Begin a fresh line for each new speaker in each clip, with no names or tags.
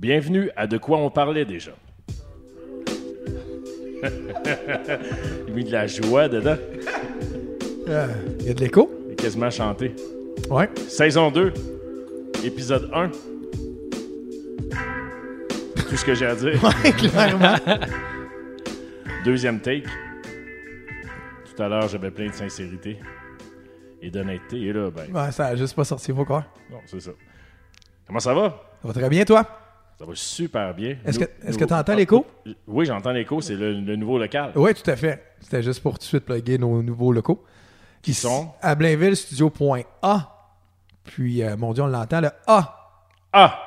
Bienvenue à De quoi on parlait déjà. Il a mis de la joie dedans.
Il y a de l'écho?
Il est quasiment chanté.
Ouais.
Saison 2, épisode 1. Tout ce que j'ai à dire.
Ouais, clairement.
Deuxième take. Tout à l'heure, j'avais plein de sincérité et d'honnêteté. Et là, ben,
Ouais, ça a juste pas sorti vos corps.
non, c'est ça. Comment ça va?
Ça va très bien, toi?
Ça va super bien.
Est-ce
Nous-
que- est-ce
nous-
que t'entends l'écho? Oh.
Oui, j'entends l'écho. C'est le, le nouveau local.
Oui, tout à fait. C'était juste pour tout de suite plugger nos nouveaux locaux.
Qui sont?
À Blainville, studio.A. Puis, euh, mon Dieu, on l'entend, le A.
Ah!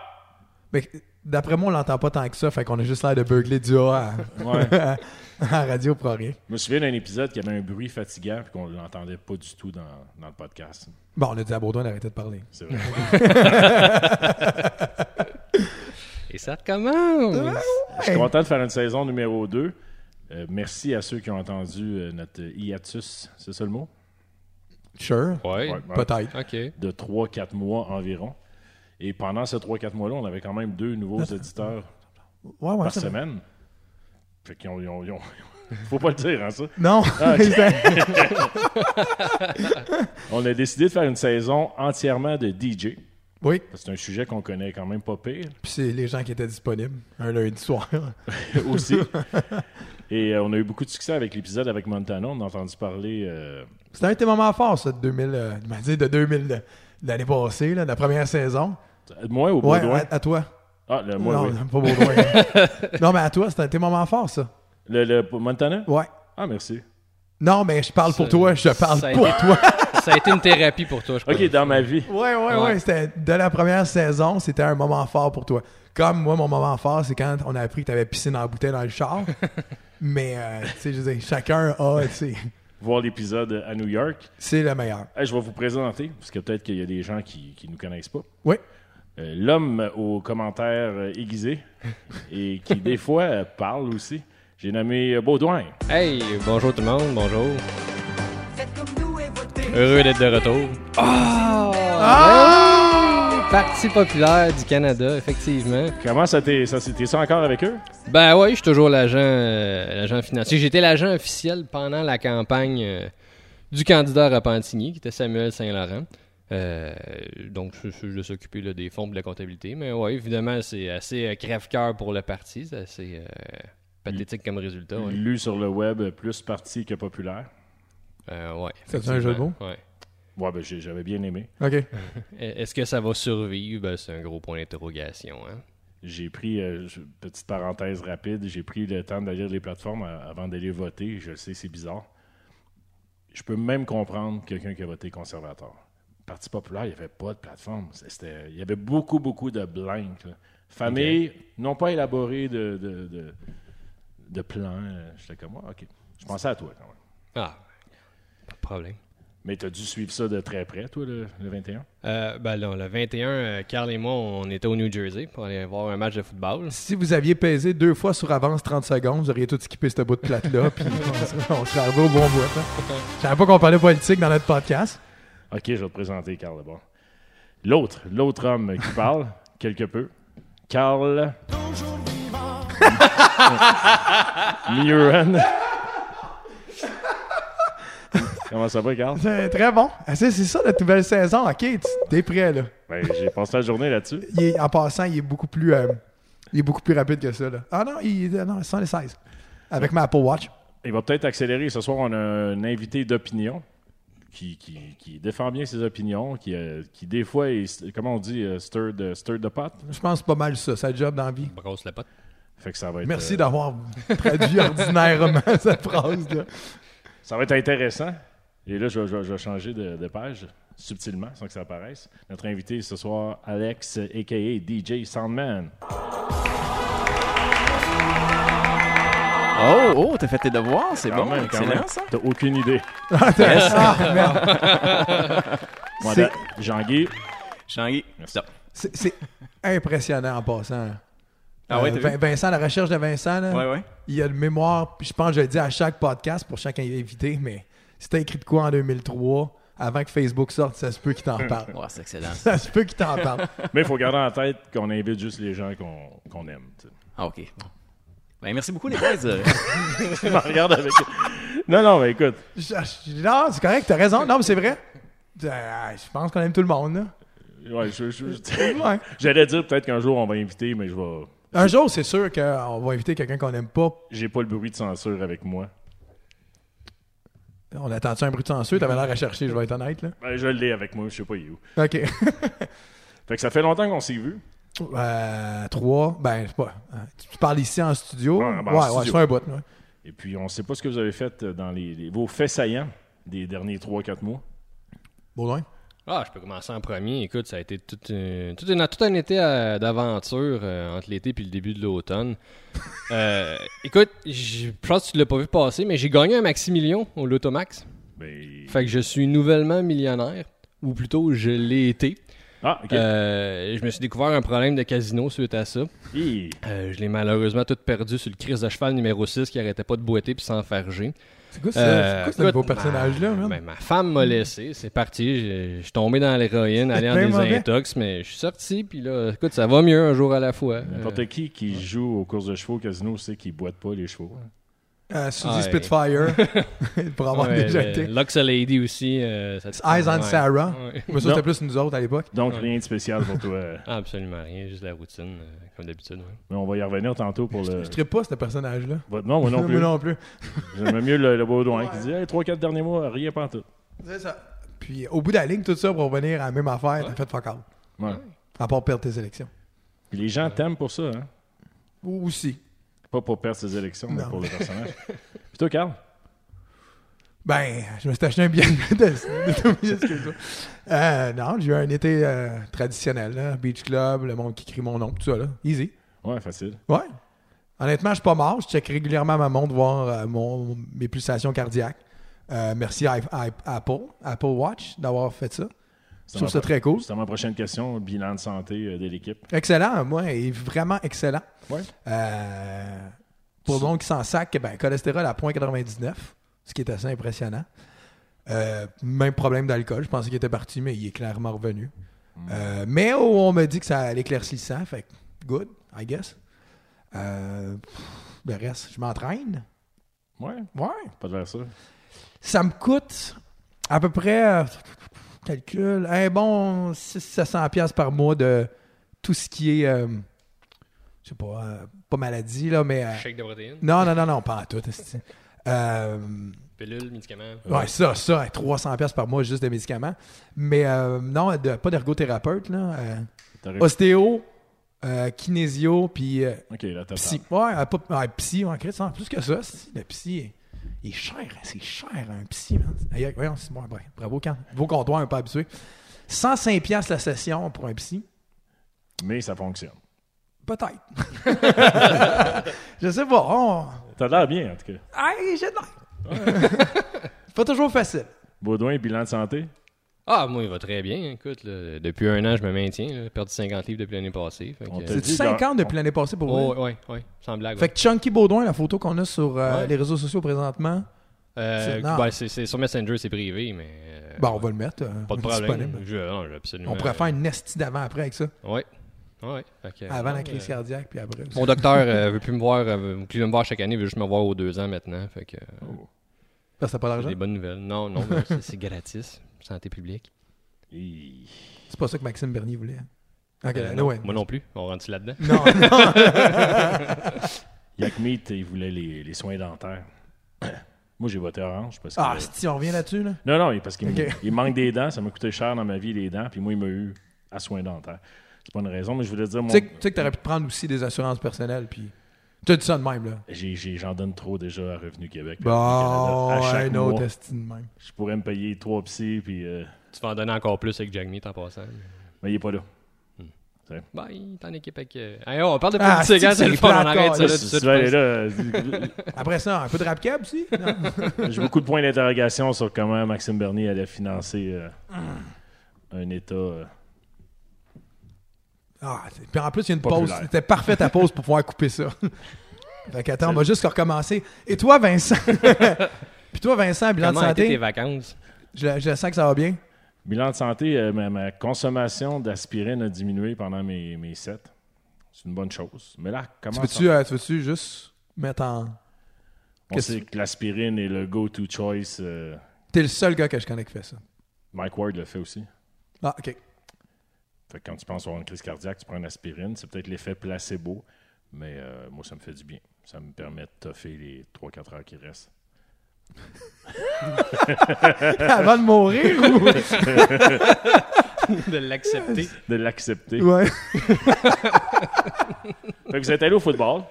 Mais d'après moi, on l'entend pas tant que ça, fait qu'on a juste l'air de burgler du A
Ouais.
à, à radio pour rien.
Je me souviens d'un épisode qui avait un bruit fatigant puis qu'on l'entendait pas du tout dans, dans le podcast.
Bon, on a dit à Baudouin d'arrêter de parler.
C'est vrai.
Et ça commence!
Je suis content de faire une saison numéro 2. merci à ceux qui ont entendu euh, notre hiatus, c'est ça le mot?
Sure.
Ouais,
Ouais.
ouais.
Peut-être.
OK.
De 3-4 mois environ. Et pendant ces 3-4 mois-là, on avait quand même deux nouveaux éditeurs
Ouais, ouais,
par
ça va.
semaine. Fait qu'ils ont, ils ont- ils ont- Faut pas le dire, hein, ça.
Non.
Ah,
C'est-
On a décidé de faire une saison entièrement de DJ.
oui.
Parce que C'est un sujet qu'on connaît quand même pas pire.
Puis c'est les gens qui étaient disponibles un lundi soir.
aussi. Et euh, on a eu beaucoup de succès avec l'épisode avec Montana. On a entendu parler. euh,
C'était un de tes moments forts, ça, de 2000, euh, je vais dire de 2000, de, de l'année passée, là, de la première saison.
moi ou
Ouais,
Baudouin?
à, à toi.
Ah, le, moi,
non,
oui.
pas Baudouin. non, mais à toi, c'était un de tes moments forts, ça.
Le, le Montana?
Ouais.
Ah, merci.
Non, mais je parle pour toi, je parle
ça a
pour
été-
toi.
Ça a été une thérapie pour toi, je crois.
OK, dans ma vie.
Ouais, ouais, ouais.
Ouais.
C'était de la première saison, c'était un moment fort pour toi. Comme moi, mon moment fort, c'est quand on a appris que tu avais piscine en bouteille dans le char. mais, euh, tu sais, je veux dire, chacun a, tu sais,
Voir l'épisode à New York.
c'est le meilleur.
Hey, je vais vous présenter, parce que peut-être qu'il y a des gens qui ne nous connaissent pas.
Oui.
Euh, L'homme aux commentaires euh, aiguisés et qui, des fois, euh, parle aussi. J'ai nommé euh, Baudouin.
Hey, bonjour tout le monde, bonjour.
Faites comme nous et votez.
Heureux d'être de retour. Ah! Ouais! Parti populaire du Canada, effectivement.
Comment ça t'est ça, t'es ça encore avec eux?
Ben oui, je suis toujours l'agent euh, l'agent financier. J'étais l'agent officiel pendant la campagne euh, du candidat Repentigny, qui était Samuel Saint-Laurent. Euh, donc, je suis juste occupé là, des fonds et de la comptabilité. Mais oui, évidemment, c'est assez euh, crève-cœur pour le parti. C'est assez euh, pathétique comme résultat. Ouais.
Lu sur le web, euh, plus parti que populaire.
Euh, ouais,
C'est Mm-hmm. un jeu de mots?
Ouais.
Ouais, ben, j'ai- j'avais bien aimé.
OK.
Euh, Est-ce que ça va survivre? Ben, c'est un gros point d'interrogation. Hein?
J'ai pris, euh, je- petite parenthèse rapide, j'ai pris le temps d'aller lire les plateformes euh, avant d'aller voter. Je le sais, c'est bizarre. Je peux même comprendre quelqu'un qui a voté conservateur. Parti populaire, il n'y avait pas de plateforme. C'est- c'était- il y avait beaucoup, beaucoup de blanks. là. Famille, non pas élaboré de, de, de, de plan. euh, J'étais comme, ah, OK. Je pensais à toi quand même.
Ah, pas de problème.
Mais tu as dû suivre ça de très près, toi, le, le 21.
Euh, ben là, le 21, euh, Carl et moi, on était au New Jersey pour aller voir un match de football.
Si vous aviez pesé deux fois sur avance 30 secondes, vous auriez tout skippé ce bout de plate-là, puis on serait- on serait arrivé au bon bout. hein. Je savais pas qu'on parlait politique dans notre podcast.
OK, je vais te présenter, Carl Lebon. L'autre, l'autre homme qui parle, quelque peu. Carl. Muren. Comment ça va, Carl?
C'est très bon. Ah, C'est c'est ça, notre nouvelle saison. OK, tu- t'es prêt, là.
Ben, j'ai passé la journée là-dessus.
Il est- en passant, il est beaucoup plus euh, il est beaucoup plus rapide que ça, là. Ah non, il est non, 116. Avec ma Apple Watch.
Il va peut-être accélérer. Ce soir, on a un invité d'opinion qui, qui- qui défend bien ses opinions, qui, euh, qui des fois, est, comment on dit, euh, stir de, stir de pot.
Je pense pas mal ça, sa job dans la vie.
Brosse la pote.
Fait que ça va être,
Merci
euh,
d'avoir traduit ordinairement cette phrase-là.
Ça va être intéressant. Et là, je, vais- je vais- je vais changer de, de page subtilement, sans que ça apparaisse. Notre invité ce soir, Alex, a.k.a. DJ Soundman.
Oh, oh, t'as fait tes devoirs, c'est
Quand
bon,
même, quand même.
excellent ça.
T'as aucune idée.
Ah, merde.
Moi,
C'est-
da- Jean-Guy,
Jean-Guy, stop.
C'est c'est impressionnant en passant. Euh,
Ah ouais, t'as
Vin-
vu?
Vincent, la recherche de Vincent, là,
Ouais, ouais.
il a le mémoire, puis je pense que je le dis à chaque podcast pour chaque invité, mais c'était écrit de quoi en 2003, avant que Facebook sorte, ça se peut qu'il t'en parle.
Ouais, c'est excellent. ça.
Ça se peut qu'il t'en parle.
Mais il faut garder en tête qu'on invite juste les gens qu'on qu'on aime. tu sais.
Ah, OK. Bon. Ben, merci beaucoup, les boys. Euh,
Tu m'en regardes avec. Non, non, mais écoute,
Je- je- Non, c'est correct, t'as raison. Non, mais c'est vrai. Euh, je pense qu'on aime tout le monde. là.
ouais, je- je- je-
Ouais.
j'allais dire peut-être qu'un jour on va inviter, mais je vais.
Un jour, c'est sûr qu'on va inviter quelqu'un qu'on n'aime pas.
J'ai pas le bruit de censure avec moi.
On attend-tu un bruit de censure? T'avais l'air à chercher, je vais être honnête. Là.
Ben, je l'ai avec moi, je sais pas il est où.
OK.
Fait que ça fait longtemps qu'on s'est vu.
Euh, trois, ben, je sais pas. Hein, Tu tu parles ici en studio?
Ouais, ben, en
ouais, ouais,
studio.
je fais un bout. ouais.
Et puis on sait pas ce que vous avez fait euh, dans les, les- vos faits saillants des derniers 3-4 mois.
Baudouin?
Ah, je peux commencer en premier. Écoute, ça a été tout un, tout un, tout un été euh, d'aventure euh, entre l'été puis le début de l'automne. Euh, écoute, je pense que tu l'as pas vu passer, mais j'ai gagné un maxi-million au Lotomax.
Ben...
Fait que je suis nouvellement millionnaire, ou plutôt je l'ai été.
Ah, ok.
Euh, je me suis découvert un problème de casino suite à ça.
Hi.
Euh, je l'ai malheureusement tout perdu sur le crise de cheval numéro 6 qui arrêtait pas de boiter puis s'enfarger.
C'est quoi, ça?
Euh,
c'est quoi ce nouveau
écoute,
personnage-là?
ma,
man?
ben, ma femme m'a laissé, c'est parti. Je je suis tombé dans l'héroïne, allé en
Ben mauvais.
désintox, mais je suis sorti. Puis là, écoute, ça va mieux un jour à la fois. Euh,
N'importe qui qui joue aux courses de chevaux au casino sait qu'ils boitent pas les chevaux.
Euh, Suzy
Ouais.
Spitfire, pour avoir
Ouais,
Ah, déjà
le-
été.
Lux Lady aussi. euh, ça te-
Eyes on
ouais.
Sarah.
Ouais.
Mais ça,
Non.
c'était plus nous autres à l'époque.
Donc rien de spécial pour toi.
Ah, absolument rien, juste la routine, euh, comme d'habitude. ouais.
Mais on va y revenir tantôt pour le.
Je trippe pas ce personnage-là.
Votre- Non, moi non plus.
Moi non plus.
J'aime mieux le, le Baudouin qui dit hey, 3-4 derniers mois, rien pas tout.
C'est ça. Puis au bout de la ligne, tout ça pour revenir à la même affaire, t'as fait fuck out.
Ouais.
À part perdre tes élections.
Puis Les gens t'aiment pour ça, hein?
Ou aussi.
Pas pour perdre ses élections, mais
Non.
pour le personnage. Puis toi, Carl?
Ben, je me suis acheté un billet de de- de- excuse-moi. Euh, non, j'ai eu un été euh, traditionnel, là. Beach Club, le monde qui crie mon nom, tout ça, là. Easy.
Ouais, facile.
Ouais. Honnêtement, je suis pas mort. Je check régulièrement ma montre, voir euh, mon, mes pulsations cardiaques. Euh, merci à, à- à Apple, Apple Watch, d'avoir fait ça. Je
C'est
trouve
ma
ça
pro-
très cool.
C'est ma prochaine question, bilan de santé euh, de l'équipe.
Excellent, moi, et vraiment excellent.
Ouais.
Euh, pour le monde qui s'en sac, ben, cholestérol à 0.99, ce qui est assez impressionnant. Euh, même problème d'alcool, je pensais qu'il était parti, mais il est clairement revenu.
Mm.
Euh, mais oh, on me dit que ça allait éclaircir le sang, fait que good, I guess. Euh, pff, le reste, je m'entraîne.
Ouais,
Ouais.
pas de faire ça.
Ça me coûte à peu près, euh, calcul, un bon 600-700$ piastres par mois de tout ce qui est, euh, je sais pas, euh, pas maladie, là, mais. euh,
Shake de protéines,
non, non, non, non, pas en tout. esti. Euh,
pilule, médicaments.
ouais, ça, ça, hein, 300$ piastres par mois juste de médicaments. Mais euh, non, de- pas d'ergothérapeute, là. euh,
T'aurais-
ostéo, euh, kinésio, puis euh,
Ok, là, t'as
psy. Ouais, euh, pas- ouais, psy, en Christ, hein, plus que ça, esti, le psy. Il est cher, hein, c'est cher un psy, man. Aïe, aïe, voyons, c'est bon, ouais, bravo, quand. Vos comptoirs, un peu habitués. 105$ piastres la session pour un psy.
Mais ça fonctionne.
Peut-être. je sais pas. on-
T'as l'air bien, en tout cas.
Hey, j'ai de l'air. C'est pas toujours facile.
Baudouin, bilan de santé?
Ah, moi, il va très bien. Écoute, là, depuis un an, je me maintiens. là. J'ai perdu 50 livres depuis l'année passée. Fait que,
On te-
euh,
C'est-tu
dit,
5
dans-
ans depuis l'année passée pour
oh,
vous?
ouais, ouais, sans blague.
Fait que Chunky Baudouin, la photo qu'on a sur euh,
Ouais.
les réseaux sociaux présentement,
Euh,
C'est- non.
ben, c'est, c'est sur Messenger, c'est privé, mais. euh,
ben, on va le mettre. euh,
pas de
on est disponible.
problème. Je, non, je- absolument.
On pourrait faire une nestie d'avant après avec ça.
Ouais. Ouais. Fait que,
Avant
euh,
la crise
euh,
cardiaque, puis après.
Mon docteur euh, veut plus me voir, euh, veut plus me voir chaque année, il veut juste me voir aux deux ans maintenant. Fait que, euh,
Parce que t'as pas
c'est
d'argent.
des bonnes nouvelles. Non, non, mais c'est, c'est gratis. Santé publique.
Hi.
C'est pas ça que Maxime Bernier voulait. Ok,
Euh,
là,
non,
ouais.
Moi non plus. On rentre là-dedans.
Non,
Yak Meat, il voulait les, les soins dentaires. moi, j'ai voté orange parce que.
ah, si on revient là-dessus, là.
Non, non, parce qu'il me-
Ok.
il manque des dents. Ça m'a coûté cher dans ma vie, les dents. Puis moi, il m'a eu à soins dentaires. C'est pas une raison, mais je voulais dire, mon...
Tu sais que- tu sais que t'aurais pu prendre aussi des assurances personnelles, puis. Tu as dit ça de même, là.
j'ai- j'ai- j'en donne trop déjà à Revenu Québec. puis
Bon,
à Revenu Canada. à chaque
un autre
mois,
esti de même.
je pourrais me payer trois psys, puis. euh,
Tu vas en donner encore plus avec Jack Meat en passant.
Mais il est pas là.
Bye, t'es en équipe avec. euh, hey, oh, on parle de
Ah,
politique,
c'est
hein, c'est le
plate,
fun. On arrête
Carlis.
ça là tout de
Si
suite,
tu
je
veux aller
pense.
là, euh,
Après ça, un peu de rap cab aussi? Non.
j'ai beaucoup de points d'interrogation sur comment Maxime Bernier allait financer euh, un État. euh,
Ah, c'est- puis en plus, il y a une
Populaire.
pause. C'était parfait ta pause pour pouvoir couper ça. fait qu'attends, on va juste recommencer. Et toi, Vincent? Puis toi, Vincent, bilan
Comment
de
a été tes
santé?
vacances?
Je, je sens que ça va bien.
Bilan de santé, euh, ma, ma consommation d'aspirine a diminué pendant mes, mes sets. C'est une bonne chose. Mais là, comment ça-
Tu veux-tu euh, tu veux-tu juste mettre en.
On
qu'est-ce
sait que l'aspirine est le go-to choice. euh,
T'es le seul gars que je connais qui fait ça.
Mike Ward le fait aussi.
Ah, ok.
Fait que quand tu penses avoir une crise cardiaque, tu prends une aspirine. C'est peut-être l'effet placebo, mais euh, moi, ça me fait du bien. Ça me permet de toffer les 3-4 heures qui restent.
Avant de mourir ou.
de l'accepter.
De l'accepter.
Ouais.
Fait que vous êtes allé au football.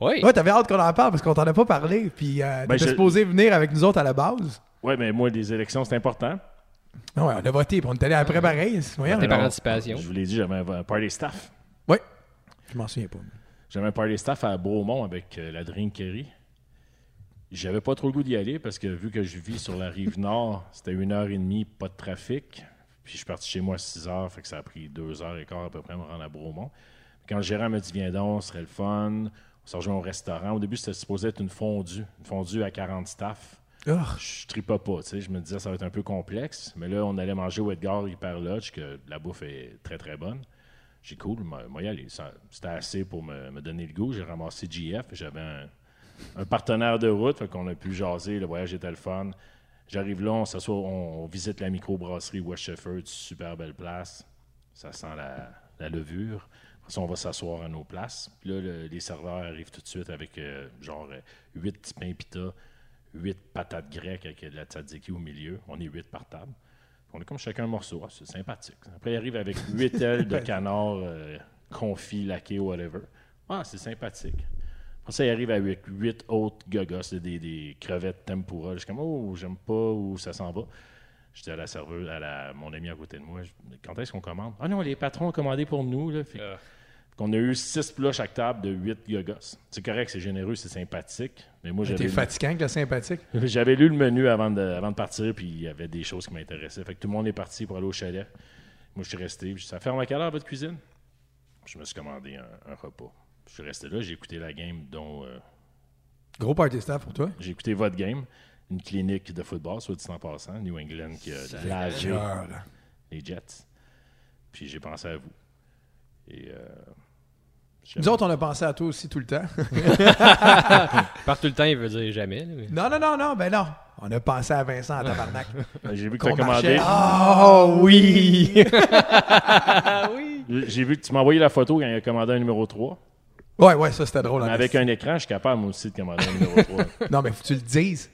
Oui.
Ouais, t'avais hâte qu'on en parle parce qu'on t'en a pas parlé. Puis euh,
Ben,
t'étais
je-
supposé venir avec nous autres à la base.
Ouais, mais moi, les élections, c'est important.
Ah Ouais, on a voté, puis on est allé après pareil. c'est- Voyons.
T'es
Alors,
par anticipation.
Je vous l'ai dit, j'avais un un party staff.
Ouais. Je m'en souviens pas.
J'avais un party staff à Beaumont avec euh, la Drinkery. J'avais pas trop le goût d'y aller parce que vu que je vis sur la rive nord, c'était une heure et demie, pas de trafic. Puis je suis parti chez moi à 6 heures, fait que ça a pris deux heures et quart à peu près à me rendre à Beaumont. Quand le gérant m'a dit Viens donc, ce serait le fun. On s'est rejoint au restaurant. Au début, c'était supposé être une fondue, une fondue à 40 staff.
Ah,
Je tripais pas, tu sais. Je me disais ça va être un peu complexe. Mais là, on allait manger au Edgar Hyper Lodge, que la bouffe est très très bonne. J'ai dit, cool, moi, moi, y aller. Ça- C'était assez pour me, me donner le goût. J'ai ramassé GF. J'avais un, un partenaire de route, fait qu'on a pu jaser. Le voyage était le fun. J'arrive là, on s'assoit, on, on visite la microbrasserie West Shefford, super belle place. Ça sent la, la levure. Après ça, on va s'asseoir à nos places. Puis là, le- les serveurs arrivent tout de suite avec euh, genre euh, huit petits pains pita, huit patates grecques avec euh, de la tzatziki au milieu. On est huit par table. On est comme chacun un morceau. Ah, c'est sympathique. Après, ils arrivent avec huit ailes de canard euh, confit, laqué, whatever. Ah, c'est sympathique. Après ça, ils arrivent avec huit autres gogos, c'est des, des crevettes tempura. Je suis comme, oh, j'aime pas ou ça s'en va. Je dis à la serveuse, à la- mon ami à côté de moi, je- quand est-ce qu'on commande? Ah non, les patrons ont commandé pour nous. Là. Fait que- qu'on a eu six plats chaque table de huit gogos. C'est correct, c'est généreux, c'est sympathique. Mais moi, j'avais
t'es
une-
fatigant avec le sympathique.
j'avais lu le menu avant de, avant de partir, puis il y avait des choses qui m'intéressaient. Fait que tout le monde est parti pour aller au chalet. Moi, je suis resté. puis Ça ferme à quelle heure votre cuisine? Je me suis commandé un, un repas. Je suis resté là, j'ai écouté la game, dont euh,
Gros party staff pour toi.
j'ai écouté votre game, une clinique de football, soit dit en passant, New England qui a lavé
Cœur, là.
les Jets. Puis j'ai pensé à vous. Et euh, j'avais-
Nous autres, on a pensé à toi aussi tout le temps.
Par tout le temps, il veut dire jamais. là, mais-
non, non, non, non, ben non. On a pensé à Vincent à tabarnak.
j'ai vu que
Qu'on
t'as commandé.
marchait. Oh oui!
J'ai vu que tu m'as envoyé la photo quand il a commandé un numéro 3.
ouais, ouais, ça c'était drôle. en
Mais avec
esti.
un écran, je suis capable moi aussi de commander un numéro 3.
Non, mais faut que tu le dises.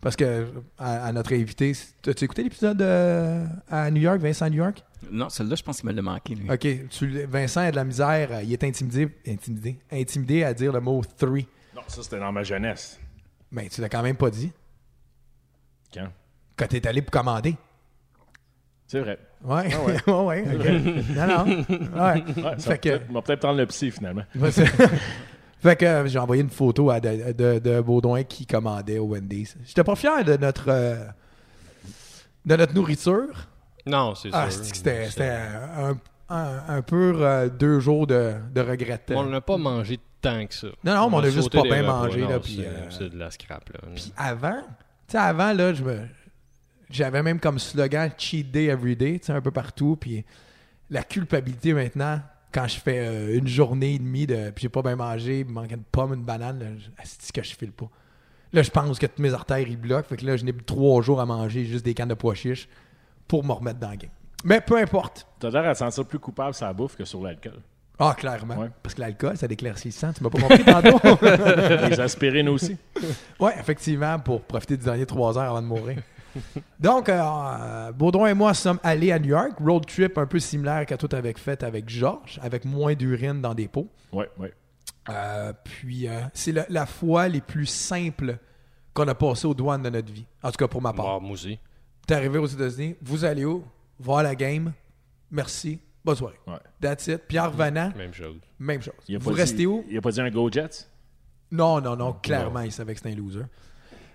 Parce que à, à notre invité, as-tu écouté l'épisode euh, à New York, Vincent à New York?
Non, celle-là, je pense qu'il me l'a manqué, lui.
OK, tu le- Vincent a de la misère, euh, il est intimidé, intimidé, intimidé à dire le mot three.
Non, ça c'était dans ma jeunesse.
Mais tu l'as quand même pas dit
Quand?
quand t'es allé pour commander.
C'est vrai.
Ouais,
Ah ouais.
ouais, ouais. ok. non, non. Ouais.
Ouais, ça
Fait
va
que-
peut-être- on va peut-être prendre le psy finalement.
Ouais, c'est- fait que euh, j'ai envoyé une photo à de, de- de Baudouin qui commandait au Wendy's. J'étais pas fier de notre euh, de notre nourriture.
Non, c'est
Ah,
sûr.
c'est que c'était c'était un, un, un pur euh, deux jours de, de regret.
On n'a pas mangé tant que ça.
Non, non, mais on a juste
sauté
pas
des
bien
repas,
mangé,
non,
là, puis,
c'est-
euh,
C'est de la scrap, là.
Avant, tu sais, avant là, je me j'avais même comme slogan cheat day every day, tu sais, un peu partout. Puis la culpabilité maintenant, quand je fais euh, une journée et demie de, puis j'ai pas bien mangé, il me manque une pomme, une banane, là, je- asti que je file pas. Là, je pense que toutes mes artères ils bloquent, fait que là, je n'ai plus trois jours à manger juste des cannes de pois chiches pour me remettre dans le game. Mais peu importe.
T'as l'air à te sentir plus coupable sur la bouffe que sur l'alcool.
Ah, clairement.
Ouais.
Parce que l'alcool, ça déclaircit le sang. Tu m'as pas compris tantôt.
Les aspirines aussi.
Oui, effectivement, pour profiter des derniers trois heures avant de mourir. Donc, euh, Baudouin et moi sommes allés à New York. Road trip un peu similaire qu'à tout avec fait avec Georges, avec moins d'urine dans des pots.
Ouais, ouais.
Euh, puis, euh, c'est la, la fois les plus simples qu'on a passé aux douanes de notre vie. En tout cas, pour ma part.
Bon, moi aussi.
T'es arrivé aux États-Unis, vous allez où? Voir la game. Merci. Bonne soirée.
ouais.
That's it. Puis en revenant,
Même chose.
même chose.
Il a
Vous
pas dit-
restez où?
Il a pas dit un Go Jets?
Non, non, non. Clairement, il savait que c'était un loser.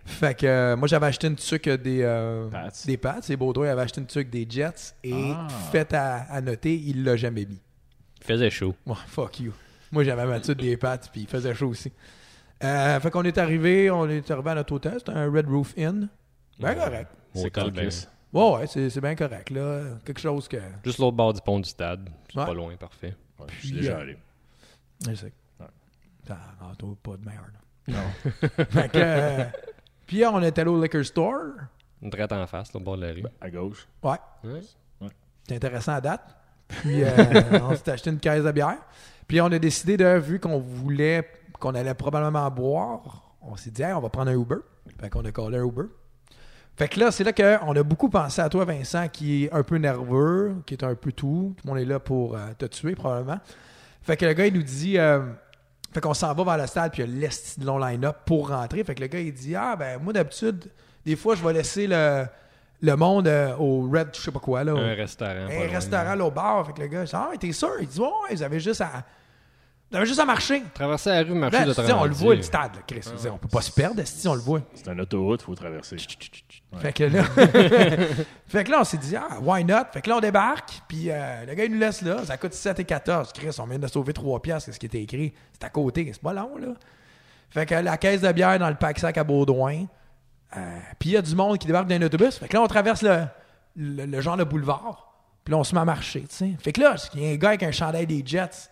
Fait que euh, moi, j'avais acheté une tuque des, euh,
Pats.
des Pats. Et Baudouin avait acheté une tuque des Jets. Et
Ah.
fait à, à noter, il l'a jamais mis.
Il faisait chaud.
Ouais, fuck you. Moi, j'avais ma tuque des Pats, puis il faisait chaud aussi. Euh, fait qu'on est arrivé, on est arrivé à notre hôtel. C'était un Red Roof Inn. Ben correct.
C'est
Autant que-
calcus.
Ouais, ouais, c'est c'est bien correct, là. Quelque chose que.
Juste l'autre bord du pont du stade. C'est
Ouais.
pas loin, parfait.
Ouais, je suis
Puis,
déjà
euh,
allé.
Je sais.
Ouais.
Ça rend tout pas de merde.
Non.
Fait que, euh, Puis on est allé au liquor store.
Une traite en face, l'autre bord de la rue.
À gauche.
Ouais.
Ouais.
C'est intéressant à date. Puis euh, on s'est acheté une caisse de bière. Puis on a décidé de, vu qu'on voulait, qu'on allait probablement boire, on s'est dit, Hey, on va prendre un Uber. Fait qu'on a collé un Uber. Fait que là, c'est là qu'on a beaucoup pensé à toi, Vincent, qui est un peu nerveux, qui est un peu tout. Tout le monde est là pour euh, te tuer, probablement. Fait que le gars, il nous dit. euh, fait qu'on s'en va vers le stade, puis il y a l'esti de long line-up pour rentrer. Fait que le gars, il dit Ah, ben, moi, d'habitude, des fois, je vais laisser le, le monde euh, au Red, je sais pas quoi, là. au-
Un restaurant. pas
un
loin.
Eh, restaurant là, au bar. Fait que le gars, il dit, ah, ouais, t'es sûr? Il dit, ouais, ouais, vous avez juste à, vous avez juste à marcher.
Traverser la rue, marcher
Ben, tu
de
sais,
traverser.
on le voit, le stade, là, Chris.
Ah,
Je veux dire, on peut pas se perdre, si on le voit.
C'est une autoroute, il faut traverser.
Fait que là, fait que là, on s'est dit, ah, why not? Fait que là, on débarque, puis euh, le gars, il nous laisse là. Ça coûte 7 et 14. Chris, on vient de sauver 3 piastres, c'est ce qui était écrit. C'est à côté, c'est pas long, là. Fait que la caisse de bière dans le pack-sac à Baudouin. euh, puis il y a du monde qui débarque dans un autobus. Fait que là, on traverse le, le- le genre de boulevard. Puis là, on se met à marcher, tu sais. Fait que là, il y a un gars avec un chandail des Jets.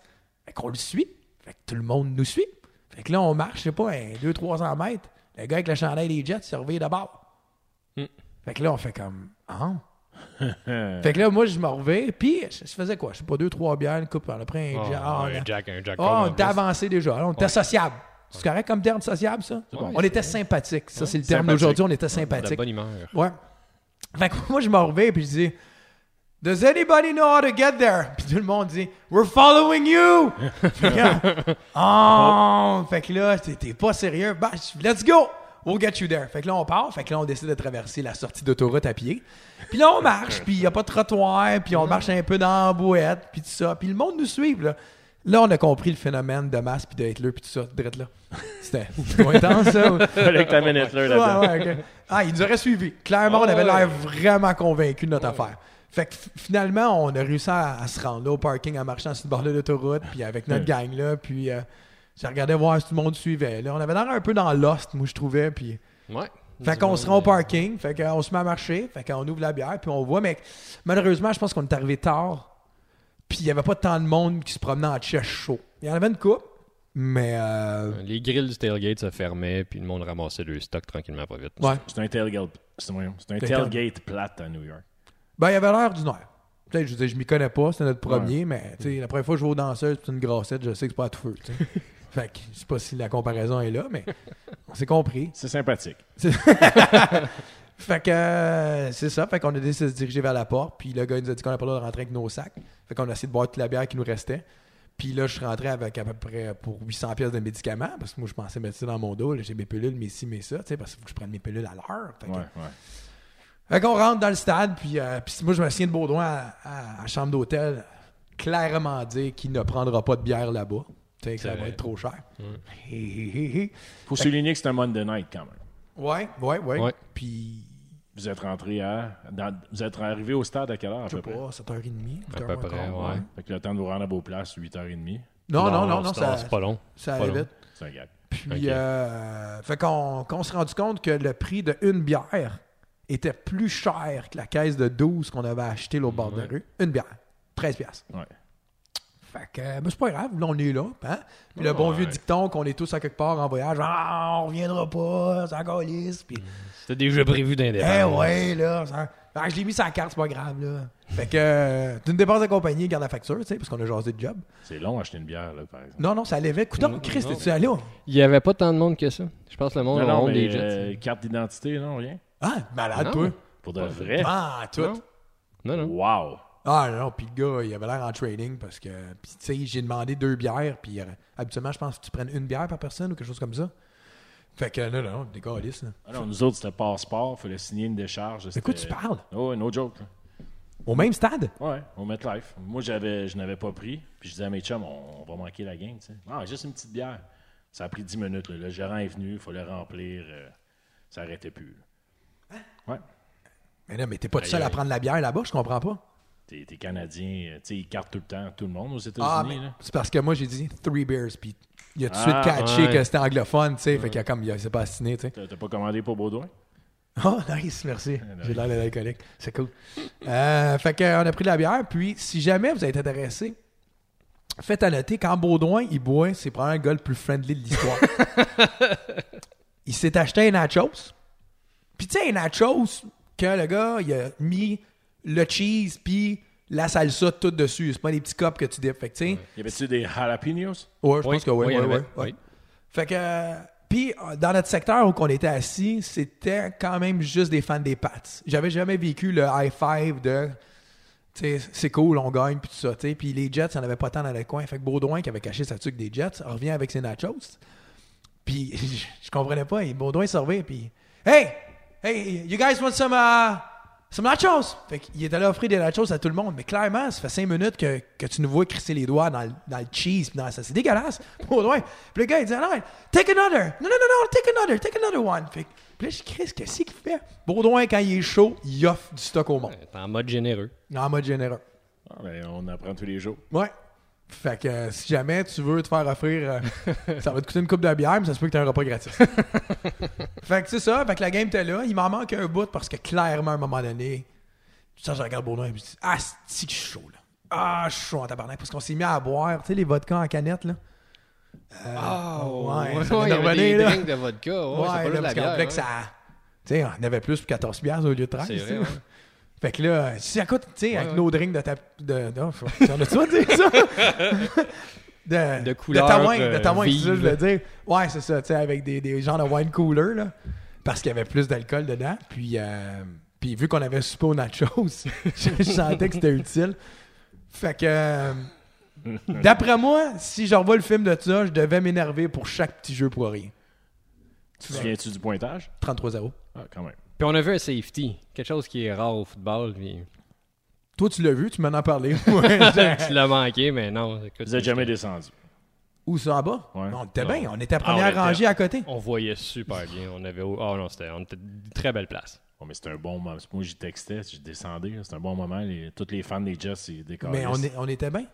Fait qu'on le suit. Fait que tout le monde nous suit. Fait que là, on marche, je sais pas, 200-300 mètres. Le gars avec le chandail des Jets, il se réveille de bord. Fait que là, on fait comme. Ah. fait que là, moi, je me reviens, puis je, je faisais quoi? Je sais pas, deux, trois bières, une coupe, on a pris un,
Oh,
ja- ah, on a-
un Jack, un Jack.
ah,
Coke,
on
en
était
plus.
avancé déjà. là, on était sociable. C'est correct comme terme sociable, ça?
bon.
on était sympathique. Ça, c'est le terme
Sympathique.
d'aujourd'hui, on était
De la
sympathique.
bonne humeur.
Ouais. Fait que moi, je me reviens, puis je dis. Does anybody know how to get there? Puis tout le monde dit, We're following you! fait, que, Ah! fait que là, t'es- t'es pas sérieux. Bah, je- let's go! We'll get you there. Fait que là, on part. Fait que là, on décide de traverser la sortie d'autoroute à pied. Puis là, on marche, puis il n'y a pas de trottoir, puis on marche un peu dans la bouette, puis tout ça. Puis le monde nous suit. Là. là, on a compris le phénomène de masse, puis de Hitler, puis tout ça, drette là. C'était c'était intense, ça.
Fallait que t'amènes Hitler là-dedans.
Ouais, ouais, ok. Ah, il nous aurait suivis. Clairement, on avait
Ah, ouais.
l'air vraiment convaincu de notre affaire. Fait que f- finalement, on a réussi à, à se rendre là au parking en marchant sur le bord de l'autoroute, puis avec notre gang là, puis euh, j'ai regardé voir si tout le monde suivait. Là, on avait l'air un peu dans Lost, moi je trouvais, puis.
Ouais. euh,
Fait qu'on se rend au parking, fait qu'on se met à marcher, fait qu'on ouvre la bière, puis on voit, mais malheureusement, je pense qu'on est arrivé tard, puis il n'y avait pas tant de monde qui se promenait en chest chaud. Il y en avait une coupe, mais. euh,
Les grilles du tailgate se fermaient, puis le monde ramassait le stock tranquillement, pas vite.
ouais.
C'est un tailgate. C'est voyons, c'est un
Tailgate.
tailgate plate à New York.
Ben, il avait l'air du Nord. Peut-être, je veux dire, je m'y connais pas, c'était notre premier, mais tu sais, la première fois que je vais aux danseuses, c'est une grassette, je sais que c'est pas à tout feu. tu sais. fait que je sais pas si la comparaison est là, mais on s'est compris.
C'est sympathique.
Fait que euh, c'est ça, fait qu'on a décidé de se diriger vers la porte, puis le gars il nous a dit qu'on n'a pas le droit de rentrer avec nos sacs. Fait qu'on a essayé de boire toute la bière qui nous restait. Puis là, je suis rentré avec à peu près pour 800 pièces de médicaments, parce que moi, je pensais mettre ça dans mon dos. là, J'ai mes pilules, mes ci, mes ça, tu sais, parce qu'il faut que je prenne mes pilules à l'heure. Fait que-
Ouais, ouais.
Fait qu'on rentre dans le stade, puis, euh, puis moi, je me souviens de Baudouin à, à- à la chambre d'hôtel, clairement dire qu'il ne prendra pas de bière là-bas. Tu sais, que ça va
vrai.
être trop cher. Hé, hé, hé, hé.
Faut souligner que c'est un Monday night quand même.
Ouais, ouais, ouais.
Ouais.
Puis,
Vous êtes rentré à. dans- vous êtes arrivé au stade à quelle heure à
je sais
peu
pas,
près?
7h30,
À peu près, ouais.
Fait que le temps de vous rendre à Beauplace, 8h30.
Non, non, non, non,
c'est-
ça,
C'est pas long.
ça
pas
allait
long.
vite.
C'est un gag.
Puis,
Ok.
euh, fait qu'on qu'on s'est rendu compte que le prix de une bière était plus cher que la caisse de 12 qu'on avait acheté l'autre bord de la rue. Une bière, 13 piastres.
Ouais.
Fait que, euh, ben, c'est pas grave, là, on est là. hein. Puis le bon
Ouais.
vieux dicton qu'on est tous à quelque part en voyage, ah, on reviendra pas, c'est encore lisse. Puis,
C'était déjà prévu d'un
eh
départ.
ouais, là, ça- Ah, je l'ai mis sur la carte, c'est pas grave, là. Fait que, euh, c'est une dépense de compagnie, garde la facture, tu sais, parce qu'on a jasé de job.
C'est long acheter une bière, là, par exemple.
Non, non, ça allait vite. Coudon, Chris, t'es-tu allé? oh? au-
Il y avait pas tant de monde que ça. Je pense que le monde
Non,
a
non,
honte
mais
des jets.
euh, carte d'identité, non, rien.
Ah, malade,
Non. Eh.
toi.
Pour de vrai.
Ah, tout.
Non. Non, non.
Wow!
Ah, non, non, puis le gars, il avait l'air en trading parce que, puis tu sais, j'ai demandé deux bières, puis euh, habituellement, je pense que tu prennes une bière par personne ou quelque chose comme ça. Fait que, non, non, des gars, lisse, là.
Ah non, nous autres, c'était passeport, fallait signer une décharge.
De quoi tu
c'était-
parles?
Oh, no joke. là.
Au même stade?
Ouais, au MetLife. Moi, j'avais, je n'avais pas pris. Puis je disais à mes chums, on, on va manquer la game. tu sais. Ah, juste une petite bière. Ça a pris 10 minutes. là. Le gérant est venu, il fallait remplir. euh, ça n'arrêtait plus. là.
Hein?
Ouais.
Mais non, mais t'es pas tout seul à
aïe.
prendre la bière là-bas, je comprends pas.
T'es, t'es Canadien, euh, tu sais, ils cartent tout le temps, tout le monde aux États-Unis.
Ah, mais
là.
c'est parce que moi j'ai dit three beers, puis il a tout de
Ah,
suite catché
ouais.
que c'était anglophone, tu sais, fait qu'il a comme, il s'est pas assassiné, tu sais.
T'as, t'as pas commandé pour Baudouin?
Oh, nice, merci. J'ai l'air d'un alcoolique. C'est cool. Euh, fait qu'on a pris de la bière. Puis, si jamais vous êtes intéressé, faites à noter qu'en Baudouin, il boit, c'est probablement le gars le plus friendly de l'histoire. il s'est acheté un nachos. Puis, tu sais, un nachos que le gars, il a mis le cheese puis la salsa tout dessus. C'est pas les petits cups que tu dips. Fait que, tu sais,
Y avait-tu des jalapenos?
ouais, je pense que oui, oui,
oui, il y en
oui.
avait,
oui.
oui.
Fait que. euh, Puis, euh, dans notre secteur où on était assis, c'était quand même juste des fans des Pats. J'avais jamais vécu le high five de. Tu sais, c'est cool, on gagne, puis tout ça. tu sais. Puis les Jets, il n'y en avait pas tant dans le coin. Fait que Baudouin, qui avait caché sa tuque des Jets, revient avec ses nachos. Puis, je, je comprenais pas. Et Baudouin se revient, puis. Hey! Hey, you guys want some. uh, some nachos! Fait qu'il était là à offrir des nachos à tout le monde. Mais clairement, ça fait cinq minutes que, que tu nous vois crisser les doigts dans le, dans le cheese. Pis dans ça. C'est dégueulasse! Baudouin! Puis le gars, il dit, Ah, non, take another! Non, non, non, non, take another! Take another one! Fait que. Puis là, je dis, Chris, qu'est-ce qu'il fait? Baudouin, quand il est chaud, il offre du stock au monde.
T'es en mode généreux.
En mode généreux.
Ah, ben, on apprend tous les jours.
Ouais. Fait que euh, si jamais tu veux te faire offrir, euh, ça va te coûter une coupe de bière, mais ça se peut que tu un repas gratis. fait que c'est ça, fait que la game était là. Il m'en manque un bout parce que clairement, à un moment donné, ça, je regarde Baudouin et je me dis Ah, c'est chaud là. Ah, je suis chaud en tabarnak parce qu'on s'est mis à boire, tu sais, les vodkas en canette là. Euh, ouais, ça vient
Oh, il y
de
avait
revenir,
des
là.
drinks de vodka. Ouais, c'est pas
là,
là,
parce
de
qu'on
la
voulait
bière.
que
hein.
ça. Tu sais, on avait plus pour 14 bières au lieu de 13.
C'est
tu sais.
vrai, ouais.
Fait que là, si ça coûte, tu sais, avec
ouais.
nos drinks de ta. De, oh, non, faut- on a-tu droit de dire ça? De,
De couleurs,
ta wine, de
euh,
ta wine, c'est ça que je voulais dire.
vives.
Ouais, c'est ça, tu sais, avec des, des genres de wine cooler, là. Parce qu'il y avait plus d'alcool dedans. Puis, euh, puis vu qu'on avait suppos aux nachos, je, je sentais que c'était utile. Fait que. euh, D'après moi, si je revois le film de ça, je devais m'énerver pour chaque petit jeu pour rien.
Tu te souviens-tu du pointage?
33-0.
Ah, quand même.
Puis on a vu un safety, quelque chose qui est rare au football. Puis...
Toi, tu l'as vu, tu m'en as parlé. Ouais, j'ai-
tu l'as manqué, mais non. écoute,
Vous êtes jamais descendu.
Où ça, en bas?
Ouais. Ah,
On était
Ouais.
bien, on était à première
on était-
rangée à côté.
On voyait super bien. On avait. Oh non, c'était on était une très belle place.
Bon, Oh, mais c'était un bon moment. Moi, j'y textais, je descendais. là. C'était un bon moment. Les- tous les fans des Jets, ils décollent.
Mais on, est- on était bien.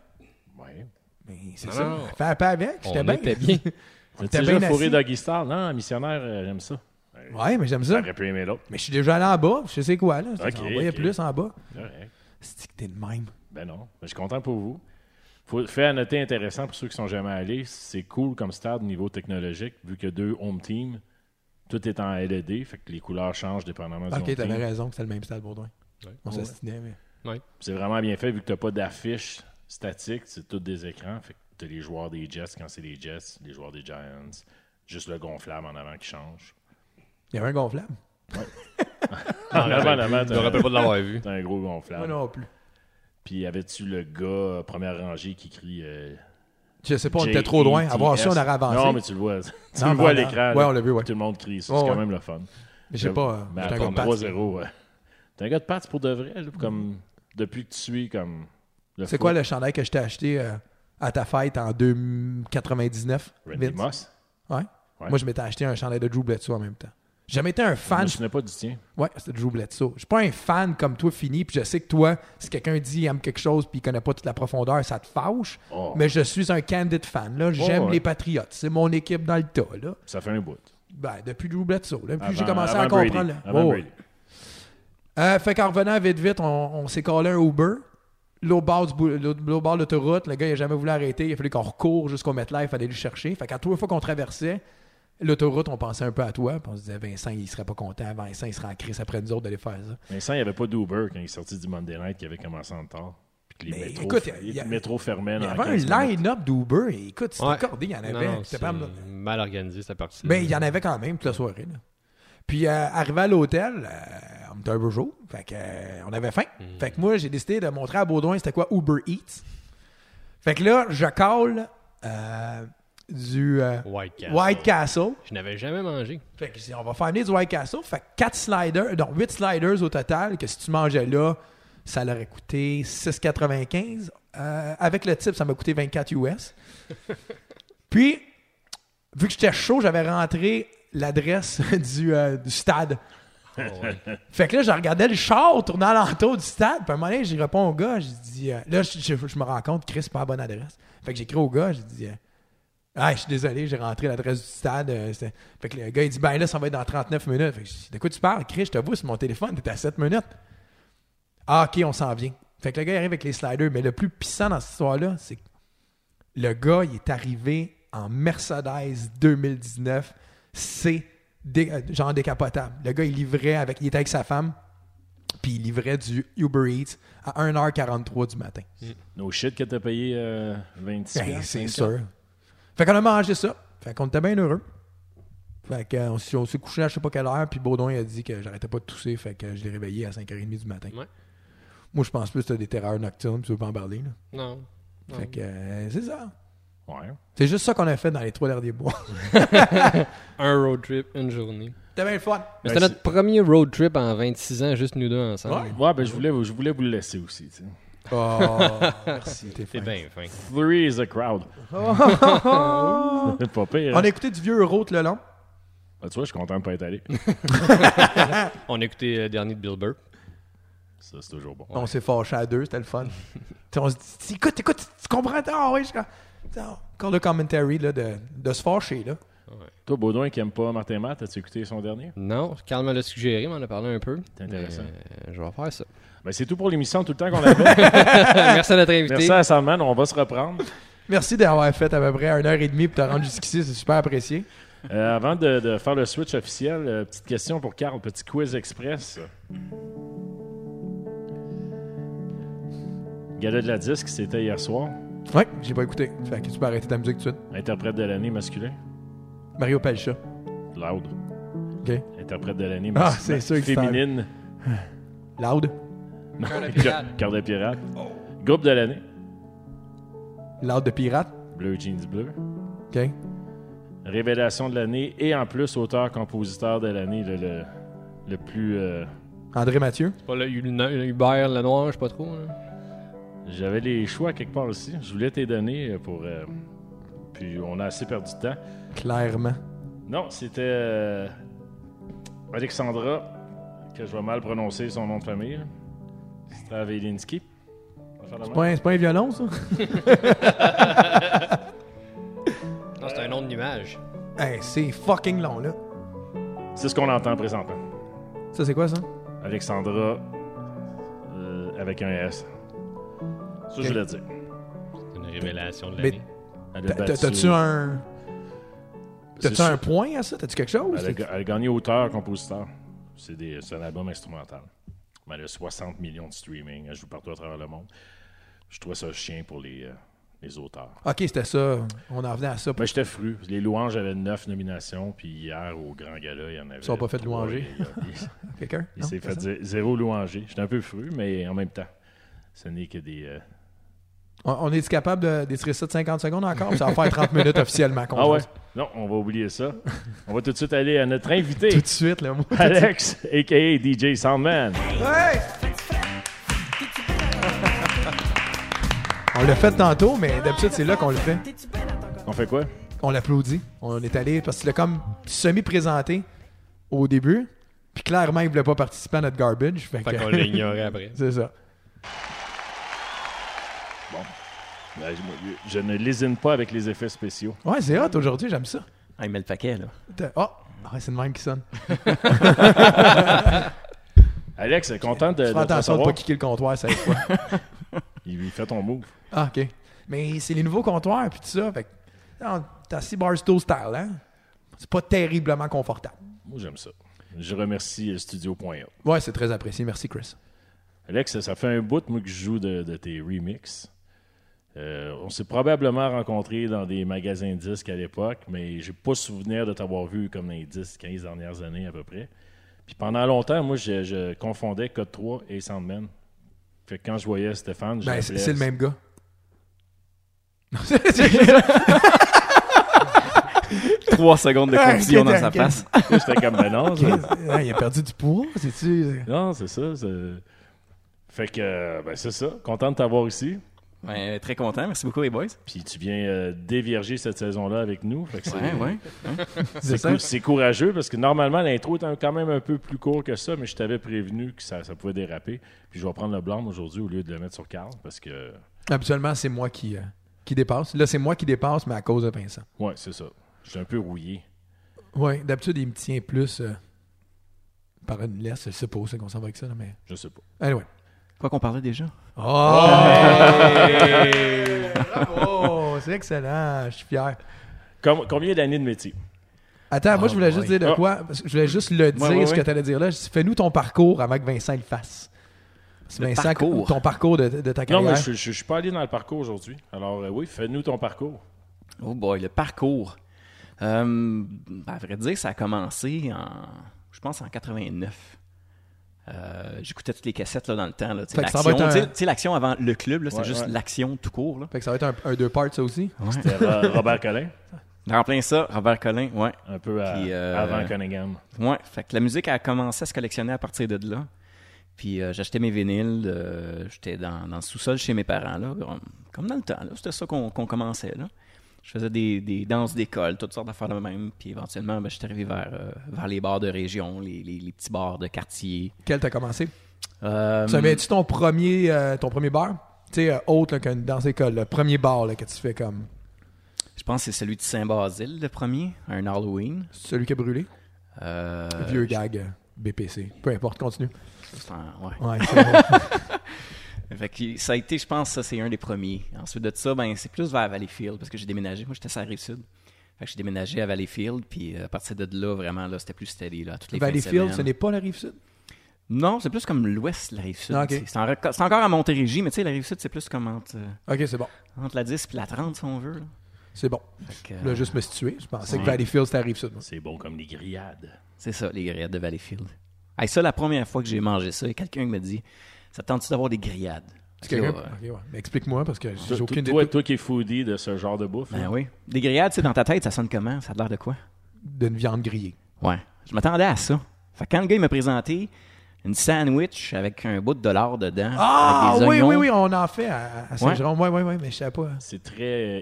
Ouais.
Mais c'est
Non,
ça.
non.
Fais un pas avec, j'étais
on
bien.
était bien.
On
était
était
bien
déjà fourré
assis.
Doggy Star. Non, missionnaire, euh, j'aime ça.
Ouais, mais j'aime ça.
J'aurais pu aimer l'autre.
Mais je suis déjà allé en bas, je sais quoi, là.
Ok,
on voyait
ok.
plus en bas.
Correct.
C'est que t'es de même.
Ben non. Ben, je suis content pour vous. Faut, fait à noter intéressant pour ceux qui sont jamais allés, c'est cool comme stade au niveau technologique, vu que deux home team, tout est en LED, fait que les couleurs changent dépendamment du
Ok,
home
t'avais
team.
raison que c'était le même stade, Baudouin.
Ouais.
On s'astinait, mais.
C'est vraiment bien fait vu que tu n'as pas d'affiche statique, c'est tous des écrans. Fait que tu as les joueurs des Jets quand c'est les Jets, les joueurs des Giants, juste le gonflable en avant qui change.
Il y avait un gonflable. Ah,
En avant, en avant,
Je me
t'as
rappelle pas de l'avoir vu.
t'as un gros
Moi
gonflable.
non plus.
Puis avais-tu le gars euh, première rangée qui crie euh,
Je sais pas, on était trop loin. À voir si on aurait avancé.
E Non, mais tu le vois. tu
Non,
le vois à
mais on a-
l'écran.
Ouais,
là.
on l'a vu, ouais.
Tout le monde crie. ça,
Ouais,
C'est quand
ouais.
même le fun.
Mais je sais pas. euh,
Mais
j'étais un
attends,
gars de patte.
3-0. ouais. T'es un gars de patte pour de vrai. là, comme, depuis que tu suis comme. le
C'est
foot.
quoi le chandail que je t'ai acheté euh, à ta fête en 2099?
Randy
Vince?
Moss.
Ouais.
Ouais.
Moi, je m'étais acheté un chandail de Drew Bledsoe en même temps. J'ai jamais été un
Je
fan.
me souvenais pas du tien.
Ouais, c'était Drew Bledsoe. Je suis pas un fan comme toi, fini. Puis je sais que toi, si quelqu'un dit il aime quelque chose puis il connaît pas toute la profondeur, ça te fâche.
Oh.
Mais je suis un candid fan. Là, j'aime
ouais.
les Patriots. C'est mon équipe dans le tas. Là.
Ça fait un bout.
Ben, depuis Drew Bledsoe. là. Depuis que j'ai
Avant-
commencé à
avant Brady.
comprendre. là. Oh,
Avant
Ouais, ouais.
Brady.
Euh, fait qu'en revenant vite vite, on, on s'est collé un Uber. L'autre bord, du bou- l'autre- l'autre bord de l'autoroute, le gars il a jamais voulu arrêter. Il a fallu qu'on recourt jusqu'au MetLife, aller le chercher. Fait qu'à toutes les fois qu'on traversait l'autoroute, on pensait un peu à toi. Puis on se disait, Vincent, il serait pas content. Vincent, il serait en crise après nous autres d'aller faire ça.
Vincent, il n'y avait pas d'Uber quand il est sorti du Monday Night qui avait commencé en retard. Puis que les
Mais
métros,
écoute,
les
il y a-
métros fermaient.
Il y
dans
avait
15
un
minutes.
line-up d'Uber. Et écoute, c'était
Ouais.
accordé, il y en avait.
Non, non,
C'était
c'est
pas-
mal organisé cette partie.
Ben, il y en avait quand même toute la soirée. là. Puis, euh, arrivé à l'hôtel, euh, on était un peu chaud. Fait que, euh, on avait faim.
Hmm.
Fait que moi, j'ai décidé de montrer à Baudouin c'était quoi Uber Eats. Fait que là, je colle euh, du euh,
White Castle.
White Castle.
Je n'avais jamais mangé.
Fait que j'ai dit, on va faire venir du White Castle. Fait que 4 sliders, non, 8 sliders au total, que si tu mangeais là, ça leur a coûté 6,95. Euh, avec le type, ça m'a coûté 24 US. Puis, vu que j'étais chaud, j'avais rentré l'adresse du, euh, du stade.
Oh,
Fait que là, je regardais le char tournant alentour du stade. Puis à un moment donné, j'ai répondu au gars, j'ai dit, euh, là, je, je- je me rends compte, Chris, c'est pas la bonne adresse. Fait que j'écris au gars, j'ai dit, euh, Ah, je suis désolé, j'ai rentré l'adresse du stade. euh, c'était- fait que le gars, il dit, ben là, ça va être dans 39 minutes. Fait que je dis, de quoi tu parles? Chris, je te vois sur mon téléphone, t'es à 7 minutes. Ah, OK, on s'en vient. Fait que le gars, il arrive avec les sliders. Mais le plus pissant dans cette histoire-là, c'est que le gars, il est arrivé en Mercedes 2019. C'est dé- euh, genre décapotable. Le gars, il livrait avec, il était avec sa femme, puis il livrait du Uber Eats à 1h43 du matin.
No shit que t'as payé euh, 26
Ben,
piastres,
c'est
24.
sûr. Fait qu'on a mangé ça. Fait qu'on était bien heureux. Fait qu'on s- on s'est couché à je sais pas quelle heure, puis Baudouin il a dit que j'arrêtais pas de tousser, fait que je l'ai réveillé à 5h30 du matin.
Ouais.
Moi, je pense plus que t'as des terreurs nocturnes, puis tu veux pas en parler. là.
Non. non.
Fait que euh, c'est ça.
Ouais.
C'est juste ça qu'on a fait dans les trois derniers mois.
Un road trip, une journée.
C'était bien le fun.
Mais
Ben,
c'était
c'est-
notre premier road trip en 26 ans, juste nous deux ensemble.
Ouais.
Ouais, ben je voulais, vous- je voulais vous le laisser aussi. tu sais.
Oh, merci, t'es
C'est
fin.
bien fin.
Fleury is a crowd. C'est pas pire.
On
hein.
a écouté du vieux Euro tout le long.
Ben, tu vois, je suis content de pas être allé.
On a écouté le dernier de Bill Burr.
Ça, c'est toujours bon.
On s'est fâchés à deux, c'était le fun. Tu sais, on se dit, écoute, écoute, tu, tu comprends? Ah oui, je... comprends. Tu sais, Encore le commentary là, de, de se fâcher, là.
Toi, Baudouin, qui aime pas Martin Matt, as-tu écouté son dernier?
Non, Carl me l'a suggéré, mais on en a parlé un peu.
C'est intéressant.
Euh, je vais faire ça.
Ben, c'est tout pour l'émission, tout le temps qu'on avait.
Merci à notre invité.
Merci à Sandman, on va se reprendre.
Merci d'avoir fait à peu près une heure et demie pour te rendre jusqu'ici, c'est super apprécié.
Euh, avant de, de faire le switch officiel, euh, petite question pour Carl, petit quiz express. Gala de la disque, c'était hier soir.
Ouais, j'ai pas écouté. Fait que tu peux arrêter ta musique tout de suite.
Interprète de l'année masculin.
Mario Pelcha.
Loud.
OK.
Interprète de l'année
Ah,
masculine.
c'est sûr que c'est
féminine.
Loud.
Cœur de pirate.
Cœur de pirate. Groupe de l'année.
Loud de pirate.
Bleu Jeans Bleu.
OK.
Révélation de l'année et en plus auteur-compositeur de l'année, le, le, le plus. euh,
André Mathieu.
Pas le, le- le Hubert le noir, je sais pas trop. hein. là.
J'avais les choix quelque part aussi. Je voulais t'es donner pour. euh, puis on a assez perdu de temps.
Clairement.
Non, c'était euh, Alexandra, que je vais mal prononcer son nom de famille. là. Stravelinski. On va faire la
C'est
même.
pas, un- c'est pas un violon, ça?
Non, c'est un nom de nuage.
Hey, c'est fucking long, là.
C'est ce qu'on entend présentement.
Ça, c'est quoi, ça?
Alexandra euh, avec un S. Ça, je voulais dire.
C'est une révélation de
Mais-
l'année.
Elle a
T'as- t'as-
battu-
T'as-tu un...
c'est
T'as-tu
sûr.
un point à ça? T'as-tu quelque chose?
Elle a, ga- elle a gagné auteur, compositeur. C'est des- c'est un album instrumental. Mais elle a 60 millions de streaming. Elle joue partout à travers le monde. Je trouvais ça chien pour les, euh, les auteurs.
OK, c'était ça. On en venait à ça.
Mais j'étais fru. Les louanges avaient 9 nominations. Puis hier, au Grand Gala, il y en avait.
sont pas fait
trois,
louanger.
et euh, Il, a- il-
Quelqu'un?
il
Non,
s'est fait
personne?
dire zéro louangé. J'étais un peu fru, mais en même temps, ce n'est que des. euh,
On, on est-tu capable de d'étirer ça de 50 secondes encore? Ça va faire 30 minutes officiellement. qu'on
Ah ouais?
jase.
Non, on va oublier ça. on va tout de suite aller à notre invité,
Tout de suite, là. moi.
Alex, a.k.a. DJ Soundman.
Ouais! On l'a fait tantôt, mais d'habitude, c'est là qu'on le fait.
On fait quoi?
On l'applaudit. On est allé parce qu'il l'a comme semi-présenté au début. Puis clairement, il voulait pas participer à notre garbage. Fait
Fait
que-
qu'on l'a ignoré après.
c'est ça.
Bon. Ben, je, moi, je- je ne lésine pas avec les effets spéciaux.
Ouais, c'est hot aujourd'hui, j'aime ça.
Ah, il met le paquet, là.
T'as- Oh! Ah, c'est le même qui sonne.
Alex, content de,
Fais
Euh, de te
attention de
recevoir.
pas kicker le comptoir cette fois.
Il, il fait ton move.
ah, OK. Mais c'est les nouveaux comptoirs, puis tout ça. Fait que, non, t'as si barstool style, hein? C'est pas terriblement confortable.
Moi, j'aime ça. Je remercie euh, Studio.A.
Ouais, c'est très apprécié. Merci, Chris.
Alex, ça fait un bout, moi, que je joue de, de tes remixes. Euh, on s'est probablement rencontrés dans des magasins de disques à l'époque, mais j'ai pas souvenir de t'avoir vu comme dans les 10, 15 dernières années à peu près. Puis pendant longtemps, moi, je, je confondais Code 3 et Soundman. Fait que quand je voyais Stéphane, je
Ben, c'est
l'appelais-
c'est le même gars. Non, c'est- c'est-
3 secondes de
Ah,
confusion
inquiétant,
dans sa face.
J'étais comme ben non, ça-
Ah, il a perdu du poids, c'est-tu?
Non, c'est ça. c'est- Fait que, euh, ben, c'est ça. Content de t'avoir ici.
Ouais, Ben, très content. Merci beaucoup, les boys.
Puis tu viens euh, dévierger cette saison-là avec nous. Fait que c'est
Ouais, ouais.
c'est
ça.
cou- c'est courageux parce que normalement, l'intro est un- quand même un peu plus court que ça, mais je t'avais prévenu que ça, ça pouvait déraper. Puis je vais prendre le blâme aujourd'hui au lieu de le mettre sur Carl parce que.
Habituellement, c'est moi qui, euh, qui dépasse. Là, c'est moi qui dépasse, mais à cause de Vincent.
Ouais, c'est ça. Je suis un peu rouillé.
Oui, d'habitude, il me tient plus euh, par une laisse, je suppose qu'on s'en va avec ça, là, mais.
Je sais pas.
Anyway.
Quoi qu'on parlait déjà?
Oh! Bravo! C'est excellent, je suis fier.
Com- combien d'années de métier?
Attends, moi, je voulais
boy.
juste dire de
Ah.
quoi. parce que Je voulais juste le dire,
ouais,
ce que
ouais.
tu allais dire là. Je dis, Fais-nous ton parcours avant que Vincent le fasse. Parce que
Le
Vincent,
parcours.
ton parcours de, de ta carrière.
Non, mais je, je, je suis pas allé dans le parcours aujourd'hui. Alors, euh, oui, fais-nous ton parcours.
Oh boy, le parcours. Euh, ben, à vrai dire, ça a commencé en, je pense, en 89. Euh, J'écoutais toutes les cassettes là, dans le temps. là. Tu sais,
Fait que ça va
l'action,
être un-
tu sais- tu sais, l'action avant le club, là, c'est
Ouais,
juste
ouais.
l'action tout court. Là.
Fait que ça va être un, un deux parts, ça aussi.
C'était Ro- Robert Collin,
En plein ça, Robert Collin, ouais.
un peu à-
Puis, euh,
avant Cunningham.
Ouais, fait que la musique a commencé à se collectionner à partir de là. Puis euh, j'achetais mes vinyles, euh, j'étais dans, dans le sous-sol chez mes parents, là, comme- comme dans le temps, là, c'était ça qu'on qu'on commençait. Là. Je faisais des, des danses d'école, toutes sortes d'affaires de même, puis éventuellement, ben, je suis arrivé vers, euh, vers les bars de région, les, les- les petits bars de quartier.
Quel t'as commencé?
Euh,
Tu avais-tu ton premier, euh, ton premier bar? Tu sais, euh, autre là, qu'une danse école, le premier bar là, que tu fais comme
je pense que c'est celui de Saint-Basile, le premier, un Halloween.
celui qui a brûlé.
Euh,
Vieux gag euh, BPC. Peu importe, continue.
c'est un- ouais.
Ouais, c'est bon.
Fait que ça a été, je pense, ça c'est un des premiers. Ensuite de ça, ben, c'est plus vers Valleyfield parce que j'ai déménagé. Moi, j'étais sur la Rive-Sud. Fait que j'ai déménagé à Valleyfield, puis euh, à partir de là, vraiment, là, c'était plus steady, là, toutes les fins de
Valleyfield, ce
semaine.
n'est pas la rive sud.
Non, c'est plus comme l'ouest, la Rive-Sud.
Ah, ok.
C'est- C'est en- c'est encore à Montérégie, mais tu sais, la Rive-Sud, c'est plus comme entre, euh,
Ok, c'est bon.
entre la 10 et la 30, si on veut. Là.
C'est bon.
Fait que,
Je
euh,
voulais juste me situer. Je pensais que
Ouais.
Valleyfield, c'était la rive sud.
C'est bon comme les grillades.
C'est ça, les grillades de Valleyfield. Hey, ça, la première fois que j'ai mangé ça, il y a quelqu'un qui me dit « Ça te tente-tu d'avoir des grillades? »
C'est
Là,
quelqu'un.
euh,
Ok, ouais. Mais explique-moi parce que j'ai
Toi,
aucune idée
toi,
de-
toi qui es foodie de ce genre de bouffe,
Ben
là,
oui. Des grillades, tu sais, dans ta tête, ça sonne comment? Ça a l'air de quoi?
d'une viande grillée.
Ouais. Je m'attendais à ça. Fait que quand le gars il m'a présenté une sandwich avec un bout de dollar dedans.
Ah
avec des
oui,
oignons,
oui, oui, on en fait à, à Saint-Jérôme. Oui, oui, oui, mais je sais pas.
c'est très euh,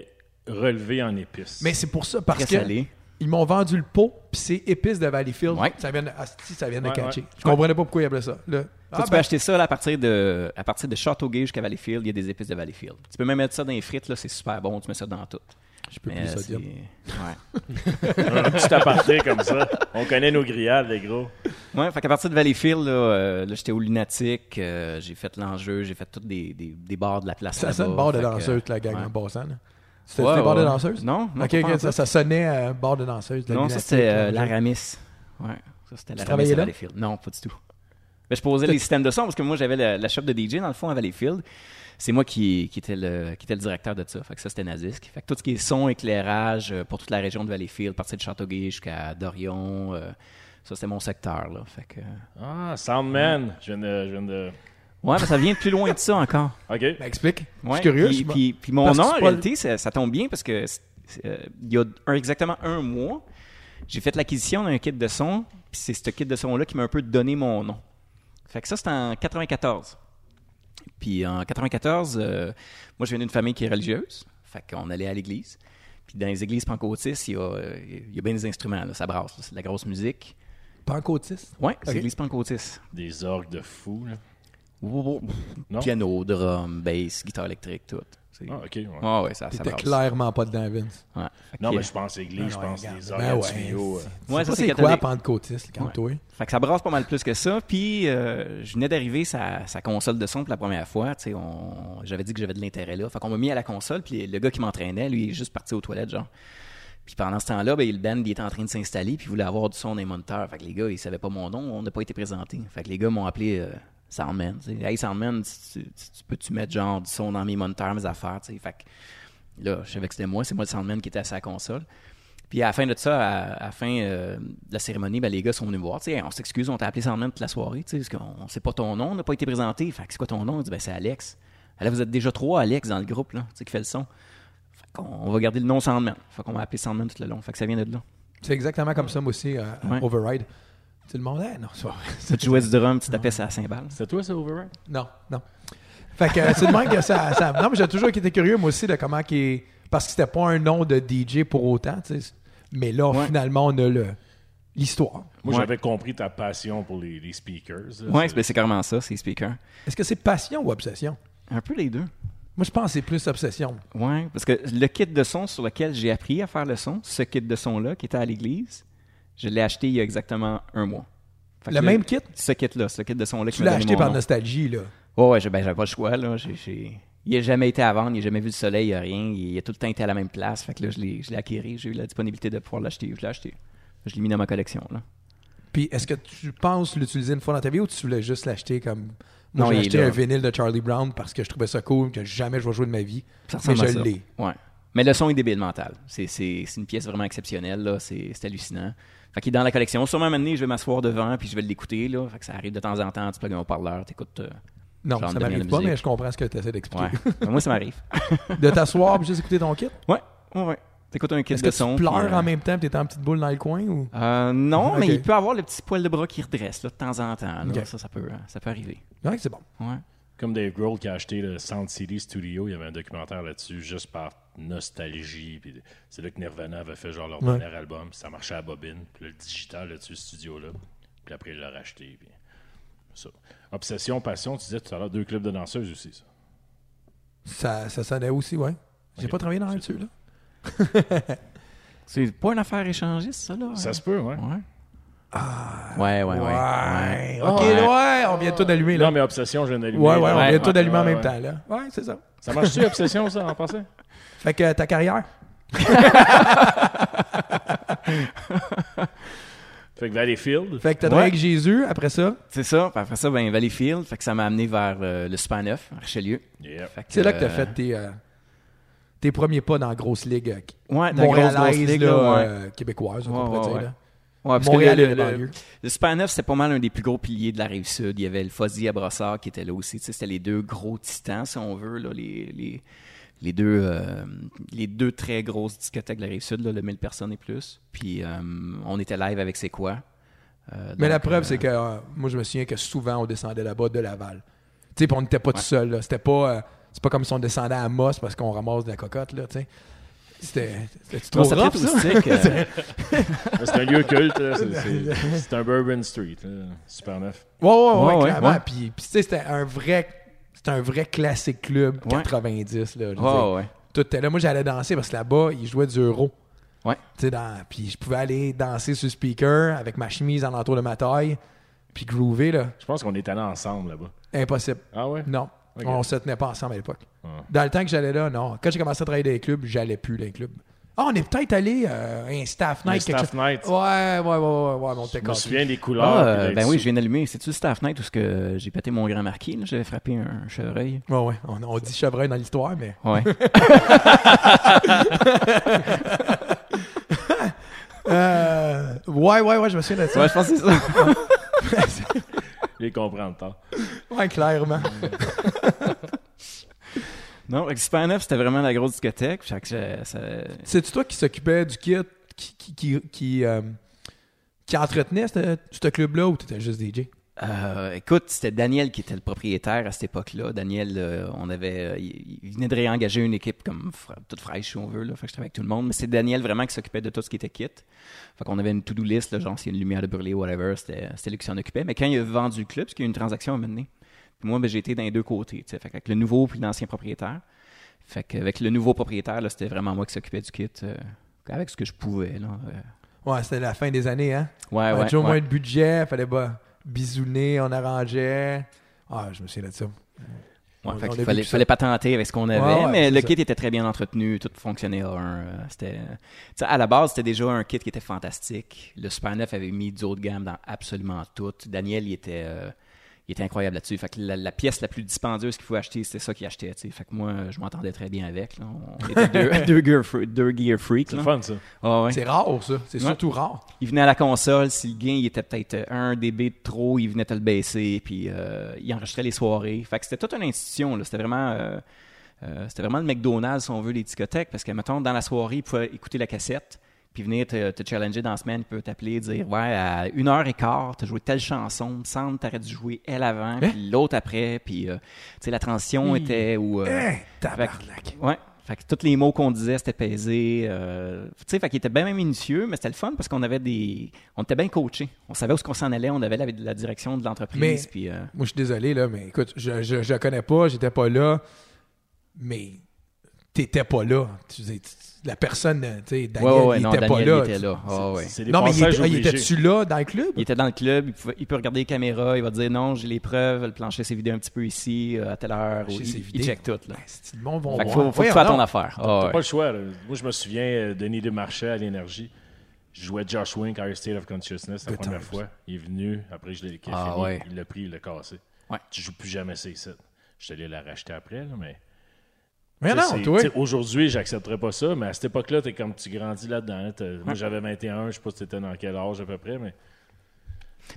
relevé en épices.
Mais c'est pour ça, parce
Très
que
salé.
ils m'ont vendu le pot, puis c'est épices de Valleyfield.
Ouais.
Ça vient de, asti, ça vient de
Ouais,
catcher.
ouais.
Je comprenais pas pourquoi ils appelaient ça. Là. ah, ben,
Toi, tu peux acheter ça là, à partir de à partir de Châteauguay jusqu'à Valleyfield, il y a des épices de Valleyfield. Tu peux même mettre ça dans les frites là, c'est super bon, tu mets ça dans tout.
je peux
Mais,
plus ça
c'est-
dire.
ouais.
un petit aparté comme ça. On connaît nos grillades, les gros.
ouais, fait qu'à partir de Valleyfield là, euh, là, j'étais au lunatique, euh, j'ai fait l'enjeu, j'ai fait toutes des, des, des bars de la place
Ça
là-bas.
sonne bar de
Fait que,
danseuse, la gang
ouais.
en passant. là. C'était
Ouais,
c'était bar de
ouais.
danseuse?
Non, non,
Ok,
pas
ok, ça,
en fait.
ça sonnait euh, bar de danseuse. de la
Non, ça
lunatique,
c'était
là,
euh,
genre.
l'Aramis. Ouais, ça c'était l'Aramis
travaillais
à
là?
Valleyfield. Non, pas du tout. Mais je posais les systèmes de son parce que moi j'avais la, la shop de DJ dans le fond à Valleyfield. C'est moi qui, qui, était le, qui était le directeur de ça. Fait que ça c'était Nazisque. Fait que tout ce qui est son, éclairage euh, pour toute la région de Valleyfield, partir de Châteauguay jusqu'à Dorion, euh, ça c'était mon secteur là. Fait que. euh,
Ah, Soundman. Je viens de. Je viens de...
Ouais, mais ça vient de plus loin de ça encore.
OK.
Ben, explique. Je
Ouais,
suis curieux.
Puis,
je-
puis- puis mon
parce que
nom, en
c'est pas le-
réalité, ça, ça tombe bien parce que c'est- c'est, euh, il y a un- exactement un mois, j'ai fait l'acquisition d'un kit de son. Puis c'est ce kit de son-là qui m'a un peu donné mon nom. Fait que ça, c'était en 94. Puis en 94, euh, moi, je viens d'une famille qui est religieuse. Fait qu'on allait à l'église. Puis dans les églises pancôtistes, il y a, euh, il y a bien des instruments. là, ça brasse. là, c'est de la grosse musique.
Pancotiste.
Ouais, c'est
Ok.
l'église pancôtiste.
Des orgues de fou, là. Non?
Piano, drum, bass, guitare électrique, tout. C'est-
Ah, OK. ouais.
Ah ouais, ça, ça
T'étais
brasse.
clairement pas dedans, Vince.
Ouais.
Non,
Fait que-
mais je pense église, je
Non, non,
pense
regarde.
des
Ben
orgues
ouais,
de tuyaux. euh.
Ouais,
C'est
ça
pas
c'est
c'est quoi,
catholique.
Pentecôtiste, quand toi?
Fait que ça brasse pas mal plus que ça. Puis euh, je venais d'arriver sa, sa console de son pour la première fois. Tu sais, on- J'avais dit que j'avais de l'intérêt là. Fait qu'on m'a mis à la console. Puis le gars qui m'entraînait, lui, il est juste parti aux toilettes, genre. Puis pendant ce temps-là, ben, le band il était en train de s'installer. Puis il voulait avoir du son des moniteurs. Fait que les gars, ils savaient pas mon nom. On n'a pas été présentés. Fait que les gars m'ont appelé euh, Soundman. tu sais. Hey Soundman, tu, tu- tu- tu peux-tu mettre genre du son dans mes moniteurs, mes affaires? tu sais? Fait que là, je savais que c'était moi. C'est moi le Soundman qui était à sa console. Puis à la fin de ça, à, à la fin euh, de la cérémonie, ben, les gars sont venus me voir. Tu sais, on s'excuse, on t'a appelé sans même toute la soirée, tu sais, parce qu'on sait pas ton nom, on n'a pas été présenté. Fait que c'est quoi ton nom? On dit, ben, c'est Alex. Là, vous êtes déjà trois Alex dans le groupe, là, tu sais, qui fait le son. Fait qu'on on va garder le nom Sandman. Fait qu'on m'a appelé Sandman tout le long. Fait que ça vient de là.
C'est exactement comme ça, moi aussi, euh, à
Ouais.
Override. Tu le monde, eh, non, c'est pas vrai.
Tu jouais du drum, tu tapais ça à cymbales.
C'est toi, ça, Override?
Non, non. Fait que euh, c'est de même que ça, ça- Non, mais j'ai toujours été curieux, moi aussi, de comment qui est. Parce que c'était pas un nom de DJ pour autant, tu sais. Mais là,
Ouais.
finalement, on a le l'histoire.
Moi,
Ouais.
j'avais compris ta passion pour les, les speakers. là.
Ouais,
C'est-
ben, c'est carrément ça, c'est speaker.
Est-ce que c'est passion ou obsession?
Un peu les deux.
Moi, je pense que c'est plus obsession.
Ouais, parce que le kit de son sur lequel j'ai appris à faire le son, ce kit de son-là qui était à l'église, je l'ai acheté il y a exactement un mois. Fait que
Le
là,
même kit?
Ce kit-là, ce kit de son-là qui
Tu
m'a
l'as
donné
acheté
mon
par
nom.
nostalgie, là.
Ouais, ouais, j'ai- ben, j'avais pas le choix, là. J'ai- j'ai- Il n'a jamais été à vendre, il n'a jamais vu le soleil, il n'a rien. Il a tout le temps été à la même place. Fait que là, je l'ai je l'ai acquéré, j'ai eu la disponibilité de pouvoir l'acheter. Je l'ai acheté. Je l'ai mis dans ma collection, là.
Puis est-ce que tu penses l'utiliser une fois dans ta vie ou tu voulais juste l'acheter comme.
Non,
Moi, j'ai
il est
acheté
là.
un vinyle de Charlie Brown parce que je trouvais ça cool, que jamais je vais jouer de ma vie.
Ça ressemble
mais
à
je
ça.
l'ai.
Ouais. Mais le son est débile mental. C'est c'est- c'est une pièce vraiment exceptionnelle, là. C'est c'est hallucinant. Fait qu'il est dans la collection. Sûrement, un moment donné, je vais m'asseoir devant puis je vais l'écouter, là. Fait que ça arrive de temps en temps. Tu plugues un haut-parleur, t'écoutes. euh,
Non,
Genre
ça
de
m'arrive
bien
pas,
la
mais
musique.
je comprends ce que tu essaies d'expliquer.
Ouais. Mais moi, ça m'arrive.
De t'asseoir puis juste écouter ton kit.
Ouais, ouais, ouais. T'écoutes un kit
Est-ce
de
que
son.
tu pleures
puis, euh,
en même temps tu t'es en petite boule dans le coin ou.
euh, non, mais
Ok.
il peut avoir le petit poil de bras qui redresse là, de temps en temps. là.
Ok.
Ça, ça peut, euh, ça peut arriver.
Ouais, c'est bon.
Ouais.
Comme Dave Grohl qui a acheté le Sound City Studio, il y avait un documentaire là-dessus juste par nostalgie. puis C'est là que Nirvana avait fait genre leur
Ouais.
dernier album. Ça marchait à bobine. Puis là, le digital là-dessus, ce studio-là. Puis après, il l'a racheté. Puis ça. Obsession, passion, tu disais tout à l'heure, deux clubs de danseuses aussi. Ça.
Ça, ça sonnait aussi, ouais. J'ai
Ok.
pas travaillé dans
C'est
là-dessus, là.
C'est pas une affaire échangiste, ça, là.
ça se peut, ouais.
Ouais. ouais, ouais, ouais.
Ouais.
Ouais.
Ok,
Ouais.
ouais, on vient tout d'allumer, là.
Non, mais obsession, je viens d'allumer.
Ouais, ouais, on
Ouais,
vient tout
ouais,
d'allumer en
ouais,
même
ouais.
temps, là. Ouais, c'est ça.
Ça marche-tu, obsession, ça, en passant?
Fait que euh, ta carrière.
Fait que Valleyfield.
Fait que t'as
Ouais.
travaillé avec Jésus après ça.
C'est ça. Puis après ça, ben, Valleyfield. Fait que ça m'a amené vers euh, le Super 9, à Richelieu.
Yeah.
Fait que,
C'est là que t'as
euh,
fait tes, euh, tes premiers pas dans la grosse ligue euh, qui-
Ouais, dans la grosse, grosse
montréalaise,
ligue,
là,
là, ouais.
euh, québécoise, on
Ouais,
pourrait
ouais,
dire,
ouais.
là.
Ouais, parce que
Montréal
le-
et
le-
la
le-
banlieue.
Le Super 9, c'était pas mal un des plus gros piliers de la rive sud. Il y avait le Fozzy à Brossard qui était là aussi. Tu sais, C'était les deux gros titans, si on veut, là, les, les, les deux, euh, les deux très grosses discothèques de la rive sud, là, le 1000 personnes et plus. Puis euh, on était live avec C'est quoi. Euh,
Mais la
donc,
preuve,
euh,
c'est que euh, moi, je me souviens que souvent, on descendait là-bas de Laval. Tu sais, puis on n'était pas tout seul, là. C'était pas, euh, c'est pas comme si on descendait à Moss parce qu'on ramasse de la cocotte, là, tu sais. C'était c'était-tu
Non,
trop
ça peut
rough,
être
ça?
rustique, euh,
Mais C'est un lieu culte. là. C'est- c'est- C'est un Bourbon Street. là. Super neuf.
Ouais, ouais, ouais,
Ouais, ouais,
clairement.
ouais.
Puis, puis tu sais, c'était un vrai, c'était un vrai classique club
Ouais.
90, là. je veux dire.
ouais, ouais.
Tout était là. Moi, j'allais danser parce que là-bas, ils jouaient du euro.
Ouais.
Tu sais, dans- Puis je pouvais aller danser sur le speaker avec ma chemise en entour de ma taille, puis groover, là.
Je pense qu'on est allés ensemble là-bas.
Impossible.
Ah ouais?
Non.
Ok.
On se tenait pas ensemble à l'époque.
Ah.
Dans le temps que j'allais là, non. Quand j'ai commencé à travailler dans les clubs, j'allais plus dans les clubs. Ah, on est peut-être allé euh, à un staff night,
Un
quelque
staff
chose.
night.
Ouais, ouais, ouais, ouais, ouais, mais on était
Je me
cassés.
souviens des couleurs.
Ah,
puis
euh,
d'être
ben oui,
sous-
je viens d'allumer. C'est-tu cette fenêtre où ce que j'ai pété mon grand marquis? là? J'avais frappé un chevreuil.
Ouais, ouais. On, on dit chevreuil dans l'histoire, mais.
Ouais.
Euh, ouais, ouais, ouais, je me souviens de ça.
ouais, je pense que c'est ça.
Je les comprends tard.
Ouais, clairement.
Non, fait que Super 9, c'était vraiment la grosse discothèque. Fait que je- ça-
C'est-tu toi qui s'occupais du kit, qui, qui, qui, qui, euh, qui entretenait ce ce club-là ou t'étais juste DJ?
Euh, écoute, c'était Daniel qui était le propriétaire à cette époque-là. Daniel, euh, on avait, euh, il, il venait de réengager une équipe comme fra- toute fraîche, si on veut. Là. Fait que je travaillais avec tout le monde. Mais c'est Daniel vraiment qui s'occupait de tout ce qui était kit. Fait qu'on avait une to-do list, là, genre s'il y a une lumière de brûler, whatever, c'était c'était lui qui s'en occupait. Mais quand il a vendu le club, parce qu'il y a eu une transaction à mener, puis moi, ben, j'ai été dans les deux côtés. tu sais. Fait que avec le nouveau puis l'ancien propriétaire. Fait qu'avec le nouveau propriétaire, là, c'était vraiment moi qui s'occupais du kit euh, avec ce que je pouvais. Là. Euh,
Ouais, c'était la fin des années, hein?
Ah Ouais,
on
ouais.
a toujours
ouais.
moins de budget, fallait bah, bisouner, on arrangeait. Ah, je me souviens de ça.
Ouais,
On-
fait
on
qu'il
a
fallait,
vécu ça.
fallait pas tenter avec ce qu'on avait,
Ouais, ouais,
mais
c'est
le
ça.
kit était très bien entretenu, tout fonctionnait à un. euh, C'était, tu sais, à la base, c'était déjà un kit qui était fantastique. Le Super 9 avait mis du haut de gamme dans absolument tout. Daniel, il était, euh, il était incroyable là-dessus. Fait que la, la pièce la plus dispendieuse qu'il faut acheter, c'était ça qu'il achetait. tu sais. Fait que moi, je m'entendais très bien avec. là. On était deux, deux gear, fre- deux gear freaks.
C'est
là.
le fun, ça.
Ah ouais.
C'est rare, ça. C'est
Ouais.
surtout rare.
Il venait à la console, si le gain il était peut-être euh, un dB de trop, il venait te le baisser, puis euh, il enregistrait les soirées. Fait que c'était toute une institution, là. C'était vraiment, euh, euh, c'était vraiment le McDonald's, si on veut, des discothèques, parce que, mettons, dans la soirée, il pouvait écouter la cassette, puis venir te, te challenger dans la semaine, il peut t'appeler, dire, ouais, à une heure et quart, t'as joué telle chanson, me semble, t'aurais dû jouer elle avant, puis l'autre après, puis, euh, tu sais, la transition était... Où, euh,
Hein, tabarnak.
Ouais. Fait que tous les mots qu'on disait, c'était pesé. euh, tu sais, fait qu'il était bien même minutieux, mais c'était le fun parce qu'on avait des. On était bien coachés. On savait où ce qu'on s'en allait, on avait la, la direction de l'entreprise.
Mais-
Puis, euh,
Moi, je suis désolé, là, mais écoute, je, je, je la connais pas, j'étais pas là. mais t'étais pas là. Tu sais, tu- la personne, tu sais, Daniel,
Ouais, ouais,
il
non,
était
Daniel,
pas
il était
là.
là. Ah, ouais.
C'est des
non, mais il,
passages
était- ah, il
obligés.
était-tu là dans le club?
Il était dans le club, il, pouvait- il peut regarder les caméras, il va dire non, j'ai les preuves, le plancher s'est vidé un petit peu ici, euh, à telle heure,
Plancher
ou
s'est
il,
vidé.
il check tout. Là.
Ben, c'est-tu le monde vont
Fait que
voir.
faut, faut que tu
Voyons
fasses ton
donc.
affaire. Ah,
T'as
ouais.
pas le choix. là. Moi, je me souviens, euh, Denis Desmarchais à l'énergie. Je jouais Josh Wink à Higher State of Consciousness la
Good
première
times.
fois. Il est venu, après je l'ai qu'il a
Ah,
fini,
ouais.
il l'a pris, il l'a cassé.
Ouais.
Tu joues plus jamais ces sites. Je suis allé la racheter après, là, mais.
Mais
Tu sais,
non,
c'est-
toi.
tu sais, Aujourd'hui, j'accepterais pas ça, mais à cette époque-là, t'es comme tu grandis là-dedans. là, t'as- Moi,
Ouais.
j'avais 21, je sais pas si t'étais dans quel âge à peu près, mais.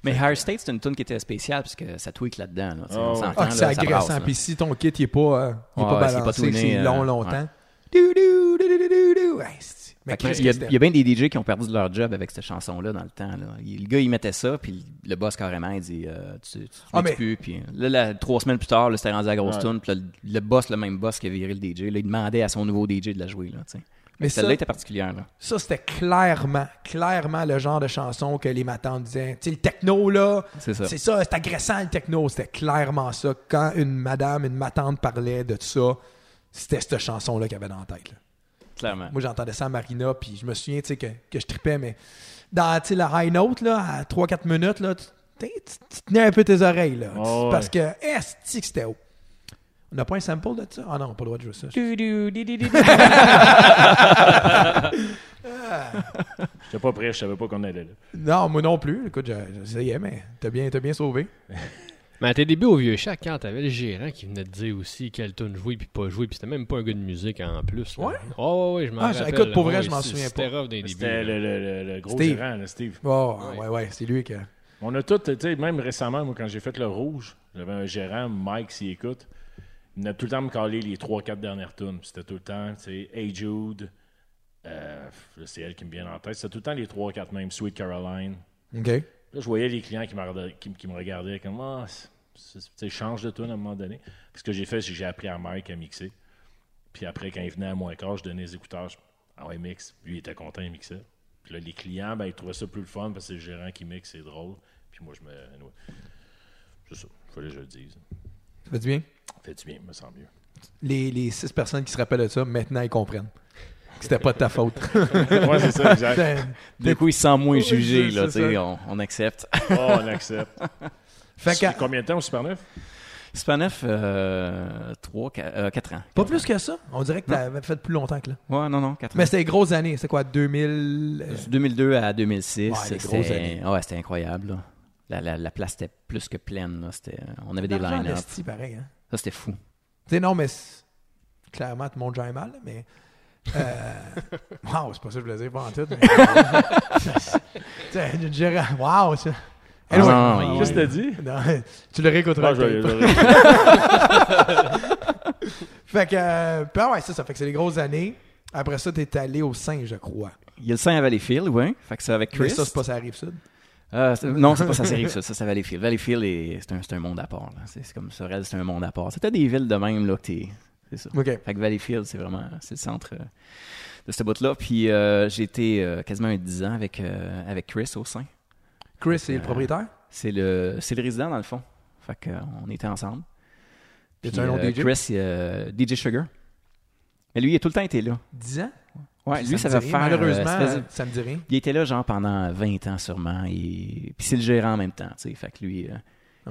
Mais Higher State, c'est une tune qui était spéciale, parce que ça tweak là-dedans. Là, tu sais,
Ah,
on
ouais.
s'entend,
Ah,
là,
que c'est
ça brasse,
agressant.
là.
Puis si ton kit, il est pas, euh, il est
Ouais,
pas
ouais, c'est pas
balancé,
tuné,
c'est
euh,
long,
ouais.
longtemps. Dou, dou, dou, dou, dou, dou, dou. Hey, c'est- Mais
Fait que
qu'est-ce
Il y, a,
que c'était?
il y a bien des DJ qui ont perdu leur job avec cette chanson-là dans le temps. là. Il- le gars, il mettait ça, puis le boss carrément, il dit euh, Tu, tu, tu
Ah,
mets
mais-
plus. Puis euh, là, la- trois semaines plus tard, là, c'était rendu à la grosse
Ouais.
tune, puis là, le, le boss, le même boss qui a viré le DJ, là, il demandait à son nouveau DJ de la jouer. Là, tu sais.
Mais ça-
Celle-là était particulière. Là.
Ça, c'était clairement, clairement le genre de chanson que les matins disaient. Tu sais, le techno, là,
C'est ça.
c'est ça, c'est agressant le techno. C'était clairement ça. Quand une madame, une matante parlait de ça, c'était cette chanson-là qu'il y avait dans la tête. là.
Clairement.
Moi, j'entendais ça à Marina, puis je me souviens, tu sais, que, que je tripais, mais dans, tu sais, la high note, là, à 3-4 minutes, là, tu, tu- tu tenais un peu tes oreilles, là.
Ah ouais.
Parce que, esti que c'était haut. On n'a pas un sample de ça? Ah non, on n'a pas le droit de jouer ça.
J'étais pas prêt, je savais pas qu'on allait là.
Non, moi non plus. Écoute, je- j'essayais, mais t'as bien, t'as bien sauvé.
Mais à tes débuts au vieux chat, quand t'avais le gérant qui venait te dire aussi quelle tune jouer puis pas jouer, puis c'était même pas un gars de musique en plus. là.
Ouais?
Ouais, ouais, ouais, je m'en
Ah, je-
rappelle.
écoute, pour vrai,
Ouais,
je m'en
c'est-
souviens
C'était rough des débuts.
C'était
là.
le, le- le- le gros
Steve.
gérant, là, Steve.
Oh, ouais, ouais, c'est lui que.
On a tout, tu sais, même récemment, moi, quand j'ai fait le rouge, j'avais un gérant, Mike, s'il écoute, il venait tout le temps me caler les 3-4 dernières tunes. Puis C'était tout le temps, tu sais, Hey Jude, euh, là, c'est elle qui me vient en tête. C'était tout le temps les 3-4 mêmes, Sweet Caroline.
OK.
Là, je voyais les clients qui me regardaient, qui, me- qui me regardaient comme, ah, c'est- c'est- tu sais, change de tune à un moment donné. Puis ce que j'ai fait, c'est que j'ai appris à Mike à mixer. Puis après, quand il venait à moins quart, je donnais les écouteurs. Je, ah ouais, mixe. Lui, il était content, il mixait. Puis là, les clients, ben, ils trouvaient ça plus le fun parce que c'est le gérant qui mixe, c'est drôle. Puis moi, je me. anyway. C'est ça. Fallait que je le dise.
Ça fait du bien.
Fait du bien, me sent mieux.
Les, les six personnes qui se rappellent de ça, maintenant, ils comprennent. que C'était pas de ta faute.
Ouais, c'est ça, exact.
Fait
Du coup, il se sent moins
Oui,
jugé.
c'est-
Là,
c'est
tu sais,
ça.
on, on accepte.
Oh, on accepte.
que,
C'est combien de temps au Super 9
Super 9, 3, 4 euh, ans.
pas plus que ça. On dirait que t'avais fait plus longtemps que là.
Ouais, non, non, 4 ans.
Mais c'était des grosses années. C'était quoi, 2000. euh,
De 2002 à 2006,
Ouais, les grosses
c'était
années.
ouais, c'était incroyable. là. La, la- la place était plus que pleine. là. C'était- euh, On avait des
d'argent
line-up.
d'esti, pareil, hein.
Ça, c'était fou.
Tu sais, non, mais c'est- clairement, tout le monde gère mal, là, mais. euh, wow, c'est pas ça que je voulais dire, pas en tout. Mais... Tu sais, le gérant- Wow, ça.
Ah,
Anyway.
non, non,
Qu'est-ce que t'as dit
Non, tu le réécouteras.
Ah, je vais-
peut-être.
je vais-
Fait que, euh, puis, ah ouais, ça, ça fait que c'est les grosses années. Après ça, t'es allé au Saint, je crois.
Il y a le Saint à Valleyfield, oui. Fait que c'est avec
Mais
Chris.
ça, c'est pas ça arrive sud.
Euh, c'est- non, c'est pas ça, c'est ça. Ça, c'est Valleyfield. Valleyfield, est- c'est un, c'est un monde à part. là. C'est c'est comme Sorel, c'est un monde à part. C'était des villes de même, là, que t'es- C'est ça.
OK.
Fait que Valleyfield, c'est vraiment c'est le centre euh, de ce bout-là. Puis euh, j'ai été euh, quasiment un 10 ans avec, euh, avec Chris au sein.
Chris, c'est le
Euh,
propriétaire.
C'est le, c'est le résident, dans le fond. Fait que, euh, on était ensemble.
Y a-tu
Puis,
un autre
euh,
DJ?
Chris, euh, DJ Sugar. Mais lui, il a tout le temps été là.
10 ans.
Ouais, lui,
me
ça
dit
va
rien.
faire. euh,
Malheureusement,
ça faisait-
euh, ça me dit rien.
il était là, genre, pendant 20 ans sûrement. Et... Puis c'est le gérant en même temps, tu sais. Fait que lui, euh,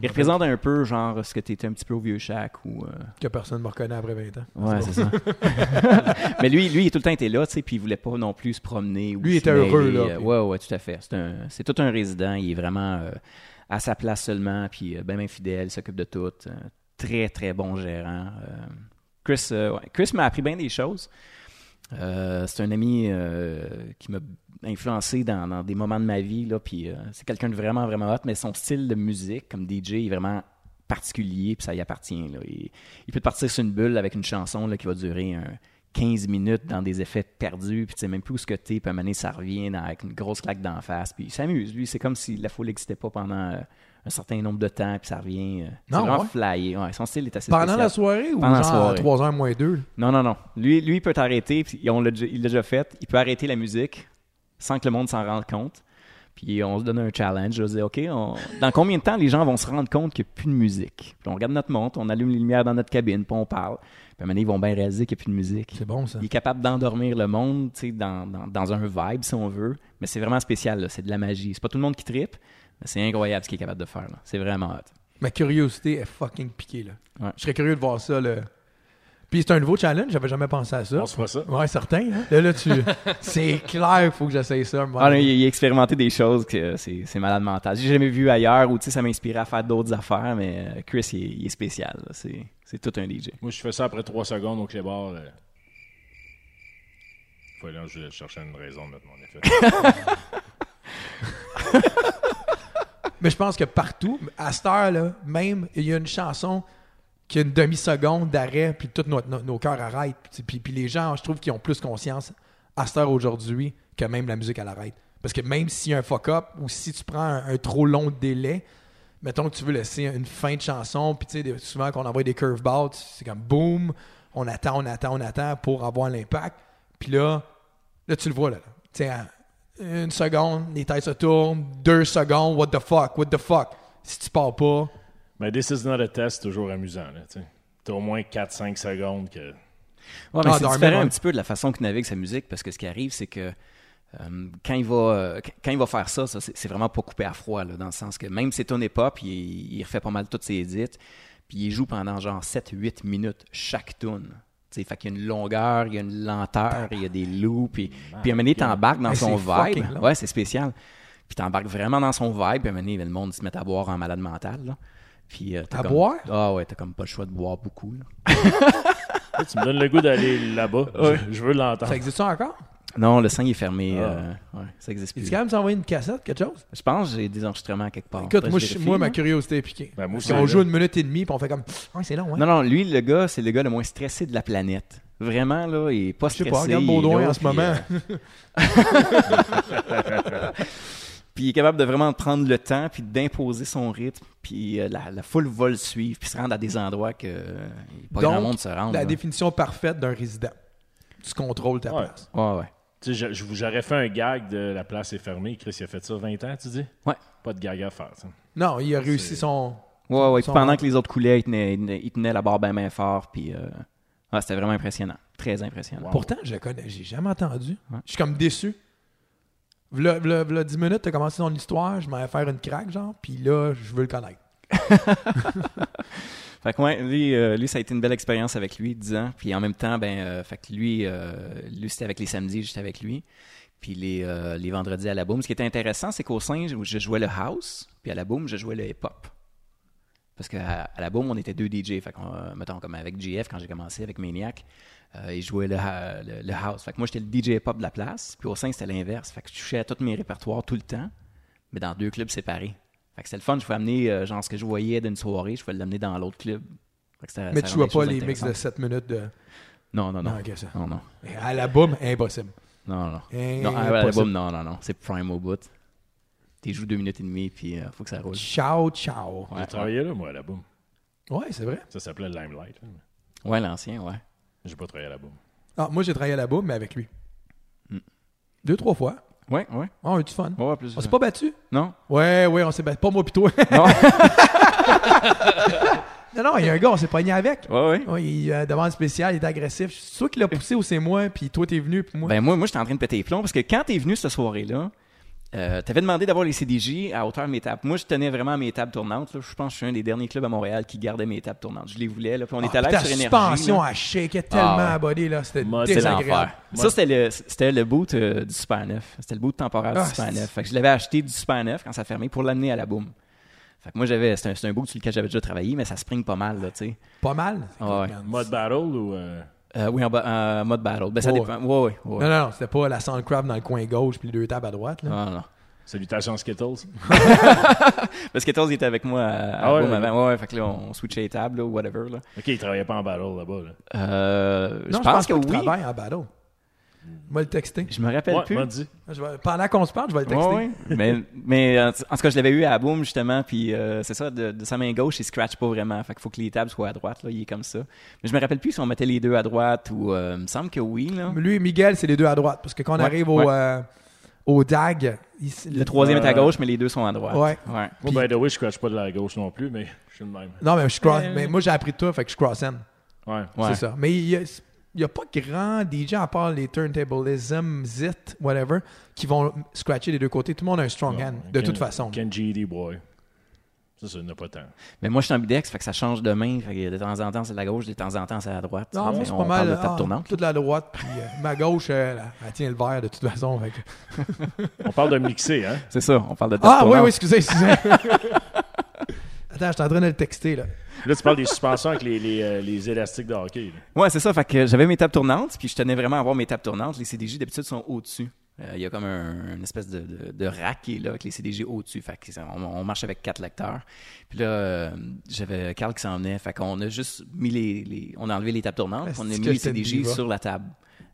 il représente un peu, genre, ce que t'étais un petit peu au vieux shack ou. euh,
Que personne ne me reconnaît après 20 ans.
Ouais, c'est ça. Mais lui, lui, il a tout le temps été là, tu sais, puis il voulait pas non plus se promener. Ou
Lui, il
se
était heureux,
mêler. euh,
là, puis-
Ouais, ouais, tout à fait. C'est un- C'est tout un résident. Il est vraiment euh, à sa place seulement, puis euh, ben, ben fidèle, s'occupe de tout. Euh, très, très bon gérant. Euh, Chris, euh, ouais. Chris m'a appris bien des choses. Euh, c'est un ami euh, qui m'a influencé dans, dans des moments de ma vie, là, puis euh, c'est quelqu'un de vraiment, vraiment hot, mais son style de musique comme DJ est vraiment particulier, puis ça y appartient. Là. Il, il peut te partir sur une bulle avec une chanson là, qui va durer un 15 minutes dans des effets perdus, puis tu sais même plus où ce que t'es, puis à un moment donné, ça revient dans- avec une grosse claque d'en face, puis il s'amuse. Lui, c'est comme si la foule n'existait pas pendant euh, un certain nombre de temps, puis ça revient. euh, c'est
Non,
vraiment
ouais.
flyé. Ouais, son style est assez
Pendant
spécial.
la soirée ou
Pendant la
genre à
soirée.
3h moins 2?
Non, non, non. Lui, lui il peut t'arrêter, puis on l'a déjà- il l'a déjà fait. Il peut arrêter la musique sans que le monde s'en rende compte. Puis on se donne un challenge. Je disais, OK, on- dans combien de temps les gens vont se rendre compte qu'il n'y a plus de musique? Puis on regarde notre montre, on allume les lumières dans notre cabine, puis on parle. Puis à un moment donné, ils vont bien réaliser qu'il n'y a plus de musique.
C'est bon, ça.
Il est capable d'endormir le monde, tu sais, dans, dans, dans un vibe, si on veut. Mais c'est vraiment spécial, là. c'est de la magie. C'est pas tout le monde qui tripe, mais c'est incroyable ce qu'il est capable de faire. là. C'est vraiment hot.
Ma curiosité est fucking piquée, là.
Ouais.
Je serais curieux de voir ça, là. Puis c'est un nouveau challenge, j'avais jamais pensé à ça.
On se voit ça.
Ouais, certain. hein. Là, là, tu... c'est clair, faut que j'essaye ça. un moment
Ah, non,
donné.
il, il a expérimenté des choses que euh, c'est, c'est malade mental. J'ai jamais vu ailleurs où tu sais, ça m'inspirait à faire d'autres affaires, mais euh, Chris, il est, il est spécial. là. C'est, c'est tout un DJ.
Moi, je fais ça après 3 secondes au clébard. euh. Faut là, je cherchais une raison de mettre mon effet.
Mais je pense que partout, à cette heure-là, même, il y a une chanson qui a une demi-seconde d'arrêt, puis tout notre- no- nos cœurs arrêtent. Puis, puis- puis les gens, je trouve qu'ils ont plus conscience à cette heure aujourd'hui que même la musique, elle arrête. Parce que même s'il y a un fuck-up ou si tu prends un, un trop long délai, mettons que tu veux laisser une fin de chanson, puis tu sais, des- souvent qu'on envoie des curveballs, tu- c'est comme boum, on attend, on attend, on attend pour avoir l'impact. Puis là, là, tu le vois, là. là. Tu sais, hein, à une seconde, les têtes se tournent, deux secondes, what the fuck, what the fuck. Si tu pars pas,
Mais This is not a test, toujours amusant. là, tu sais. T'as au moins 4-5 secondes que.
Ouais, mais
Ah,
c'est
Darman,
différent
ouais.
un petit peu de la façon qu'il navigue sa musique parce que ce qui arrive, c'est que euh, quand, il va, euh, qu- quand il va faire ça, ça, c'est c'est vraiment pas coupé à froid, là, dans le sens que même si ton hip-hop, il, il refait pas mal toutes ses édits, puis il joue pendant genre 7-8 minutes chaque tune. T'sais, fait qu'il y a une longueur, il y a une lenteur, il y a des loops, puis, puis à un moment donné, t'embarques dans
Hey,
son
c'est fucking
vibe.
long.
Ouais, c'est spécial. Puis t'embarques vraiment dans son vibe, puis à un moment donné, le monde se met à boire en malade mental, là. Puis, euh, t'as
À
comme-
boire?
Ah ouais, t'as comme pas le choix de boire beaucoup, là.
Là, tu me donnes le goût d'aller là-bas. Je, je veux
Ah.
l'entendre.
ça existe ça encore?
Non, le sang il est fermé.
Ah.
euh, ouais, ça existe
Il
plus.
tu quand même s'envoyer une cassette, quelque chose?
Je pense que j'ai des enregistrements quelque part.
Écoute,
Après,
moi,
je
je-
vérifie,
moi, ma
là.
curiosité est piquée.
Ben, moi aussi,
on
là.
joue une minute et demie, puis on fait comme, ouais, c'est long, hein?
Non, non, lui, le gars, c'est le gars le moins stressé de la planète. Vraiment, là, il est pas
je sais
stressé.
pas, regarde
il est
Baudouin
là,
en ce
puis,
moment.
euh, Puis il est capable de vraiment prendre le temps, puis d'imposer son rythme, puis euh, la, la foule va le suivre, puis se rendre à des endroits que euh, pas grand
Donc,
monde se rend.
La
là.
définition parfaite d'un résident. Tu contrôles ta
Ouais.
place.
hein. Ouais, ouais.
Tu sais, je- je- J'aurais fait un gag de la place est fermée. Chris, il a fait ça 20 ans, tu dis?
Ouais.
Pas de gag à faire. tu sais.
Non, il a réussi son.
Ouais, ouais. Puis
Son-
pendant que les autres coulaient, il tenait, il tenait- il tenait la barre bien, bien fort, puis euh, ouais, c'était vraiment impressionnant. Très impressionnant.
Pourtant, je le connais, j'ai jamais entendu.
Ouais.
Je suis comme déçu. V'là, v'là, v'là 10 minutes, t'as commencé ton histoire, je m'en vais faire une craque, genre, puis là, je veux le connaître.
Fait que ouais, lui, euh, lui, ça a été une belle expérience avec lui, 10 ans. Puis en même temps, ben, euh, fait que lui, euh, lui c'était avec les samedis, j'étais avec lui. Puis les, euh, les vendredis à la boom. Ce qui était intéressant, c'est qu'au sein, je, je jouais le house, puis à la boom, je jouais le hip-hop. Parce qu'à à la boom, on était deux DJ. Fait qu'on, euh, mettons, comme avec GF, quand j'ai commencé, avec Maniac, euh, ils jouaient le, ha- le- le house. Fait que moi, j'étais le DJ hip-hop de la place. Puis au sein, c'était l'inverse. Fait que je touchais à tous mes répertoires tout le temps, mais dans deux clubs séparés. Fait que c'était le fun. Je pouvais amener, euh, genre, ce que je voyais d'une soirée, je pouvais l'amener dans l'autre club. Fait que c'était-
Mais
Ben, ça
tu
rendait
vois pas
les
les
choses
mix de
intéressantes.
7 minutes de.
Non, non, non.
Non, ok, ça.
Non, non.
Et À la boum, impossible.
Non, non.
Eh,
Non, à la
impossible.
boum, non, non, non. C'est prime au bout. T'es joues deux minutes et demie, puis euh, faut que ça roule.
Ciao, ciao.
J'ai travaillé là, moi, à la boum.
Ouais, c'est vrai.
Ça s'appelait Limelight. hein.
Ouais, l'ancien, ouais.
J'ai pas travaillé à la boum.
Ah, moi, j'ai travaillé à la boum, mais avec lui. Deux, trois fois.
Ouais, ouais.
On a eu du fun.
Hmm. Ouais, ouais, plus.
On s'est pas battu?
Non?
Ouais, ouais, on s'est battu. Pas moi pis toi.
Non.
non, non, il y a un gars, on s'est pogné avec.
ouais, ouais.
Ouais, il a une demande spéciale, il était agressif. C'est toi qui l'as poussé ou c'est moi, puis toi t'es venu, puis moi.
Ben moi, moi j'étais en train de péter les plombs parce que quand t'es venu cette soirée-là, euh, t'avais demandé d'avoir les CDJ à hauteur de mes tables. Moi, je tenais vraiment à mes tables tournantes. là. Je pense que je suis un des derniers clubs à Montréal qui gardait mes tables tournantes. Je les voulais. Là. Puis on
Ah,
était à
puis ta
l'air sur énergie.
suspension,
là.
elle shakeait tellement
Ah, ouais.
à body, là. C'était
Moi, c'est
C'est
désagréable.
l'enfer. Ça, c'était le, c'était le boot euh, du Super 9. C'était le boot temporaire
Ah,
du Super
c'est-
9. Fait que je l'avais acheté du Super 9 quand ça fermait pour l'amener à la boum. Fait que moi, j'avais, c'était un, c'est un boot sur lequel j'avais déjà travaillé, mais ça spring pas mal, là, tu sais.
Pas mal.
Ouais.
man.
Mode Battle ou. euh,
Euh, oui, en ba- euh, mode battle. Ben, ça
Ouais,
dépend. Ouais, ouais, ouais.
Non, non, non, c'était pas la Soundcraft dans le coin gauche, puis les deux tables à droite, là.
Ah, non.
Salutations Skittles.
Parce que 14 il était avec moi à, à
Ah ouais,
Boom
ouais.
avant. Ouais, ouais, fait que là, on switchait les tables, là, whatever. Là.
Ok, il travaillait pas en Battle là-bas. Là.
Euh,
Non,
je pense que
pas
oui.
qu'il travaille en battle. Moi, le texter.
Je me rappelle
Ouais,
plus.
m'a dit.
Je vais- Pendant qu'on se parle, je vais le texter.
Ouais, ouais. mais mais en, en tout cas, je l'avais eu à Boom justement, puis euh, c'est ça, de, de sa main gauche, il scratch pas vraiment. Fait qu'il faut que les tables soient à droite, là, il est comme ça. Mais je me rappelle plus si on mettait les deux à droite ou. euh, il me semble que oui, là.
Lui et Miguel, c'est les deux à droite. Parce que quand on
Ouais,
arrive au,
ouais.
euh, Au DAG. il-
Le troisième
Euh,
est à gauche, mais les deux sont à droite.
Ouais.
Ouais.
Moi, by the way, je scratch pas de la gauche non plus, mais je suis le même.
Non, mais, je suis cross-
Euh.
mais moi, j'ai appris de toi, fait que je cross-end.
Ouais.
Ouais.
C'est ça. Mais il y a, il y a pas grand DJ à part les turntablism, zit, whatever, qui vont scratcher des deux côtés. Tout le monde a un strong hand,
Ouais.
de
Ken-
toute façon.
Kenji D. Boy. Ça, ça n'a pas tant.
Mais moi, je suis ambidex, fait que ça change de main. Fait que de temps en temps, c'est de la gauche, de temps en temps, c'est à la droite.
Non, moi,
Mais
c'est
on
pas mal.
parle de table
ah,
tournante.
toute la droite, puis euh, ma gauche, elle, elle- elle tient le vert de toute façon. fait que-
On parle de mixer, hein?
C'est ça, on parle de table
Ah oui,
tournante.
oui, excusez, excusez. Attends, je suis en train de le texter, là.
Là, tu parles des suspensions avec les, les, euh, les élastiques de hockey. là.
Ouais, c'est ça. Fait que j'avais mes tables tournantes, puis je tenais vraiment à avoir mes tables tournantes. Les CDJ, d'habitude, sont au-dessus. Euh, Il y a comme un, une espèce de, de, de rack qui est là, avec les CDJ au-dessus. Fait que c'est- on, on marche avec quatre lecteurs. Puis là, euh, j'avais Carl qui s'en venait. Fait qu'on a juste mis les, les- On a enlevé les tables tournantes,
Ah,
puis on a
c'est
mis
que
les
c'est une
CDJ
diva.
sur la table,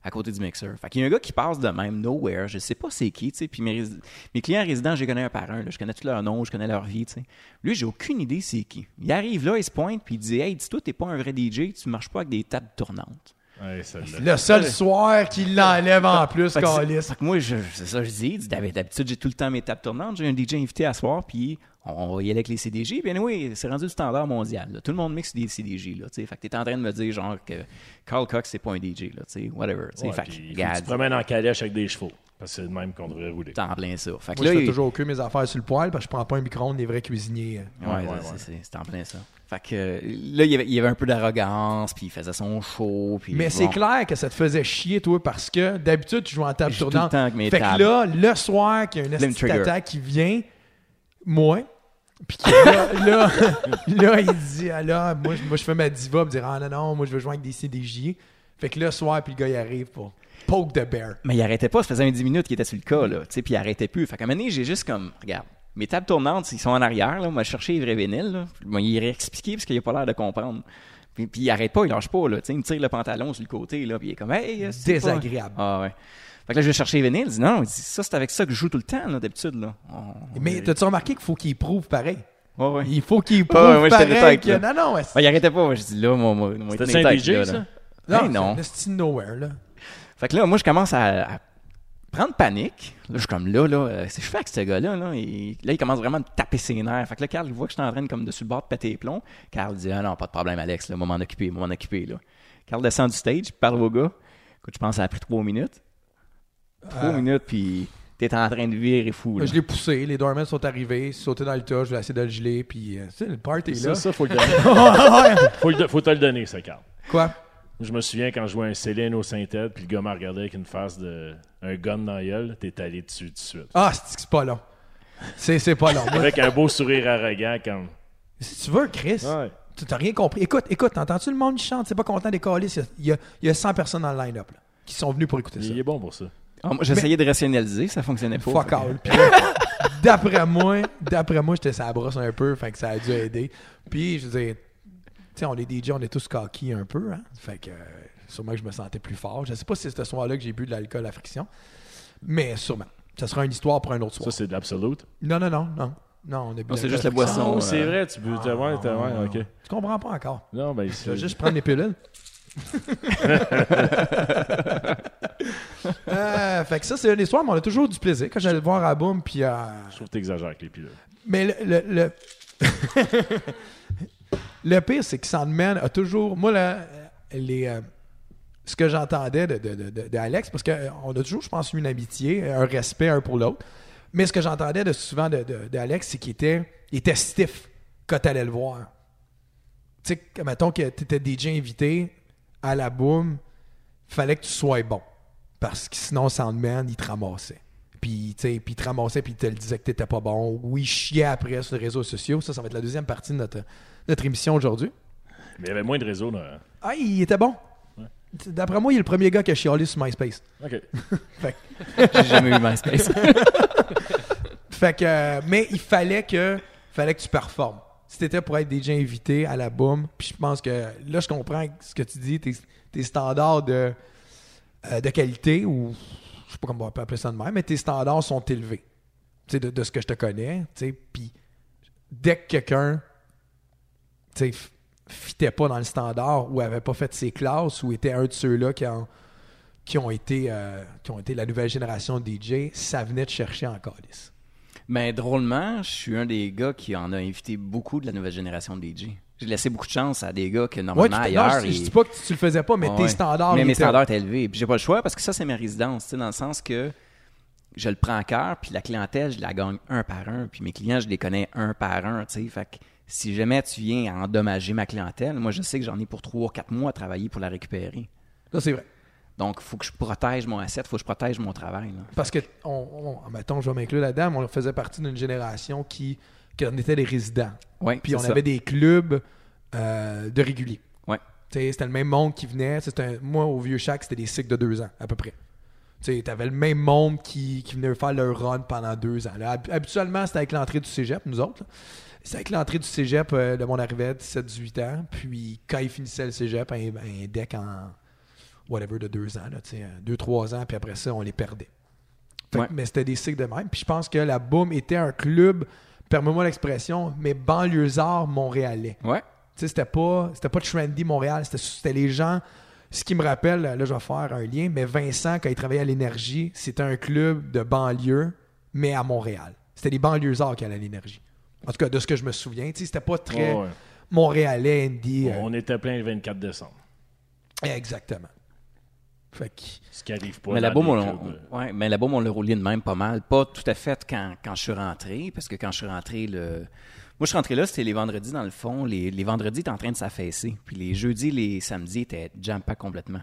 à côté du mixeur. Fait qu'il y a un gars qui passe de même, nowhere. Je sais pas c'est qui, tu sais. Puis mes, rés- mes clients résidents, je les connais un par un. là. Je connais tous leurs noms, je connais leur vie, tu sais. Lui, j'ai aucune idée c'est qui. Il arrive là, il se pointe, puis il dit Hey, dis-toi, t'es pas un vrai DJ, tu marches pas avec des tables tournantes.
Ouais, celle-là.
Le seul soir qui l'enlève en plus,
Fait que c'est-
Calis.
fait que moi, je- c'est ça que je dis. Il dit, D'hab- D'habitude, j'ai tout le temps mes tables tournantes. J'ai un DJ invité à soir, puis on va y aller avec les CDJ. Puis oui, c'est rendu le standard mondial. là. Tout le monde mixe des CDJ. Là, tu sais. fait que t'es en train de me dire, genre, que Carl Cox, c'est pas un DJ. Là, tu sais, whatever. tu sais.
Ouais,
fait que,
puis il faut que tu
regarde,
te promènes en calèche avec des chevaux. Parce que c'est le même qu'on devrait rouler.
t'es en plein ça. Fait que
Moi,
là,
je fais
il-
toujours au cul mes affaires sur le poil parce que je prends pas un micro-ondes des vrais cuisiniers. euh.
Ouais,
Ouais,
c'est-
ouais,
c'est-
ouais.
c'est- c'est en plein ça. Fait que euh, là, il y avait, il y avait un peu d'arrogance, puis il faisait son show. Puis
Mais c'est
bon.
clair que ça te faisait chier, toi, parce que d'habitude, tu joues en table
Je joue tout
tournante.
le temps avec mes
fait
tables.
que là, le soir, qu'il y a une
me
petite
trigger.
attaque qui vient, moi, puis qui, là, là, là, il dit, ah là, moi, je- moi, je fais ma diva, me dire, ah non, non, moi, je veux joindre des CDJ. Fait que le soir, puis le gars, il arrive pour poke the bear.
Mais il arrêtait pas, ça faisait un 10 minutes qu'il était sur le cas, là, tu sais, puis il arrêtait plus. Fait qu'à un moment donné, j'ai juste comme, regarde, mes tables tournantes, ils sont en arrière, là, on m'a cherché les vrais vinyles, là. Puis, moi, il réexpliqué parce qu'il a pas l'air de comprendre. Puis, puis il arrête pas, il lâche pas, là, tu sais, il me tire le pantalon sur le côté, là, puis il est comme, hey, c'est pas-
Désagréable.
Ah ouais. Fait que là, je vais chercher les vinyles, il dit, non, il dit, ça, c'est avec ça que je joue tout le temps, là, d'habitude, là. On-
Mais t'as-tu remarqué qu'il faut qu'il prouve pareil?
Ouais, ouais.
Il faut qu'il prouve
Ah ouais, moi, j'étais
pareil.
tête,
que-
là.
Non, non, c'est-
Ben, il arrêtait pas, moi, je dis, là, mon, mon, mon
C'était
tête,
un
là,
DJ,
là.
ça?
non,
Ben, non.
c'est un esti de nowhere, là.
Fait que là, moi, je commence à, à prendre panique. Là, je suis comme là, là, euh, c'est je fais avec ce gars-là. Là, il, là, il commence vraiment à me taper ses nerfs. Fait que là, Carl, il voit que je suis en train de, comme, de sur le bord de péter les plombs. Carl dit Ah non, pas de problème, Alex, là, moi, m'en occuper, moi, m'en occuper. Là. Carl descend du stage, parle au gars. Écoute, je pense que ça a pris trois minutes. Trois minutes, puis t'es en train de virer fou.
Moi,
Là.
Ah. Je l'ai poussé, les doormen sont arrivés, sauté dans le tas, je l'ai essayé de le geler, puis euh, tu sais, le party là.
Ça, ça, faut le donner. faut, le do- faut te le donner, ça, Carl.
Quoi?
Je me souviens quand je jouais un Céline au Saint-Ed, puis le gars m'a regardé avec une face de. un gun dans la gueule, t'es allé dessus tout de suite.
Ah, c'est que c'est pas long. C'est c'est pas long. Moi,
Avec un beau sourire arrogant, comme.
si tu veux, Chris,
Ouais.
tu t'as rien compris. Écoute, écoute, t'entends-tu le monde qui chante? C'est pas content des câlisses. Il y, a, il y a 100 personnes dans le line-up là, qui sont venues pour écouter ça.
Il est bon pour ça.
Ah, moi, J'essayais de rationaliser, ça fonctionnait pas.
Fuck
Fait que-
all. Puis là, d'après moi, d'après moi, j'étais ça brosse un peu, fait que ça a dû aider. Puis je veux dire, tu sais, on est DJ, on est tous coquilles un peu, hein. Fait que euh, sûrement que je me sentais plus fort. Je sais pas si c'est ce soir-là que j'ai bu de l'alcool à friction, mais sûrement. Ça sera une histoire pour un autre
Ça,
soir.
c'est de l'absolute.
non, non, non, non. Non, on a bu de
Non, c'est
l'alcool
juste
à friction. Ah,
la boisson.
Oh,
euh,
c'est vrai, tu peux. t'as- Ouais, t'as- ouais, ok.
Tu comprends pas encore.
Non, ben,
Je vais
c'est.
juste prendre mes pilules. Euh, fait que ça, c'est une histoire, mais on a toujours du plaisir quand j'allais le voir à Boom. Puis, euh,
Je trouve que t'exagères avec les pilotes.
Mais le. Le, le... Le pire, c'est que Sandman a toujours. Moi, là, les, euh, ce que j'entendais de, de- de- de- de Alex, parce qu'on a toujours, je pense, une amitié, un respect un pour l'autre. Mais ce que j'entendais de souvent de- de- d'Alex, c'est qu'il était, il était stiff quand t'allais le voir. Tu sais, que, mettons que t'étais DJ invité à la boum, fallait que tu sois bon. Parce que sinon, Sandman, il te ramassait. Puis, tu sais, puis il te ramassait, puis il te le disait que t'étais pas bon. Oui, chiait après sur les réseaux sociaux. Ça, ça va être la deuxième partie de notre, notre émission aujourd'hui.
Mais il y avait moins de réseau, là.
Ah, il était bon. D'après moi, il est le premier gars qui a chialé sur MySpace.
Ok.
J'ai jamais eu MySpace.
Fait que, euh, mais il fallait que, fallait que tu performes. Si t'étais pour être déjà invité à la boum, puis je pense que là, je comprends ce que tu dis, tes, tes standards de, euh, de qualité, ou je sais pas comment on peut appeler ça de même, mais tes standards sont élevés. Tu sais, de, de ce que je te connais, tu sais, puis dès que quelqu'un, tu sais, f- fitait pas dans le standard, ou avait pas fait ses classes, ou était un de ceux-là qui en qui ont été, euh, qui ont été la nouvelle génération de DJ, ça venait de chercher en calice.
Mais drôlement, je suis un des gars qui en a invité beaucoup de la nouvelle génération de DJ. J'ai laissé beaucoup de chance à des gars que
Ouais, tu
normalement
te- non,
ailleurs.
je, je
ils-
dis pas que tu le faisais pas, mais
Ouais,
tes
ouais.
standards.
Mais
ils
mes
étaient-
standards étaient élevés. Puis j'ai pas le choix parce que ça, c'est ma résidence, tu sais, dans le sens que je le prends à cœur, puis la clientèle, je la gagne un par un, puis mes clients, je les connais un par un, tu sais. Fait que si jamais tu viens à endommager ma clientèle, moi, je sais que j'en ai pour trois, quatre mois à travailler pour la récupérer.
Ça, c'est vrai.
Donc, il faut que je protège mon asset, il faut que je protège mon travail. là.
Parce que, on, on- mettons, je vais m'inclure là-dedans, mais on faisait partie d'une génération qui, qui en était des résidents.
Ouais,
Puis on
c'est ça.
avait des clubs euh, de réguliers.
Ouais.
Tu sais, C'était le même monde qui venait. C'était un- moi, au vieux chac, c'était des cycles de deux ans, à peu près. Tu avais le même monde qui, qui venait faire leur run pendant deux ans. là. Hab- Habituellement, c'était avec l'entrée du cégep, nous autres. là. C'était avec l'entrée du cégep, euh, le monde arrivait à 17-18 ans. Puis quand ils finissaient le cégep, un, un deck en whatever de deux ans, là, tu sais, euh, deux, trois ans. Puis après ça, on les perdait. Fait que-
Ouais.
Mais c'était des cycles de même. Puis je pense que la Boom était un club, permets-moi l'expression, mais banlieusard montréalais.
Ouais.
Tu sais, c'était pas, c'était pas trendy Montréal, c'était, c'était les gens. Ce qui me rappelle, là, je vais faire un lien, mais Vincent, quand il travaillait à l'énergie, c'était un club de banlieue, mais à Montréal. C'était les banlieusards qui allaient à l'énergie. En tout cas, de ce que je me souviens, tu sais, c'était pas très
Ouais, ouais.
montréalais, indie. euh,
On était plein le 24 décembre.
Exactement. Fait que,
Ce qui arrive pas.
mais
dans
la Beaume,
des
on,
clubs, euh,
on- ouais, mais la Beaume, on l'a roulé de même pas mal. Pas tout à fait quand, quand je suis rentré, parce que quand je suis rentré, le... moi je suis rentré là, c'était les vendredis dans le fond. Les, les vendredis étaient en train de s'affaisser. Puis les jeudis, les samedis étaient jam pas complètement.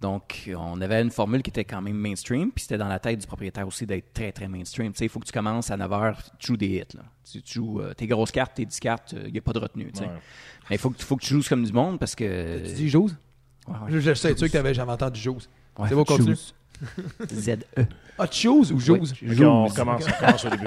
Donc, on avait une formule qui était quand même mainstream, puis c'était dans la tête du propriétaire aussi d'être très, très mainstream. Tu sais, il faut que tu commences à 9h, tu joues des hits. Là. Tu, tu joues euh, tes grosses cartes, tes 10 cartes, il n'y a pas de retenue. tu sais.
Ouais.
Mais il faut que, tu- faut que tu joues comme du monde parce que.
tu dis Jose?
Euh, Ouais, ouais.
Je, je sais, tu sais que t'avais jamais entendu Jose.
Ouais,
C'est bon, continue.
Choose. Z-E.
Ah, Chose ou Jose?
Ok, on recommence, on recommence au début.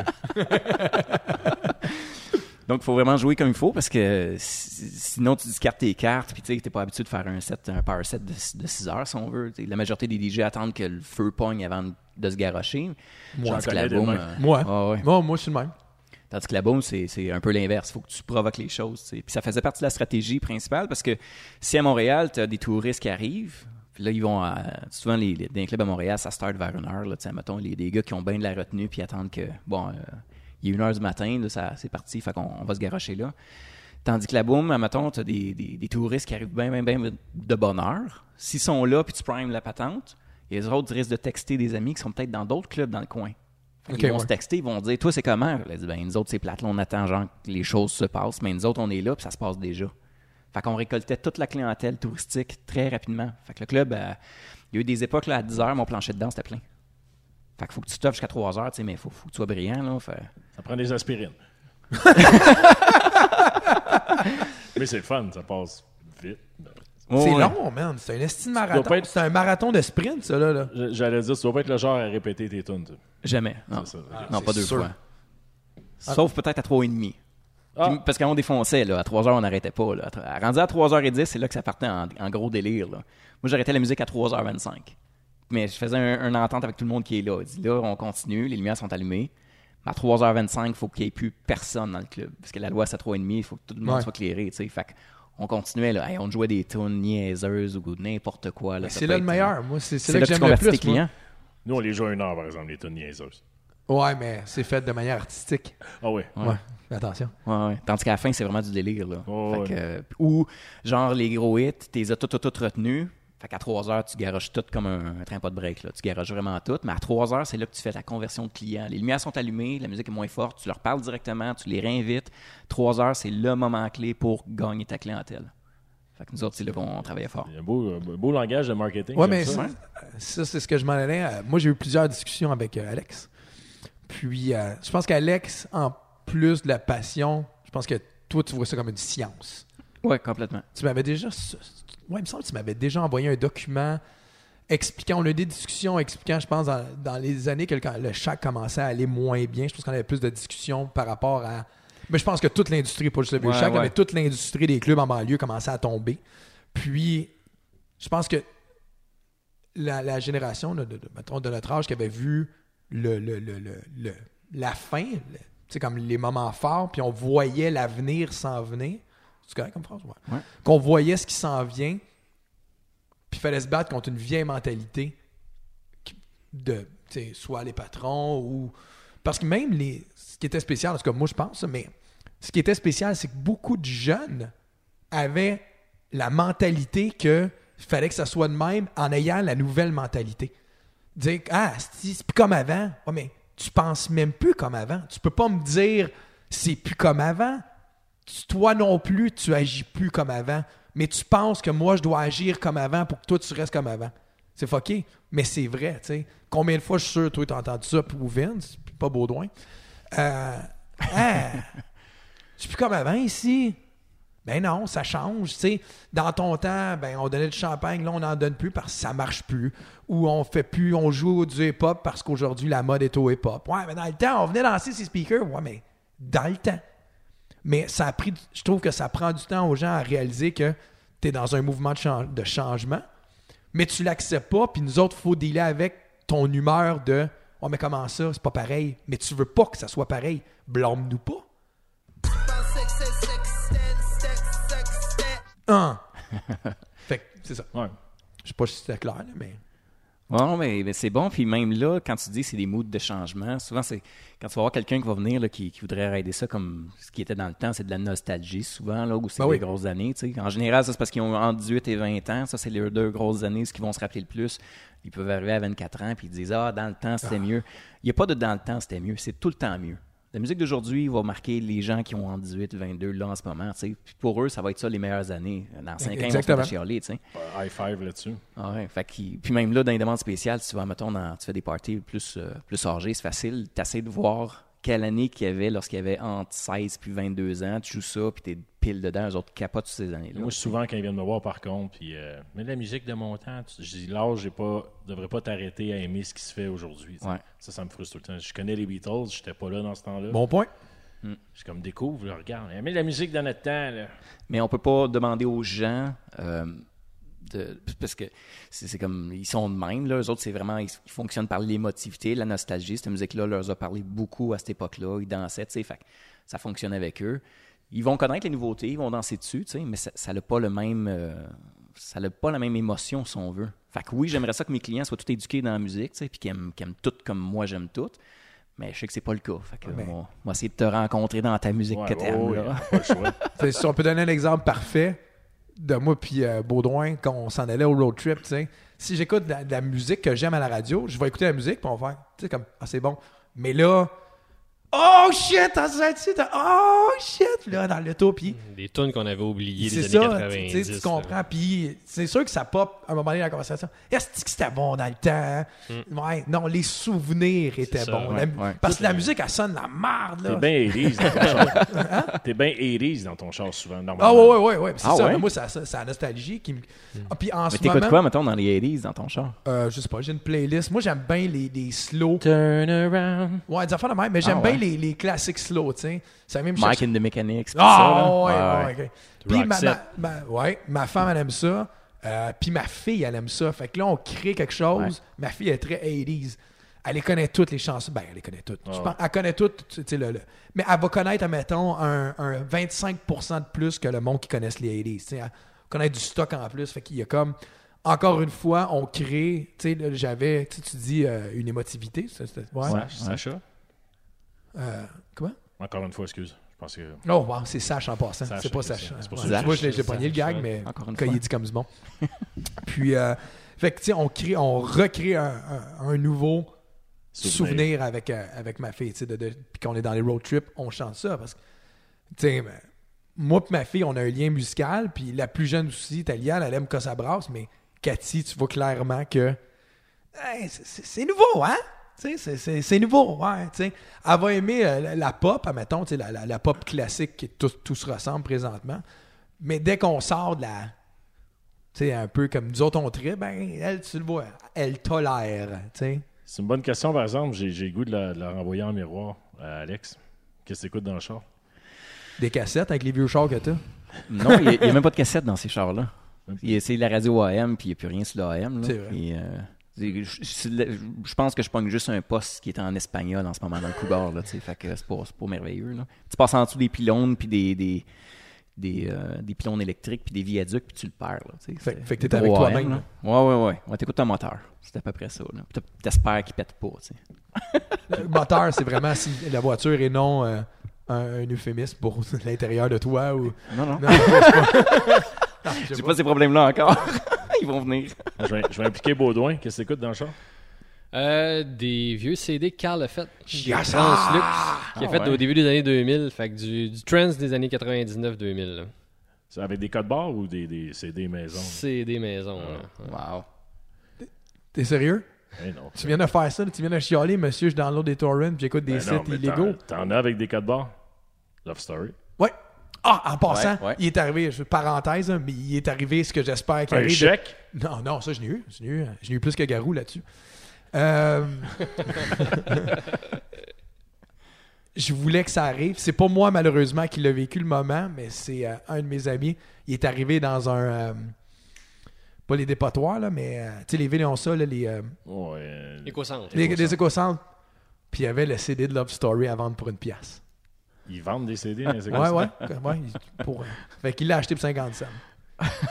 Donc, il faut vraiment jouer comme il faut parce que si- sinon, tu discartes tes cartes. Puis, tu sais, t'es pas habitué de faire un set, un power set de, de 6 heures, si on veut. Tu sais, la majorité des DJ attendent que le feu pogne avant de- de se garrocher.
J'en
Tandis que la
connais des
boom,
mêmes.
euh,
Moi,
ouais, ouais.
moi, moi, je suis le même.
Tandis que la boom, c'est c'est un peu l'inverse. faut que tu provoques les choses. tu sais. Puis, ça faisait partie de la stratégie principale parce que si à Montréal, tu as des touristes qui arrivent, puis là, ils vont à- souvent, les, les- dans les clubs à Montréal, ça start vers une heure. Là, tu sais, mettons, les, les gars qui ont bien de la retenue puis attendent que, bon, euh, il est une heure du matin, là, ça- c'est parti, fait qu'on on va se garrocher là. Tandis que la boum, admettons, tu as des, des- des touristes qui arrivent bien, bien, bien de bonne heure. S'ils sont là, puis tu primes la patente, et les autres risquent de texter des amis qui sont peut-être dans d'autres clubs dans le coin. Fait qu'ils
Ok,
ils vont
ouais.
se texter, ils vont dire Toi, c'est comment Je leur dis, ben, Nous autres, c'est plate, là, on attend genre que les choses se passent, mais nous autres, on est là, puis ça se passe déjà. Fait qu'on récoltait toute la clientèle touristique très rapidement. Fait que le club, euh, il y a eu des époques là, à 10 h mon plancher dedans, c'était plein. Fait qu'il faut que tu t'offres jusqu'à 3 h tu sais, mais il faut, faut que tu sois brillant, là. Fait-
Ça prend des aspirines. mais c'est le fun, ça passe vite.
C'est
Ouais.
long, man. C'est un estime marathon.
pas être-
C'est un marathon de sprint, ça, là. là.
J- J'allais dire, tu dois pas être le genre à répéter tes tunes. tu.
Jamais. Non,
C'est ça.
non
Ah, c'est
pas deux
sûr. Ah.
fois. Sauf peut-être à 3h30.
Ah.
Parce qu'on défonçait, là, à 3h, on n'arrêtait pas. Là. À- Rendu à 3h10, c'est là que ça partait en, en gros délire. là. Moi, j'arrêtais la musique à 3h25. Mais je faisais un, un entente avec tout le monde qui est là. Il dit, là, on continue, les lumières sont allumées. Mais à 3h25, il faut qu'il n'y ait plus personne dans le club. Parce que la loi, c'est à 3h30, il faut que tout le monde
Ouais.
soit éclairé. tu sais. Fait que on continuait, là. Hey, on jouait des tunes niaiseuses ou n'importe quoi. là. Ça
C'est
peut
là le
être- euh,
meilleur. Moi, c'est c'est là
C'est
que
tu
j'aime le
convertis tes
plus.
clients.
Nous, on les joue à une heure, par exemple, les tunes niaiseuses.
moi. Ouais, mais c'est fait de manière artistique.
Ah oui.
Ouais. Attention.
Ouais, ouais. Tandis qu'à la fin, c'est vraiment du délire. Là.
Ouais,
Fait
ouais.
que, euh, ou, genre, les gros hits, t'es as tout, tout, tout retenu. Fait qu'à 3 heures, tu garages tout comme un, un train pas de break. Là. Tu garages vraiment tout. Mais à 3 heures, c'est là que tu fais la conversion de clients. Les lumières sont allumées, la musique est moins forte, tu leur parles directement, tu les réinvites. 3 heures, c'est le moment clé pour gagner ta clientèle. Fait que nous autres, c'est là qu'on travaillait fort.
Il y a un beau, un beau langage de marketing.
Ouais,
j'aime
mais
ça.
ça, ça, c'est ce que je m'en allais. Euh, Moi, j'ai eu plusieurs discussions avec euh, Alex. Puis, euh, je pense qu'Alex, en plus de la passion, je pense que toi, tu vois ça comme une science.
Ouais, complètement.
Tu m'avais déjà. Ouais, il me semble que tu m'avais déjà envoyé un document expliquant. On a eu des discussions expliquant, je pense, dans, dans les années que le, quand le chat commençait à aller moins bien. Je pense qu'on avait plus de discussions par rapport à. Mais je pense que toute l'industrie, pas juste le vieux
Ouais,
Shack,
ouais.
mais toute l'industrie des clubs en banlieue commençait à tomber. Puis, je pense que la, la génération de, de- de- mettons, de notre âge qui avait vu le, le- le- le- le- la fin, le- tu sais, comme les moments forts, puis on voyait l'avenir s'en venir. C'est correct comme phrase? Ouais.
Ouais.
Qu'on voyait ce qui s'en vient. Puis fallait se battre contre une vieille mentalité qui- de tu sais, soit les patrons ou. Parce que même les. Ce qui était spécial, en tout cas, moi je pense, mais ce qui était spécial, c'est que beaucoup de jeunes avaient la mentalité que fallait que ça soit de même en ayant la nouvelle mentalité. Dire Ah, si, c'est plus comme avant. Ouais, mais tu penses même plus comme avant. Tu peux pas me dire c'est plus comme avant. Tu- toi non plus, tu agis plus comme avant. Mais tu penses que moi, je dois agir comme avant pour que toi, tu restes comme avant. C'est fucké, mais c'est vrai, tu sais. Combien de fois, je suis sûr, toi, t'as entendu ça, puis ou Vince, puis pas Baudouin. Euh, Ah, je suis plus comme avant ici. Ben non, ça change, tu sais. Dans ton temps, ben on donnait du champagne, là on n'en donne plus parce que ça marche plus. Ou on fait plus, on joue du hip-hop parce qu'aujourd'hui la mode est au hip-hop. Ouais, mais dans le temps, on venait lancer ces speakers. Ouais, mais dans le temps. Mais ça a pris, du- je trouve que ça prend du temps aux gens à réaliser que tu es dans un mouvement de, chan- de changement, mais tu l'acceptes pas, puis nous autres, il faut dealer avec ton humeur de Oh, mais comment ça, c'est pas pareil, mais tu veux pas que ça soit pareil, blâme-nous pas. Hein. fait que c'est ça.
Ouais.
Je sais pas si c'était clair, là, mais.
Bon, mais, mais c'est bon. Puis même là, quand tu dis que c'est des moods de changement, souvent, c'est quand tu vas voir quelqu'un qui va venir là, qui, qui voudrait raider ça comme ce qui était dans le temps, c'est de la nostalgie souvent, là, où c'est
Ben
des
oui.
grosses années. tu sais. En général, ça, c'est parce qu'ils ont entre 18 et 20 ans. Ça, c'est les deux grosses années, ce qu'ils vont se rappeler le plus. Ils peuvent arriver à 24 ans, puis ils disent Ah, dans le temps, c'était mieux. Il n'y a pas de dans le temps, c'était mieux. C'est tout le temps mieux. La musique d'aujourd'hui va marquer les gens qui ont entre 18 et 22 là en ce moment. tu sais. Puis pour eux, ça va être ça les meilleures années. Dans 5 ans, ils vont se
Exactement.
mettre à chialer, tu sais.
Euh, High five là-dessus.
Ah Ouais, fait qu'il- puis même là, dans les demandes spéciales, si tu vas, mettons, dans- tu fais des parties plus, euh, plus âgées, c'est facile. Tu essaies de voir quelle année qu'il y avait lorsqu'il y avait entre 16 puis 22 ans. Tu joues ça, puis t'es pile dedans. Eux autres capotent sur ces années-là.
Moi, souvent, quand ils viennent me voir, par contre, puis, euh, mais la musique de mon temps, tu- je dis, l'âge, j'ai pas, devrais pas t'arrêter à aimer ce qui se fait aujourd'hui. tu sais.
Ouais.
Ça, ça me frustre tout le temps. Je connais les Beatles, j'étais pas là dans ce temps-là.
Bon point.
Je suis comme découvre, je regarde. Mais la musique dans notre temps, là.
Mais on peut pas demander aux gens... euh, de, parce que c'est c'est comme ils sont de même là, eux autres c'est vraiment ils, ils fonctionnent par l'émotivité, la nostalgie, cette musique là leur a parlé beaucoup à cette époque-là, ils dansaient, tu sais, fait que ça fonctionne avec eux. Ils vont connaître les nouveautés, ils vont danser dessus, tu sais, mais ça ça n'a pas le même euh, ça n'a pas la même émotion si on veut. Fait que oui, j'aimerais ça que mes clients soient tous éduqués dans la musique, tu sais, puis qu'ils aiment, qu'ils aiment tout comme moi j'aime tout. Mais je sais que c'est pas le cas. Fait que
Mais-
on, va- on va essayer de te rencontrer dans ta musique
Ah, ben. ouais,
que t'aimes.
oh,
là.
yeah, pas le choix.
T'sais, si on peut donner un exemple parfait de moi puis euh, Baudouin quand on s'en allait au road trip, t'sais, si j'écoute de la, de la musique que j'aime à la radio, je vais écouter la musique puis on va faire, tu sais, comme, ah, c'est bon. Mais là, oh shit, t'as senti, t'as- oh shit, Puis là, dans le taux, puis
Des tunes qu'on avait oubliées
c'est
des années
ça,
90.
tu sais, tu
là.
comprends. Puis c'est sûr que ça pop à un moment donné dans la conversation. Est-ce que c'était bon dans le temps? hein? Ouais, non, les souvenirs étaient
Hmm. ça,
bons.
ouais,
La mu-
ouais.
Parce que la musique, elle sonne la marde, là.
T'es bien 80s dans ton char. T'es bien 80s dans ton char, souvent, normalement.
Ah ouais, ouais, ouais, ouais. C'est
Ah
ça,
ouais?
mais moi, c'est ça- c'est la nostalgie qui me. Ah, puis en
Mais
ce
t'écoutes
moment,
quoi, mettons, dans les 80s, dans ton char?
euh, je sais pas, j'ai une playlist. Moi, j'aime bien les, les slow.
Turn around.
Ouais, des affaires de même, mais j'aime
Ah ouais.
bien les, les classiques slow, tu sais. Ça vient me
Mike
chercher-
and the Mechanics. pis
Ah,
ça, là.
ouais, ouais, ok. Puis ma,
Roxette.
ma- ma- ouais, ma femme, elle aime ça. Euh, puis ma fille, elle aime ça. Fait que là, on crée quelque chose. Ma fille est très 80s. Elle les connaît toutes, les chansons. Ben, elle les connaît toutes. Je pense- elle connaît toutes, tu sais, le, le- Mais elle va connaître, admettons, un, un 25% de plus que le monde qui connaisse les 80s. tu sais. Elle connaît du stock en plus. Fait qu'il y a comme... Encore une fois, on crée... Tu sais, là, j'avais... Tu sais, tu dis euh, une émotivité. c'est- c'est- ouais.
Sach- Sacha?
Euh, comment?
Encore une fois, excuse. Je pense que.
Oh, wow, c'est Sache en passant.
Sache,
C'est pas
c'est ça.
Sache.
C'est pour
Ouais,
ça
que
tu vois,
je-
je l'ai- j'ai pogné le gag,
Sache,
mais
Encore une
quand
fois.
il est dit comme du bon. Puis, euh, fait que, tu sais, on, crée- on recrée un, un- un nouveau souvenir,
Souvenir.
avec, euh, avec ma fille. tu sais, De, de- puis quand on est dans les road trips, on chante ça. Parce que, tu sais, ben, moi et ma fille, on a un lien musical. Puis la plus jeune aussi, italienne, elle aime Casabras. Mais Cathy, tu vois clairement que Hey, c'est- c'est c'est nouveau, hein? Tu sais, c'est- c'est c'est nouveau, ouais. tu sais. Elle va aimer euh, la, la pop, admettons, tu sais, la, la, la pop classique qui tout, tout se ressemble présentement. Mais dès qu'on sort de la. Tu sais, un peu comme nous autres on trie, ben, elle, tu le vois, elle tolère, tu sais.
C'est une bonne question, par exemple. J'ai j'ai le goût de la, de la renvoyer en miroir à Alex. Qu'est-ce que t'écoutes dans le char?
Des cassettes avec les vieux chars que t'as.
Non, il n'y a, même pas de cassette dans ces chars-là. Il y a- C'est la radio AM, puis il n'y a plus rien sur l'AM.
C'est vrai.
euh, je pense que je pogne juste un poste qui est en espagnol en ce moment dans le cougar. Là, tu sais. fait que c'est pas, c'est pas merveilleux. là. Tu passes en dessous des pylônes, puis des, des, des, euh, des pylônes électriques puis des viaducs, puis tu le perds. Là, tu sais,
Fait,
c'est- hein.
fait que t'es avec toi-même.
Ouais,
là.
ouais, ouais. ouais. T'écoutes ton moteur. C'est à peu près ça. Là. Puis t'as- T'espères qu'il pète pas. tu sais.
Le moteur, c'est vraiment si la voiture et non euh, un, un euphémisme pour l'intérieur de toi ou.
Non, non.
Non, je sais pas. Non, je sais
J'ai
pas.
pas ces problèmes-là encore. Ils vont venir.
Je vais, je vais impliquer Baudouin. Qu'est-ce que t'écoutes dans le char?
Euh, des vieux CD que Carl a fait.
Chiassa!
Des Translux, Qui a
Ah
fait
ouais.
au début des années 2000. Fait que du, du trance des années 99-2000. là.
C'est Avec des codes barres ou des, des CD maison?
CD maison. là.
Ah, Wow.
T'es sérieux?
Eh non.
Tu viens de faire ça, là? tu viens de chialer, monsieur, je download des torrents, puis j'écoute des
Ben
sites
non, mais t'en-
illégaux.
T'en as avec des codes barres? Love Story.
Ouais. Ah, en passant,
Ouais, ouais.
il est arrivé, je parenthèse, hein, mais il est arrivé ce que j'espère qu'il
Un
arrive. de-
chèque?
Non, non, ça, je n'ai eu. Je n'ai eu, je n'ai eu plus que Garou là-dessus. Euh, je voulais que ça arrive. C'est pas moi, malheureusement, qui l'a vécu le moment, mais c'est euh, un de mes amis. Il est arrivé dans un. euh, pas les dépotoirs, là, mais euh, tu sais, les villes ont ça, là, les, euh,
Ouais.
Éco-centre.
les, les écocentres. Puis il y avait le CD de Love Story à vendre pour une pièce.
Ils vendent des CD dans les
Ah, Ouais, ouais. ouais, il- pour, euh, fait qu'il l'a acheté pour 50 cents.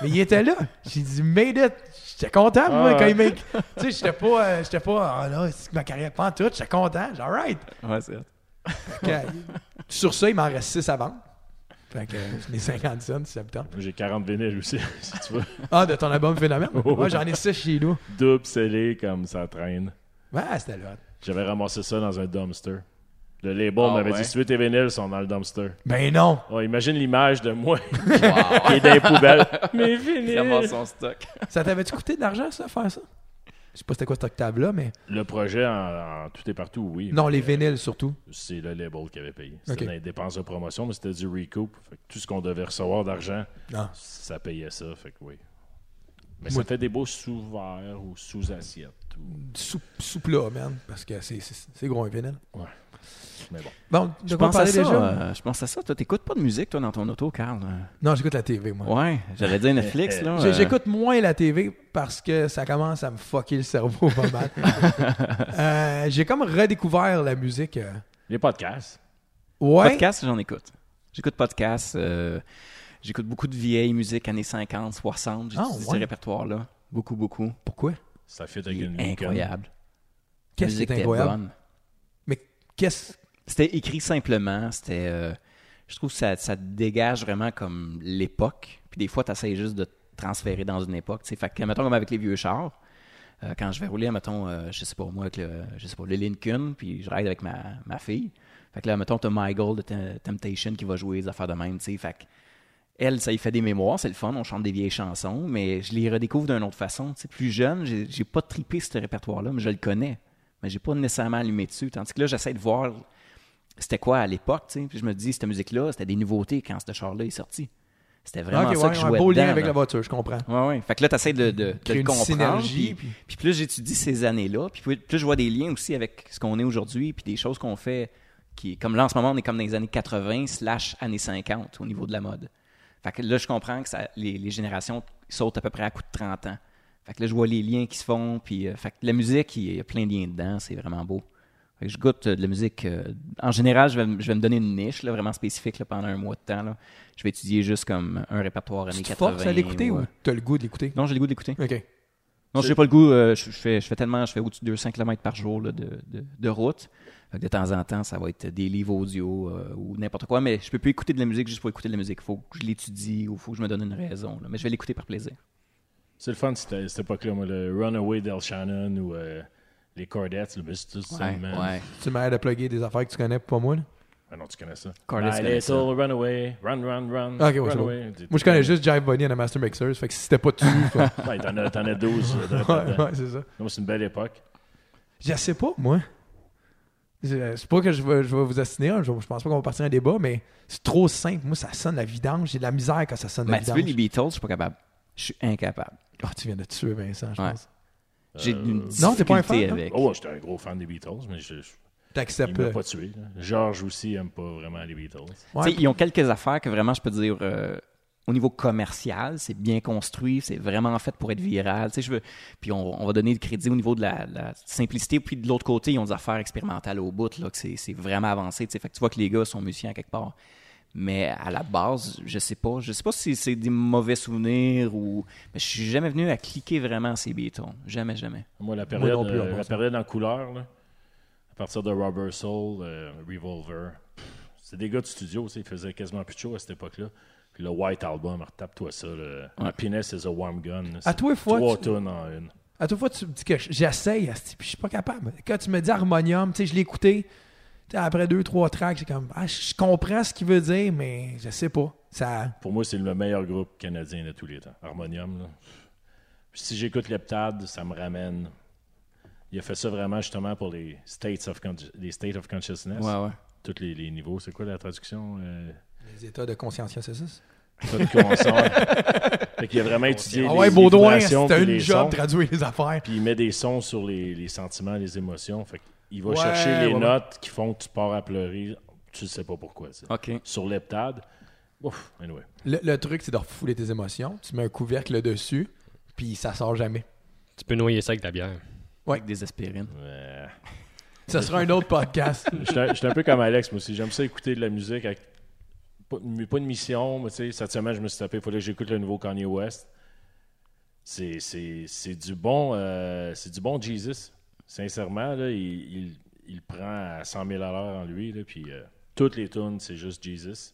Mais il était là. J'ai dit, made it. J'étais content, moi,
Ah,
quand
ouais.
il m'a. Tu sais, j'étais pas. euh, j'étais pas. Ah là, c'est que ma carrière prend tout. J'étais content. J'ai dit, all right.
Ouais, c'est vrai.
Fait que, euh, sur ça, il m'en reste 6 à vendre. Fait que euh, mes 50 cents, c'est temps.
Moi, J'ai 40 vinyles aussi, si tu veux.
Ah, de ton album Phénomène?
Oh,
Moi, j'en ai 6 chez nous.
Double scellé comme ça traîne.
Ouais, c'était là.
J'avais ramassé ça dans un dumpster. Le label
Ah
m'avait
ouais?
dit suite et vinyles sont dans le dumpster.
Ben non.
Oh, imagine l'image de moi qui est dans les poubelles. Mes
Vraiment
vinyles!
son stock.
Ça t'avait-tu coûté de l'argent, ça, faire ça? Je sais pas c'était quoi cette octave-là, mais.
Le projet en, en tout et partout, oui.
Non, les
Mais, euh,
vinyles surtout.
C'est le label qui avait payé. C'était
Ok.
dans les dépenses de promotion, mais c'était du recoup. Fait que tout ce qu'on devait recevoir d'argent,
Non.
ça payait ça. Fait que oui. Mais
Moi-
ça fait des beaux sous-verres ou sous-assiettes. ou-
Sou- Soupe-là, man. Parce que c'est- c'est c'est gros un vinyle.
Mais bon.
Bon, de
Je
quoi
pense, à
parler
ça,
déjà?
euh, je pense à ça. Toi, t'écoutes pas de musique, toi, dans ton auto, Carl.
Non, j'écoute la TV, moi.
Ouais, j'allais dire Netflix, là.
J'ai-
euh,
J'écoute moins la TV parce que ça commence à me fucker le cerveau pas mal. Euh, J'ai comme redécouvert la musique. euh.
Les podcasts.
Ouais.
Podcast, j'en écoute. J'écoute podcast. euh, j'écoute beaucoup de vieilles musiques années 50, 60. J'ai
Ah,
utilisé
ouais.
ce répertoire-là. Beaucoup, beaucoup.
Pourquoi?
Ça fait avec
Il est
une
Incroyable. La
Qu'est-ce qui
musique
est
était
incroyable?
bonne.
Mais qu'est-ce.
C'était écrit simplement. C'était. euh, je trouve que ça, ça dégage vraiment comme l'époque. Puis des fois, tu juste de te transférer dans une époque. tu sais. Fait que, mettons, comme avec les vieux chars. euh, quand je vais rouler, mettons, euh, je sais pas moi, avec le, je sais pas, le Lincoln, puis je ride avec ma, ma fille. Fait que là, mettons, t'as Michael de Tem- Temptation qui va jouer des affaires de même, tu sais. Fait que elle, ça y fait des mémoires, c'est le fun, on chante des vieilles chansons, mais je les redécouvre d'une autre façon. Tu sais, plus jeune, j'ai j'ai pas tripé ce répertoire-là, mais je le connais. Mais j'ai pas nécessairement allumé dessus. Tandis que là, j'essaie de voir c'était quoi à l'époque, tu sais. Puis je me dis, cette musique-là, c'était des nouveautés quand ce char-là est sorti. C'était vraiment
Ok,
ça
ouais,
que je
un
jouais
beau lien
dedans,
avec
là.
la voiture, je comprends.
Ouais, ouais. Fait que là, tu essaies de, de, de
Créer
le
une
comprendre.
synergie,
puis,
puis-
puis plus j'étudie ces années-là, puis plus, plus je vois des liens aussi avec ce qu'on est aujourd'hui, puis des choses qu'on fait, qui, comme là en ce moment, on est comme dans les années 80 slash années 50 au niveau de la mode. Fait que là, je comprends que ça, les, les générations sautent à peu près à coup de 30 ans. Fait que là, je vois les liens qui se font, puis euh, fait que la musique, il y a plein de liens dedans, c'est vraiment beau. Fait que je goûte euh, de la musique. euh, en général, je vais, m- je vais me donner une niche là, vraiment spécifique là, pendant un mois de temps. là. Je vais étudier juste comme un répertoire années
Tu te
80.
forces à l'écouter
ouais.
ou t'as le goût de l'écouter?
Non, j'ai le goût de l'écouter.
Ok.
Non, j'ai pas le goût. euh, je, je fais, je fais tellement, je fais au-dessus de 200 km par jour là, de, de- de route. Fait que de temps en temps, ça va être des livres audio euh, ou n'importe quoi, mais je peux plus écouter de la musique juste pour écouter de la musique. Faut que je l'étudie ou faut que je me donne une raison. là. Mais je vais l'écouter par plaisir.
C'est le fun de cette, cette époque-là, moi, le Runaway d'El Shannon ou euh, les Cordettes, le Mr. Sandman.
Tu m'as de plugger des affaires que tu connais, pas moi. là?
Ah non, tu connais ça.
Cordettes,
My
tu connais
little
ça.
Runaway, run, run, run.
Ah, ok, ouais, c'est bon.
runaway.
Moi, je
Ben,
connais juste Jive Bunny and the Master Mixers. Fait que si c'était pas dessus. quoi.
Ouais, t'en as, t'en as 12. euh, dedans.
ouais, ouais, c'est ça.
Non, c'est une belle époque.
Je sais pas, moi. Je- C'est pas que je vais, je vais vous assiner, je, je pense pas qu'on va partir un débat, mais c'est trop simple. Moi, ça sonne la vidange. J'ai de la misère quand ça sonne la
Mais Ben, tu veux,
vidange.
les Beatles, je suis pas capable. Je suis incapable.
Ah, tu viens de tuer Vincent, je
Ouais.
pense.
J'ai une
Euh, Non, t'es pas un
difficulté
fan, non?
avec.
Oh, j'étais un gros fan des Beatles, mais je, je, il
T'acceptes.
m'a
euh,
pas tué. là. Georges aussi aime pas vraiment les Beatles.
ouais.
Tu sais, Ils ont quelques affaires que vraiment, je peux dire, euh, au niveau commercial, c'est bien construit, c'est vraiment fait pour être viral. Tu sais, Je veux... Puis on, on va donner le crédit au niveau de la, la simplicité. Puis de l'autre côté, ils ont des affaires expérimentales au bout, là, que c'est c'est vraiment avancé. tu sais. Fait que tu vois que les gars sont musiciens à quelque part. Mais à la base, je sais pas. Je sais pas si c'est des mauvais souvenirs ou. Mais je suis jamais venu à cliquer vraiment à ces bétons. Jamais, jamais.
Moi, la période,
non plus, en
euh, la
passant.
période en couleur, là, à partir de Rubber Soul, euh, Revolver, pff, c'est des gars de studio, ça, ils faisaient quasiment plus de show à cette époque-là. Puis le White Album, retape-toi ça. Là. Happiness is a Warm Gun. là, c'est
toi, fois,
Trois
tu-
tonnes en une.
À toute fois, tu me dis que j'essaye, asti, puis je suis pas capable. Quand tu me dis harmonium, tu sais, je l'ai écouté. tu sais, Après deux, trois tracks, j'ai comme, ah, je comprends ce qu'il veut dire, mais je sais pas. Ça,
Pour moi, c'est le meilleur groupe canadien de tous les temps. Harmonium. là. Puis si j'écoute Leptad, ça me ramène. Il a fait ça vraiment justement pour les States of, Con- les states of Consciousness.
ouais.
Tous les, les niveaux. C'est quoi la traduction euh,
les états de conscience, c'est ça?
Ça, de concert. fait qu'il a vraiment étudié
Ah
les,
ouais,
les
Baudouin,
vibrations
c'était
puis
une
les
job,
sons,
traduire les affaires.
puis il met des sons sur les, les sentiments, les émotions. Fait qu'il va
Ouais,
chercher les
ouais, ouais.
notes qui font que tu pars à pleurer. Tu sais pas pourquoi. ça.
OK.
Sur l'heptade, ouf, anyway.
Le, le truc, c'est de refouler tes émotions. Tu mets un couvercle dessus, puis ça sort jamais.
Tu peux noyer ça avec de la bière.
Avec des aspirines.
Euh,
Ça sera un autre podcast.
Je suis un- je suis un peu comme Alex, moi aussi. J'aime ça écouter de la musique avec pas, de- pas de mission, mais tu sais, cette semaine, je me suis tapé, il fallait que j'écoute le nouveau Kanye West. C'est- C'est c'est du bon euh, c'est du bon Jesus. Sincèrement, là, il, il, il prend à 100 000 à l'heure en lui, là, puis euh, toutes les tunes, c'est juste Jesus.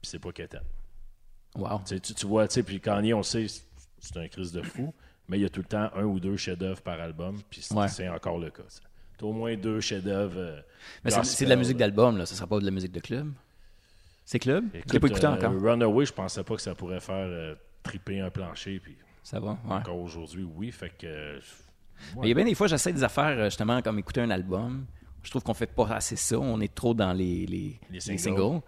Puis c'est pas quétaine.
Wow.
Tu, sais, tu- tu vois, tu sais, puis Kanye, on sait, c'est- c'est un crise de fou, mais il y a tout le temps un ou deux chefs-d'œuvre par album, puis c'est
Ouais.
c'est encore le cas. ça. T'as au moins deux chefs-d'œuvre. euh,
Mais c'est- Ah, c'est de la musique d'album, là. Ça sera pas de la musique de club. C'est club? Je l'ai pas écouté
euh,
encore.
Runaway, je pensais pas que ça pourrait faire euh, triper un plancher, puis
Ça va, ouais.
encore aujourd'hui, oui, fait que euh,
Mais il y a bien des fois, j'essaie des affaires, euh, justement, comme écouter un album. Je trouve qu'on fait pas assez ça. On est trop dans les, les,
Les
les
singles.
singles.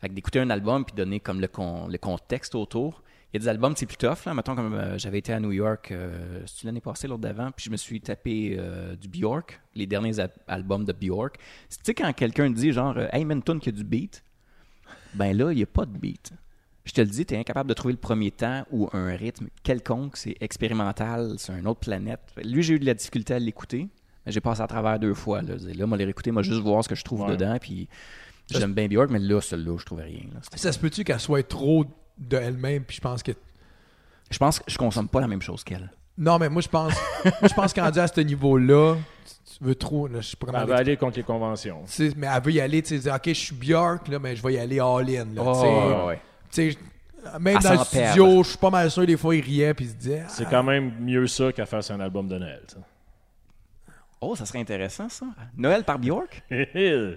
Fait que d'écouter un album puis donner comme le, con- le contexte autour. Il y a des albums, c'est plus tough. Là. Mettons, comme euh, j'avais été à New York euh, c'est-tu l'année passée, l'autre d'avant, puis je me suis tapé euh, du Bjork, les derniers al- albums de Bjork. Tu sais, quand quelqu'un dit genre, euh, hey, Menton, qui a du beat, ben là, il n'y a pas de beat. Je te le dis, tu es incapable de trouver le premier temps ou un rythme quelconque, c'est expérimental, c'est une autre planète. Lui, j'ai eu de la difficulté à l'écouter, mais j'ai passé à travers deux fois. Là, Je veux dire, là moi, les réécouter, moi, juste voir ce que je trouve
Ouais.
dedans, puis j'aime bien Bjork, mais là, celui-là, je trouvais rien. là. C'était-
ça se peut-tu qu'elle soit trop de elle-même, puis je pense que.
Je pense que je consomme pas la même chose qu'elle.
Non, mais moi, je pense, moi, je pense qu'en dit à ce niveau-là, tu- tu veux trop. là, je sais pas comment
Ben, elle va aller contre les conventions.
Tu sais, mais elle veut y aller, tu sais, dire, OK, je suis Björk, là, mais je vais y aller all-in. là, tu sais. Tu sais, je- même
À
dans le
s'en perdre.
studio, je suis pas mal sûr, des fois, il riait, puis il se disait.
C'est
Ah,
quand même mieux ça qu'à faire un album de Noël. ça.
Oh, ça serait intéressant, ça. Noël par Bjork?
Puis
Il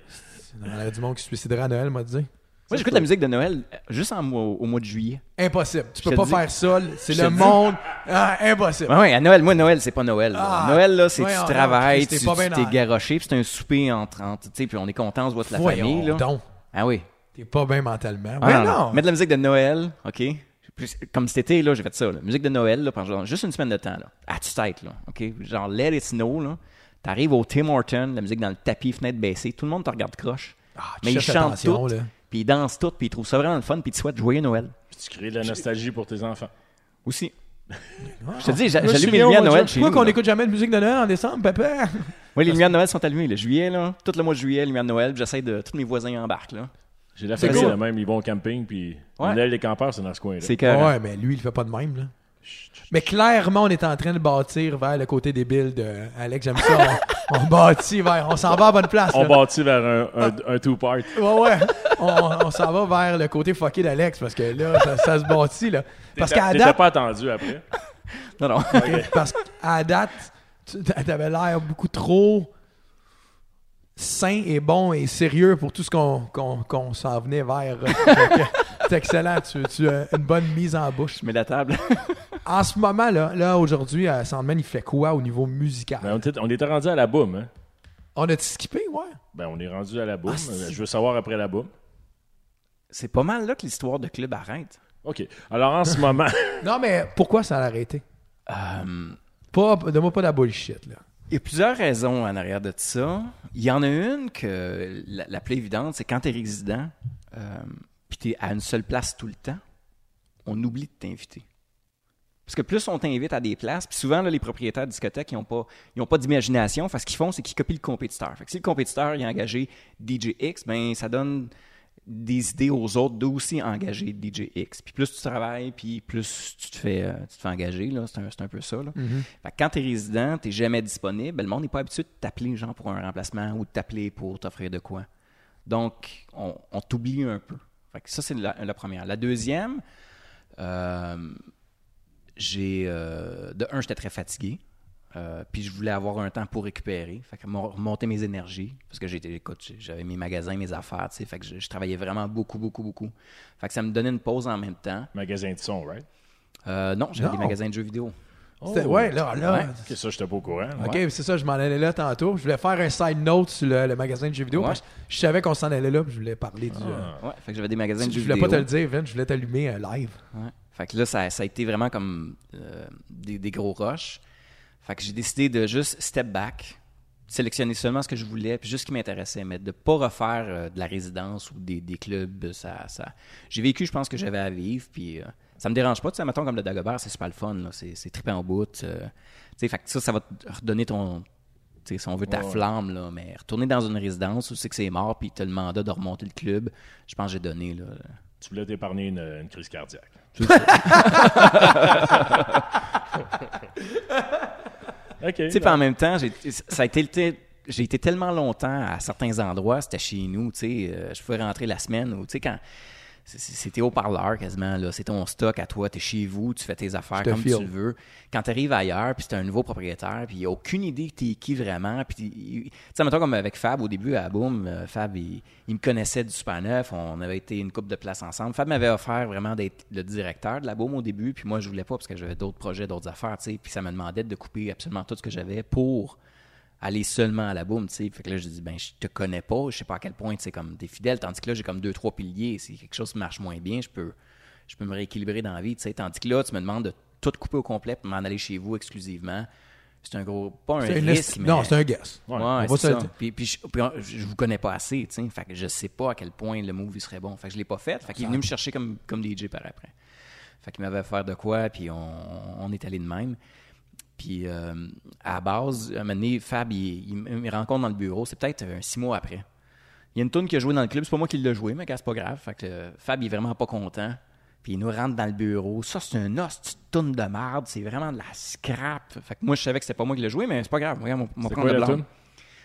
y en a du monde qui se suiciderait à Noël, m'a dit.
Moi, j'écoute la musique de Noël euh, juste en mois- au mois de juillet.
Impossible. Tu peux
te
pas
dis.
faire ça. l- C'est
Je
le
te dis.
monde. Ah, impossible.
Ouais, ouais, à Noël, moi, Noël, c'est pas Noël. là.
Ah,
Noël, là, c'est
voyons
tu
donc,
travailles,
Chris,
tu
t'es
tu
pas bien
t'es
dans-
garoché, puis c'est un souper entre, entre tu sais, puis on est content, on se voit de la
Voyons
famille, là.
donc.
Ah oui.
T'es pas bien mentalement.
Ah,
Ouais, non.
Mettre de la musique de Noël, OK? Plus- Comme cet été, là, j'ai fait ça, là. Musique de Noël, là, pendant genre juste une semaine de temps, là. À tu tête, là, OK? Genre, Let It Snow, là. T'arrives au Tim Horton, la musique dans le tapis, fenêtre baissée, tout le monde te regarde croche.
Ah, tu
mais ils
cherches
chantent
l'attention,
tout,
là.
puis ils dansent tout, puis ils trouvent ça vraiment le fun, puis ils te souhaitent joyeux Noël.
tu crées de la nostalgie pour tes enfants.
Aussi. Je te dis, j'a-
Je me
j'allume les
souviens au
lumières
mois
à
de juin.
Noël chez
Pourquoi
nous,
qu'on
là.
écoute jamais de musique de Noël en décembre, papa?
Oui, les lumières de Noël sont allumées. Le juillet, là, tout le mois de juillet, les lumières de Noël, puis j'essaie de. Tous mes voisins embarquent, là.
J'ai la
C'est
famille
cool.
de même, ils vont au camping, puis
Ouais.
Noël des campeurs, c'est dans ce coin-là.
C'est que.
Ouais, mais lui, il fait pas de même, là. Mais clairement, on est en train de bâtir vers le côté débile de Alex, j'aime ça. On, on bâtit vers. On s'en va à bonne place.
On
là.
bâtit vers un, un,
Ah.
un two-part.
Ouais, ouais. On, on s'en va vers le côté fucké d'Alex parce que là, ça, ça se bâtit, là. Parce qu'à
T'étais
date,
pas attendu après.
Non, non.
parce qu'à date, tu avais l'air beaucoup trop sain et bon et sérieux pour tout ce qu'on qu'on- qu'on s'en venait vers. Fait que C'est excellent, tu, tu as une bonne mise en bouche.
Je mets la table.
En ce moment, là, là aujourd'hui, à Sandman, il fait quoi au niveau musical?
Ben, on, était, on était rendu à la boum. Hein?
On a-tu skippé, ouais?
Ben, on est rendu à la boum.
Ah, c'est-
Je veux savoir après la boum.
C'est pas mal là que l'histoire de club arrête.
OK. Alors, en ce moment,
Non, mais pourquoi ça a arrêté? Pas, donne-moi pas de la bullshit, là.
Il y a plusieurs raisons en arrière de tout ça. Il y en a une que la, la plus évidente, c'est quand t'es résident, euh, puis t'es à une seule place tout le temps, on oublie de t'inviter. Parce que plus on t'invite à des places, puis souvent, là, les propriétaires de discothèques, ils n'ont pas, ils ont pas d'imagination. Enfin, ce qu'ils font, c'est qu'ils copient le compétiteur. Fait que si le compétiteur il a engagé DJ X, ben, ça donne des idées aux autres de aussi engager DJ X. Puis plus tu travailles, puis plus tu te fais, euh, tu te fais engager. là. C'est un, c'est un peu ça. Là. Fait que quand tu es résident, tu jamais disponible, ben, le monde n'est pas habitué de t'appeler genre pour un remplacement ou de t'appeler pour t'offrir de quoi. Donc, on, on t'oublie un peu. Fait que ça, c'est la, la première. La deuxième, euh, j'ai euh, de un, j'étais très fatigué. euh, puis je voulais avoir un temps pour récupérer, fait que mon- remonter mes énergies, parce que j'étais, écoute, j'ai- j'avais mes magasins, mes affaires, tu sais, fait que je, je travaillais vraiment beaucoup, beaucoup, beaucoup. Fait que ça me donnait une pause en même temps.
Magasin de son, right?
Euh, non, j'avais
Non.
des magasins de jeux vidéo.
Oh.
C'était- Ouais, là, là.
Ouais.
Ok, ça, j'étais pas au courant.
Ok, c'est ça, je m'en allais là tantôt. Je voulais faire un side note sur le, le magasin de jeux vidéo
Ouais.
parce que je savais qu'on s'en allait là, puis je voulais parler du. euh,
Ouais, fait que j'avais des magasins de
je
jeux
voulais
vidéo.
pas te le dire, Vin, je voulais t'allumer un live.
Ouais. Fait que là, ça, ça a été vraiment comme euh, des, des gros rushs. Fait que j'ai décidé de juste step back, sélectionner seulement ce que je voulais, puis juste ce qui m'intéressait, mais de pas refaire euh, de la résidence ou des, des clubs. Ça, ça... J'ai vécu, je pense, que j'avais à vivre, puis euh, ça me dérange pas. Tu sais, mettons, comme le Dagobert, c'est super le fun, là. c'est, c'est trippant au bout. euh, tu sais, fait que ça, ça va te redonner ton... tu sais, si on veut ta
Ouais, ouais.
flamme, là, mais retourner dans une résidence où c'est que c'est mort, puis te le mandat de remonter le club, je pense que j'ai donné. Là,
Tu voulais t'épargner une, une crise cardiaque. OK. ben,
Tu sais, puis en même temps, j'ai- ça a été le t- j'ai été tellement longtemps à certains endroits, c'était chez nous, tu sais, euh, je pouvais rentrer la semaine ou tu sais quand c'est- c'est- c'était au parleur quasiment là, c'est ton stock à toi, t'es chez vous, tu fais tes affaires
te
comme
file.
tu le veux. Quand t'arrives ailleurs, puis c'est un nouveau propriétaire, puis il a aucune idée que t'es qui vraiment, puis il- tu sais mettons comme avec Fab au début à Boom, euh, Fab il, il me connaissait du Super Neuf, on avait été une coupe de place ensemble. Fab m'avait offert vraiment d'être le directeur de la Boom au début, puis moi je voulais pas parce que j'avais d'autres projets, d'autres affaires, tu sais, puis ça me demandait de couper absolument tout ce que j'avais pour aller seulement à la boum, tu sais. Fait que là, je dis, ben, je te connais pas, je sais pas à quel point, tu sais, comme, t'es fidèle, tandis que là, j'ai comme deux, trois piliers. Si quelque chose marche moins bien, je peux, je peux me rééquilibrer dans la vie, tu sais. Tandis que là, tu me demandes de tout couper au complet pour m'en aller chez vous exclusivement. C'est un gros, pas un
C'est une
risque,
esti-
mais...
Non, c'est un guess.
Ouais,
On va
c'est
se le
ça.
dire.
Puis, puis je, puis on- je vous connais pas assez, tu sais. Fait que je sais pas à quel point le movie serait bon. Fait que je l'ai pas fait. Fait qu'il est venu me chercher comme, comme DJ par après. Fait qu'il m'avait offert de quoi, puis on, on est allé de même. Puis euh, à la base, à un moment donné, Fab, il, il me rencontre dans le bureau. C'est peut-être euh, six mois après. Il y a une toune qui a joué dans le club. C'est pas moi qui l'ai joué, mais gars, c'est pas grave. Fait que euh, Fab, il est vraiment pas content. Puis il nous rentre dans le bureau. Ça, c'est un os, tu toune de merde. C'est vraiment de la scrap. Fait que moi, je savais que c'était pas moi qui l'ai joué, mais c'est pas grave. Regarde, mon, mon
C'est
prendre
quoi
de
la
blâme.
toune?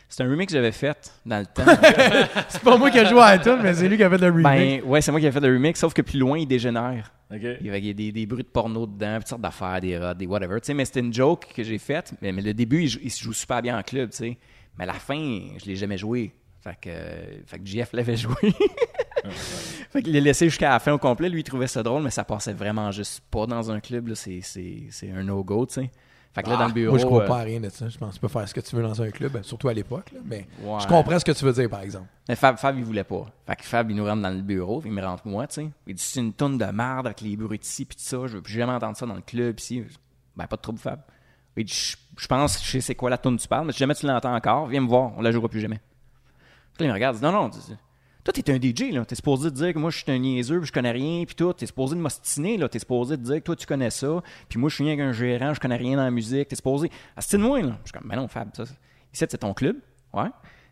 C'est un remix que j'avais fait dans le temps.
C'est pas moi qui ai joué à la tune, mais c'est lui qui a fait le remix.
ben, ouais, c'est moi qui avais fait le remix, sauf que plus loin, il dégénère. Il
OK.
y avait il y a des, des bruits de porno dedans, toutes sortes d'affaires, des rats, des whatever. Tu sais, mais c'était une joke que j'ai faite. Mais, mais le début, il, jou- il se joue super bien en club, tu sais. Mais la fin, je l'ai jamais joué. Fait que, euh, fait que JF l'avait joué. fait qu'il l'a laissé jusqu'à la fin au complet. Lui, il trouvait ça drôle, mais ça passait vraiment juste pas dans un club. là. C'est- C'est c'est un no-go, tu sais. Fait que là, dans le bureau.
Ah, Moi, je crois
euh,
pas à rien de ça. Je pense que tu peux faire ce que tu veux dans un club, ben, surtout à l'époque. là, Mais
Ouais.
je comprends ce que tu veux dire, par exemple.
Mais Fab, Fab, il voulait pas. Fait que Fab, il nous rentre dans le bureau, puis il me rentre moi, tu sais. Il dit, c'est une tonne de merde avec les bruits de ci, puis de ça, je veux plus jamais entendre ça dans le club, ici. Ben, pas de trouble, Fab. Il dit, je je pense, que je sais c'est quoi la tonne que tu parles, mais si jamais tu l'entends encore, viens me voir, on la jouera plus jamais. Puis là, il me regarde, il dit, non, non, tu- toi, t'es un DJ, là. T'es supposé de dire que moi, je suis un niaiseux, puis je connais rien, puis tout. T'es supposé de m'ostiner, là. T'es supposé de dire que toi, tu connais ça, puis moi, je suis rien qu'un gérant, je connais rien dans la musique. T'es supposé. Astine-moi, là. Je suis comme, mais non, Fab, ça, c'est- ici, c'est ton club, ouais.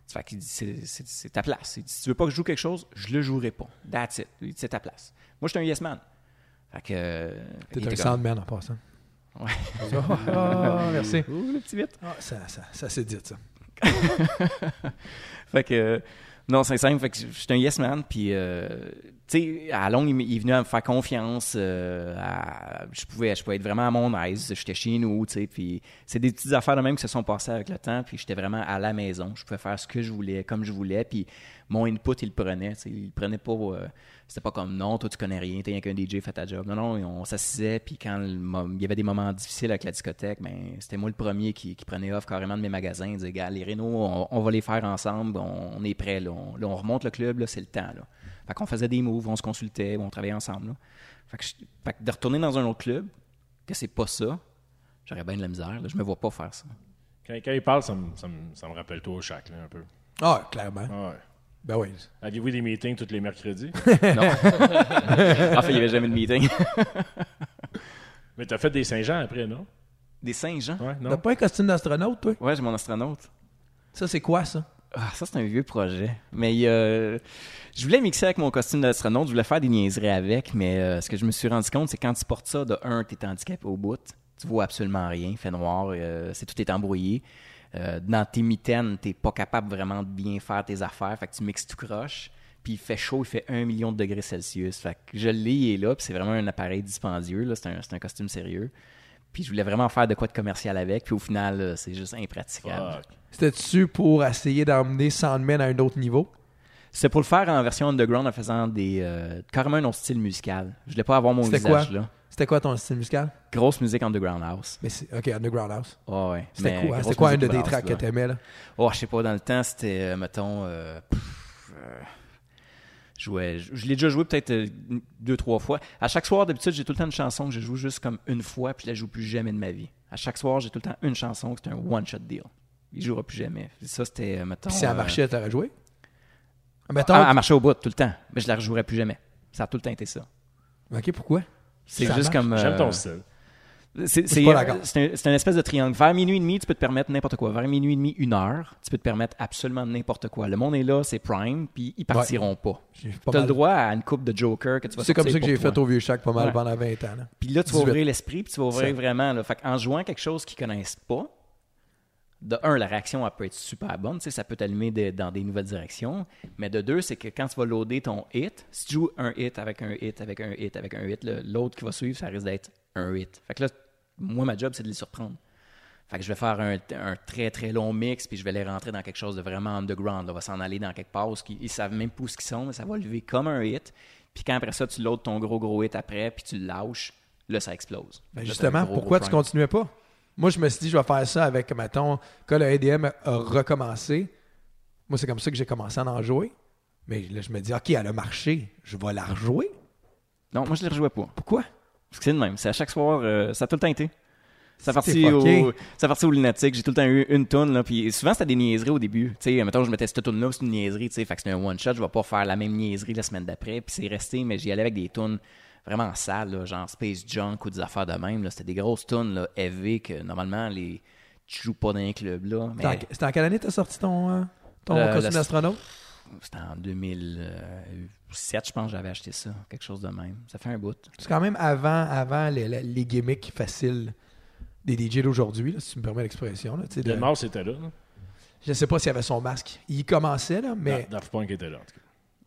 Fait qu'il dit, c'est- c'est c'est ta place. Il dit, si tu veux pas que je joue quelque chose, je le jouerai pas. That's it. Il dit, c'est ta place. Moi, je suis un yes man. Fait que. euh, il
T'es un
était comme,
soundman en passant.
Ouais.
Ah, merci.
Ouh, le petit vite.
Ah, ça, ça, ça c'est dit, ça.
Fait que, euh, non, c'est simple. Fait que j'étais un yes man. Puis, euh, tu sais, à la longue, il m- il est venu à me faire confiance. euh, à- je, pouvais, je pouvais être vraiment à mon aise. J'étais chez nous, tu sais. Puis, c'est des petites affaires de même qui se sont passées avec le temps. Puis, j'étais vraiment à la maison. Je pouvais faire ce que je voulais, comme je voulais. Puis, mon input, il le prenait. tu sais. Il le prenait pas. euh, c'était pas comme non, toi, tu connais rien. T'es rien qu'un DJ, fais ta job. Non, non, on s'assisait. Puis, quand le mo- il y avait des moments difficiles avec la discothèque, ben, c'était moi le premier qui, qui prenait off carrément de mes magasins. Il disait, gars, les rénaux, on, on va les faire ensemble. On, on est prêts. Là. On, là, on remonte le club. là, C'est le temps. Là. Fait qu'on faisait des moves, on se consultait, on travaillait ensemble. là. Fait, que je- fait que de retourner dans un autre club, que c'est pas ça, j'aurais bien de la misère. Là. Je me vois pas faire ça.
Quand, quand il parle, ça me, ça me- ça me rappelle toi au chac, là, un peu.
Ah, clairement.
Ah ouais.
Ben oui.
Aviez-vous des meetings tous les mercredis?
En fait, il y avait jamais de meeting.
Mais t'as fait des Saint-Jean après, non?
Des singes, hein?
Ouais,
T'as
non?
pas un costume d'astronaute, toi?
Ouais, j'ai mon astronaute.
Ça, c'est quoi, ça?
Ah, ça, c'est un vieux projet. Mais euh, je voulais mixer avec mon costume d'astronaute, je voulais faire des niaiseries avec, mais euh, ce que je me suis rendu compte, c'est que quand tu portes ça, de un, t'es handicapé au bout, tu vois absolument rien, fait noir, euh, c'est tout est embrouillé. Euh, dans tes mitaines, t'es pas capable vraiment de bien faire tes affaires, fait que tu mixes tout croche. Puis il fait chaud, il fait un million de degrés Celsius. Fait que je l'ai, il est là, puis c'est vraiment un appareil dispendieux, là, c'est un, c'est un costume sérieux. Puis je voulais vraiment faire de quoi de commercial avec, puis au final, euh, c'est juste impraticable.
Fuck.
C'était-tu pour essayer d'emmener Sandman à un autre niveau?
C'était pour le faire en version underground en faisant des euh, carrément un autre style musical. Je voulais pas avoir mon
C'était
visage
quoi?
là.
C'était quoi ton style musical?
Grosse musique underground house. Ah
Mais c'est- OK, Underground House.
Ouais, ouais.
C'était
Mais
quoi? hein?
grosse
C'était quoi un
musique
de tes
house,
tracks que
là.
t'aimais, là?
Oh, je sais pas, dans le temps, c'était euh, mettons euh, pff, euh, je jouais- je, je l'ai déjà joué peut-être euh, une- deux trois fois. À chaque soir d'habitude, j'ai tout le temps une chanson que je joue juste comme une fois, puis je la joue plus jamais de ma vie. À chaque soir, j'ai tout le temps une chanson que c'est un one shot deal. Il jouera plus jamais. Ça c'était euh, mettons
Puis si elle
euh, Ah,
marchait, t'aurais joué? Ah, Mettons...
elle, elle marchait au bout tout le temps, mais je la rejouerai plus jamais. Ça a tout le temps été ça.
OK, pourquoi?
C'est
ah, Ça
juste
marche.
comme
J'aime ton
euh,
style.
C'est
suis
c'est-
pas d'accord.
c'est un, c'est une espèce de triangle. Vers minuit et demi, tu peux te permettre n'importe quoi. Vers minuit et demi, une heure, tu peux te permettre absolument n'importe quoi. Le monde est là, c'est prime, puis ils partiront pas.
J'ai
Tu
pas
as le
mal-
droit à une coupe de Joker que tu vas
C'est comme ça que
sortir
j'ai
pour toi.
fait au Vieux Chac pas mal
Ouais.
pendant 20 ans. là.
Puis là, tu vas
18.
ouvrir l'esprit, puis tu vas
Ça.
ouvrir vraiment. Là. Fait en jouant quelque chose qu'ils connaissent pas, de un, la réaction, elle peut être super bonne. Tu sais, ça peut t'allumer de- dans des nouvelles directions. Mais de deux, c'est que quand tu vas loader ton hit, si tu joues un hit avec un hit, avec un hit, avec un hit, le- l'autre qui va suivre, ça risque d'être un hit. Fait que là, moi, ma job, c'est de les surprendre. Fait que je vais faire un, un très, très long mix, puis je vais les rentrer dans quelque chose de vraiment underground. là. On va s'en aller dans quelque part où ils, ils savent même pas où ils sont, mais ça va lever comme un hit. Puis quand après ça, tu loads ton gros, gros hit après, puis tu le lâches, là, ça explose.
Ben
Là, t'as un
justement,
gros,
pourquoi
gros
tu
prime.
continuais pas? Moi, je me suis dit, je vais faire ça avec, mettons, quand le ADM a recommencé. Moi, c'est comme ça que j'ai commencé à en jouer. Mais là, je me dis, OK, elle a marché, je vais la rejouer.
Non, moi, je ne les rejouais pas.
Pourquoi?
Parce que c'est le même. C'est à chaque soir, euh, ça a tout le temps été. Ça a parti
C'était fucké.
au, ça a parti au lunatique. J'ai tout le temps eu une tonne là. Puis souvent c'était des niaiseries au début. Tu sais, mettons je mettais cette tonne là, c'est une niaiserie. Tu sais, fait que c'était un one shot. Je vais pas faire la même niaiserie la semaine d'après. Puis c'est resté, mais j'y allais avec des tonnes vraiment sales, là, genre Space Junk ou des affaires de même. là. C'était des grosses tonnes là, heavy que normalement les tu joues pas dans un club là. Mais
C'était en- C'était en, quelle année t'as sorti ton, euh, ton
Le-
costume
le-
d'astronaute?
c'était en 2007, je pense, que j'avais acheté ça, quelque chose de même. Ça fait un bout.
C'est quand même avant, avant les, les- les gimmicks faciles des DJ d'aujourd'hui, là, si tu me permets l'expression. là, tu sais, de-
Le Nord, c'était là. là.
Je sais pas s'il avait son masque. Il commençait, là, mais...
Da- Daft Punk était là, en tout cas.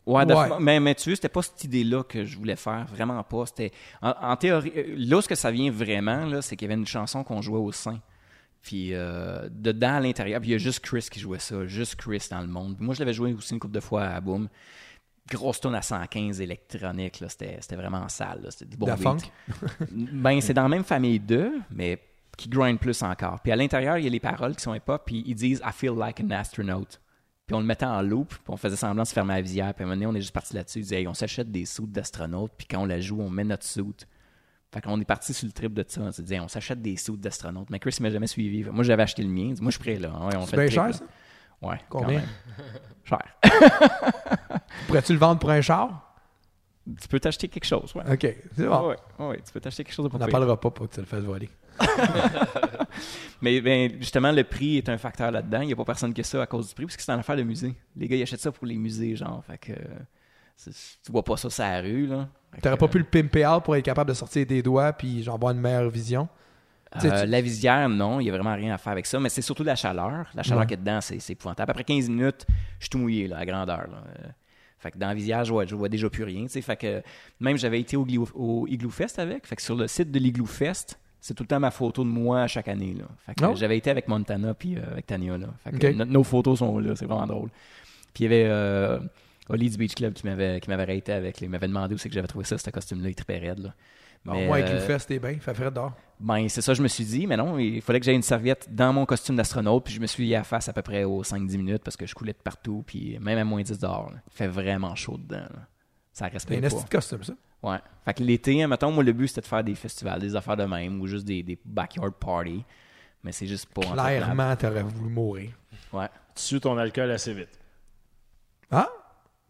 Ouais, de-
Ouais.
Mais, mais tu vois, c'était pas cette idée-là que je voulais faire, vraiment pas. C'était en, en théorie, euh, là ce que ça vient vraiment là, c'est qu'il y avait une chanson qu'on jouait au sein. Puis euh, dedans à l'intérieur, puis il y a juste Chris qui jouait ça, juste Chris dans le monde. Puis moi je l'avais joué aussi une couple de fois à Boom. Grosse tonne à 115 électronique, là, c'était, c'était vraiment sale, là, c'était du bon
Da
beat.
Funk?
ben c'est dans la même famille d'eux, mais qui grind plus encore. Puis à l'intérieur, il y a les paroles qui sont hip-hop, puis ils disent I feel like an astronaut. Puis on le mettait en loop, puis on faisait semblant de se fermer la visière. Puis à un moment donné, on est juste parti là-dessus. On disait, Hey, on s'achète des suits d'astronautes, puis quand on la joue, on met notre suit. Fait qu'on est parti sur le trip de ça. On se disait, on s'achète des suits d'astronautes. Mais Chris, il m'a jamais suivi. Fait que Moi, j'avais acheté le mien. Il dit, Moi, je suis prêt, là. Ouais, on
c'est
fait
bien
le trip,
cher,
là.
ça.
Ouais. quand
Combien?
même. Cher.
Pourrais-tu le vendre pour un char?
tu peux t'acheter quelque chose, ouais.
OK, c'est bon.
Ouais, ouais, ouais, tu peux t'acheter quelque chose de pas
On n'en
pire.
parlera pas pour que tu le fasses voler.
Mais ben, justement, le prix est un facteur là-dedans. Il n'y a pas personne qui a ça à cause du prix, parce que c'est une affaire de musée. Les gars, ils achètent ça pour les musées, genre. Fait que euh, c'est- tu vois pas ça sur la rue, là. Fait
T'aurais
que,
pas pu le pimper out pour être capable de sortir des doigts puis genre avoir une meilleure vision.
euh,
tu sais, tu-
La visière, non, il n'y a vraiment rien à faire avec ça. Mais c'est surtout la chaleur. La chaleur qui est dedans, c'est c'est épouvantable. Après 15 minutes, je suis tout mouillé, là, à grandeur, là. Euh, Fait que dans la visière, je vois, je vois déjà plus rien. tu sais. Fait que même j'avais été au, Glio- au Igloo Fest avec. Fait que sur le site de l'Igloo Fest, c'est tout le temps ma photo de moi à chaque année. Là. Fait que
Oh.
j'avais été avec Montana puis euh, avec Tania. Là. Fait que
Ok.
no- nos photos sont là, c'est vraiment drôle. Puis il y avait euh, Oli du Beach Club qui m'avait qui m'avait raté avec. là. Il m'avait demandé où c'est que j'avais trouvé ça, ce costume-là, il tripait raide. Là.
Bon,
Mais,
moi, avec
euh,
le fait, c'était bien. Fait frère d'or.
ben, c'est ça, je me suis dit, mais non, il fallait que j'aie une serviette dans mon costume d'astronaute, puis je me suis lié à la face à peu près aux 5-10 minutes parce que je coulais de partout, puis même à moins 10 dehors, là. il fait vraiment chaud dedans. là. Ça
T'as
respire
un
pas.
esti de costume, ça.
Ouais. Fait que l'été, hein, mettons, moi, le but, c'était de faire des festivals, des affaires de même, ou juste des, des backyard parties, mais c'est juste pas... entretenable.
Clairement, t'aurais voulu mourir.
Ouais.
Tu sues ton alcool assez vite.
Ah?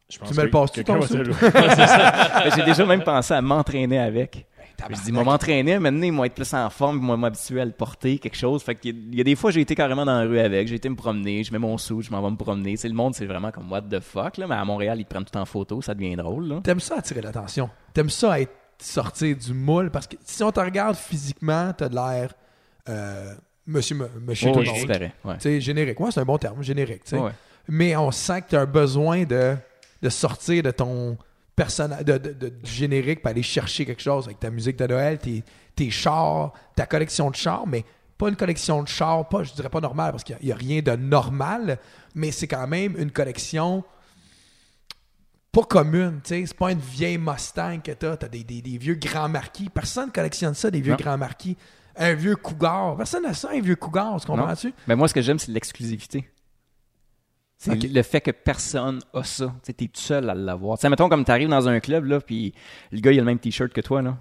Je pense
me le
que
passes-tu,
quelqu'un
ton
va te
sou?
le-
Mais J'ai déjà même pensé à m'entraîner avec.
Ah,
Puis
bah,
Je dis, moi m'entraîner, maintenant, ils vont être plus en forme, ils vont m'habituer à le porter, quelque chose. Fait qu'il y a- il y a des fois, j'ai été carrément dans la rue avec, j'ai été me promener, je mets mon sou, je m'en vais me promener. C'est le monde, c'est vraiment comme what the fuck, là. Mais à Montréal, ils te prennent tout en photo, ça devient drôle, là.
T'aimes ça attirer l'attention. T'aimes ça être sortir du moule parce que si on te regarde physiquement, t'as de l'air euh, monsieur, me- monsieur
Oh,
tout le
je
monde.
disparais, ouais.
Tu sais, générique. Ouais, c'est un bon terme, générique. tu sais.
Ouais.
Mais on sent que tu as un besoin de, de sortir de ton personnage, de, de- de- du générique pour aller chercher quelque chose avec ta musique de Noël, tes, tes chars, ta collection de chars, mais pas une collection de chars, pas, je dirais pas normal parce qu'il n'y a, rien de normal, mais c'est quand même une collection pas commune, tu sais, c'est pas une vieille Mustang que t'as, t'as des, des, des vieux grands marquis, personne collectionne ça, des vieux
Non.
grands marquis, un vieux cougar, personne n'a ça, un vieux cougar, tu comprends-tu?
Mais moi, ce que j'aime, c'est l'exclusivité. C'est
Ok.
le fait que personne a ça. Tu sais, t'es tout seul à l'avoir. Tu sais, mettons comme t'arrives dans un club, là, puis le gars, il a le même t-shirt que toi, là.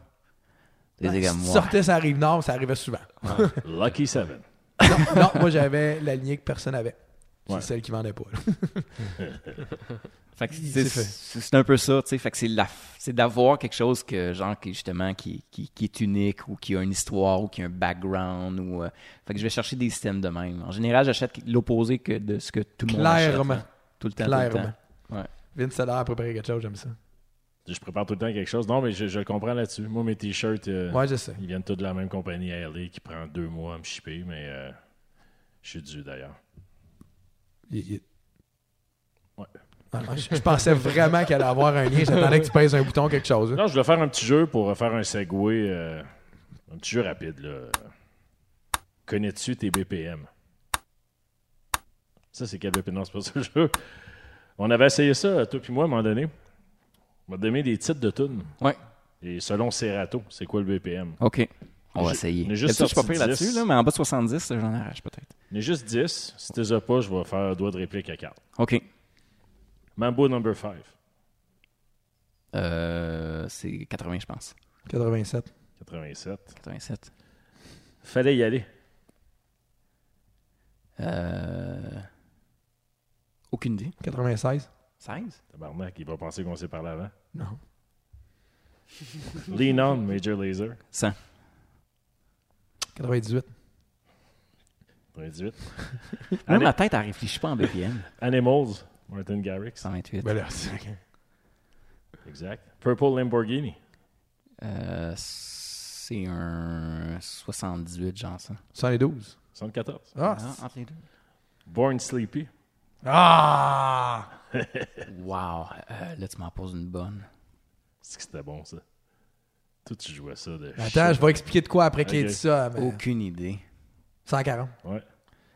T'es
Ouais,
comme,
si tu
ouais.
sortais ça arrive nord, ça arrivait souvent.
Lucky Seven.
Non, non, moi j'avais la lignée que personne n'avait. C'est
Ouais.
celle qui vendait pas. là.
Fait que
Il
c'est,
s'est fait.
c'est- c'est un peu ça, tu sais. Fait que c'est, la, f- c'est d'avoir quelque chose que, genre, qui, justement, qui, qui, qui est unique ou qui a une histoire ou qui a un background ou. euh, fait que je vais chercher des systèmes de même. En général, j'achète l'opposé que de ce que tout le monde achète.
Clairement.
hein. Tout le temps. tout le
Clairement.
temps. Ouais.
Vince Seller a préparé quelque chose, j'aime ça.
Je prépare tout le temps quelque chose. Non, mais je, je le comprends là-dessus. Moi, mes t-shirts, euh,
Ouais, je sais.
ils viennent tous de la même compagnie à LA qui prend deux mois à me shipper, mais euh, je suis dû d'ailleurs.
Il- il-
Ouais.
Ah, ah, je, je pensais vraiment qu'elle allait avoir un lien. J'attendais que tu pèses un bouton, quelque chose. là.
Non, je voulais faire un petit jeu pour euh, faire un segway. euh, un petit jeu rapide, là. Connais-tu tes BPM? Ça, c'est quel BPM? Non, c'est pas ce jeu. On avait essayé ça, toi puis moi, à un moment donné. On m'a donné des titres de tunes.
Ouais.
Et selon Serato, c'est quoi le BPM?
OK. On va
J'ai-
essayer.
j'ai juste
D'habitude, je suis pas
sorti
pire là-dessus,
10.
là, mais en bas de 70, là, j'en arrache peut-être.
Mais juste 10. Si t'es pas, je vais faire un doigt de réplique à 4.
OK.
Mambo number 5.
Euh, c'est 80, je pense.
87.
87.
87.
Fallait y aller.
Euh... Aucune idée.
96.
16?
Tabarnak, il va penser qu'on s'est parlé avant.
Non.
Lean on, Major Laser.
100.
98.
98.
Même
Allez.
ma tête, elle réfléchit pas en BPM.
Animals, Martin Garrix.
128.
Ben là, c'est-
Exact. Purple Lamborghini.
Euh, c'est un 78, genre ça.
112.
74.
Ah!
Ah, entre les deux.
Born Sleepy.
Ah!
Wow. Euh, là, tu m'en poses une bonne.
C'est que c'était bon, ça. Toi, tu jouais ça de
Attends, je vais expliquer de quoi après qu'il ait
Ok.
dit ça. mais-
Aucune idée.
140.
Ouais.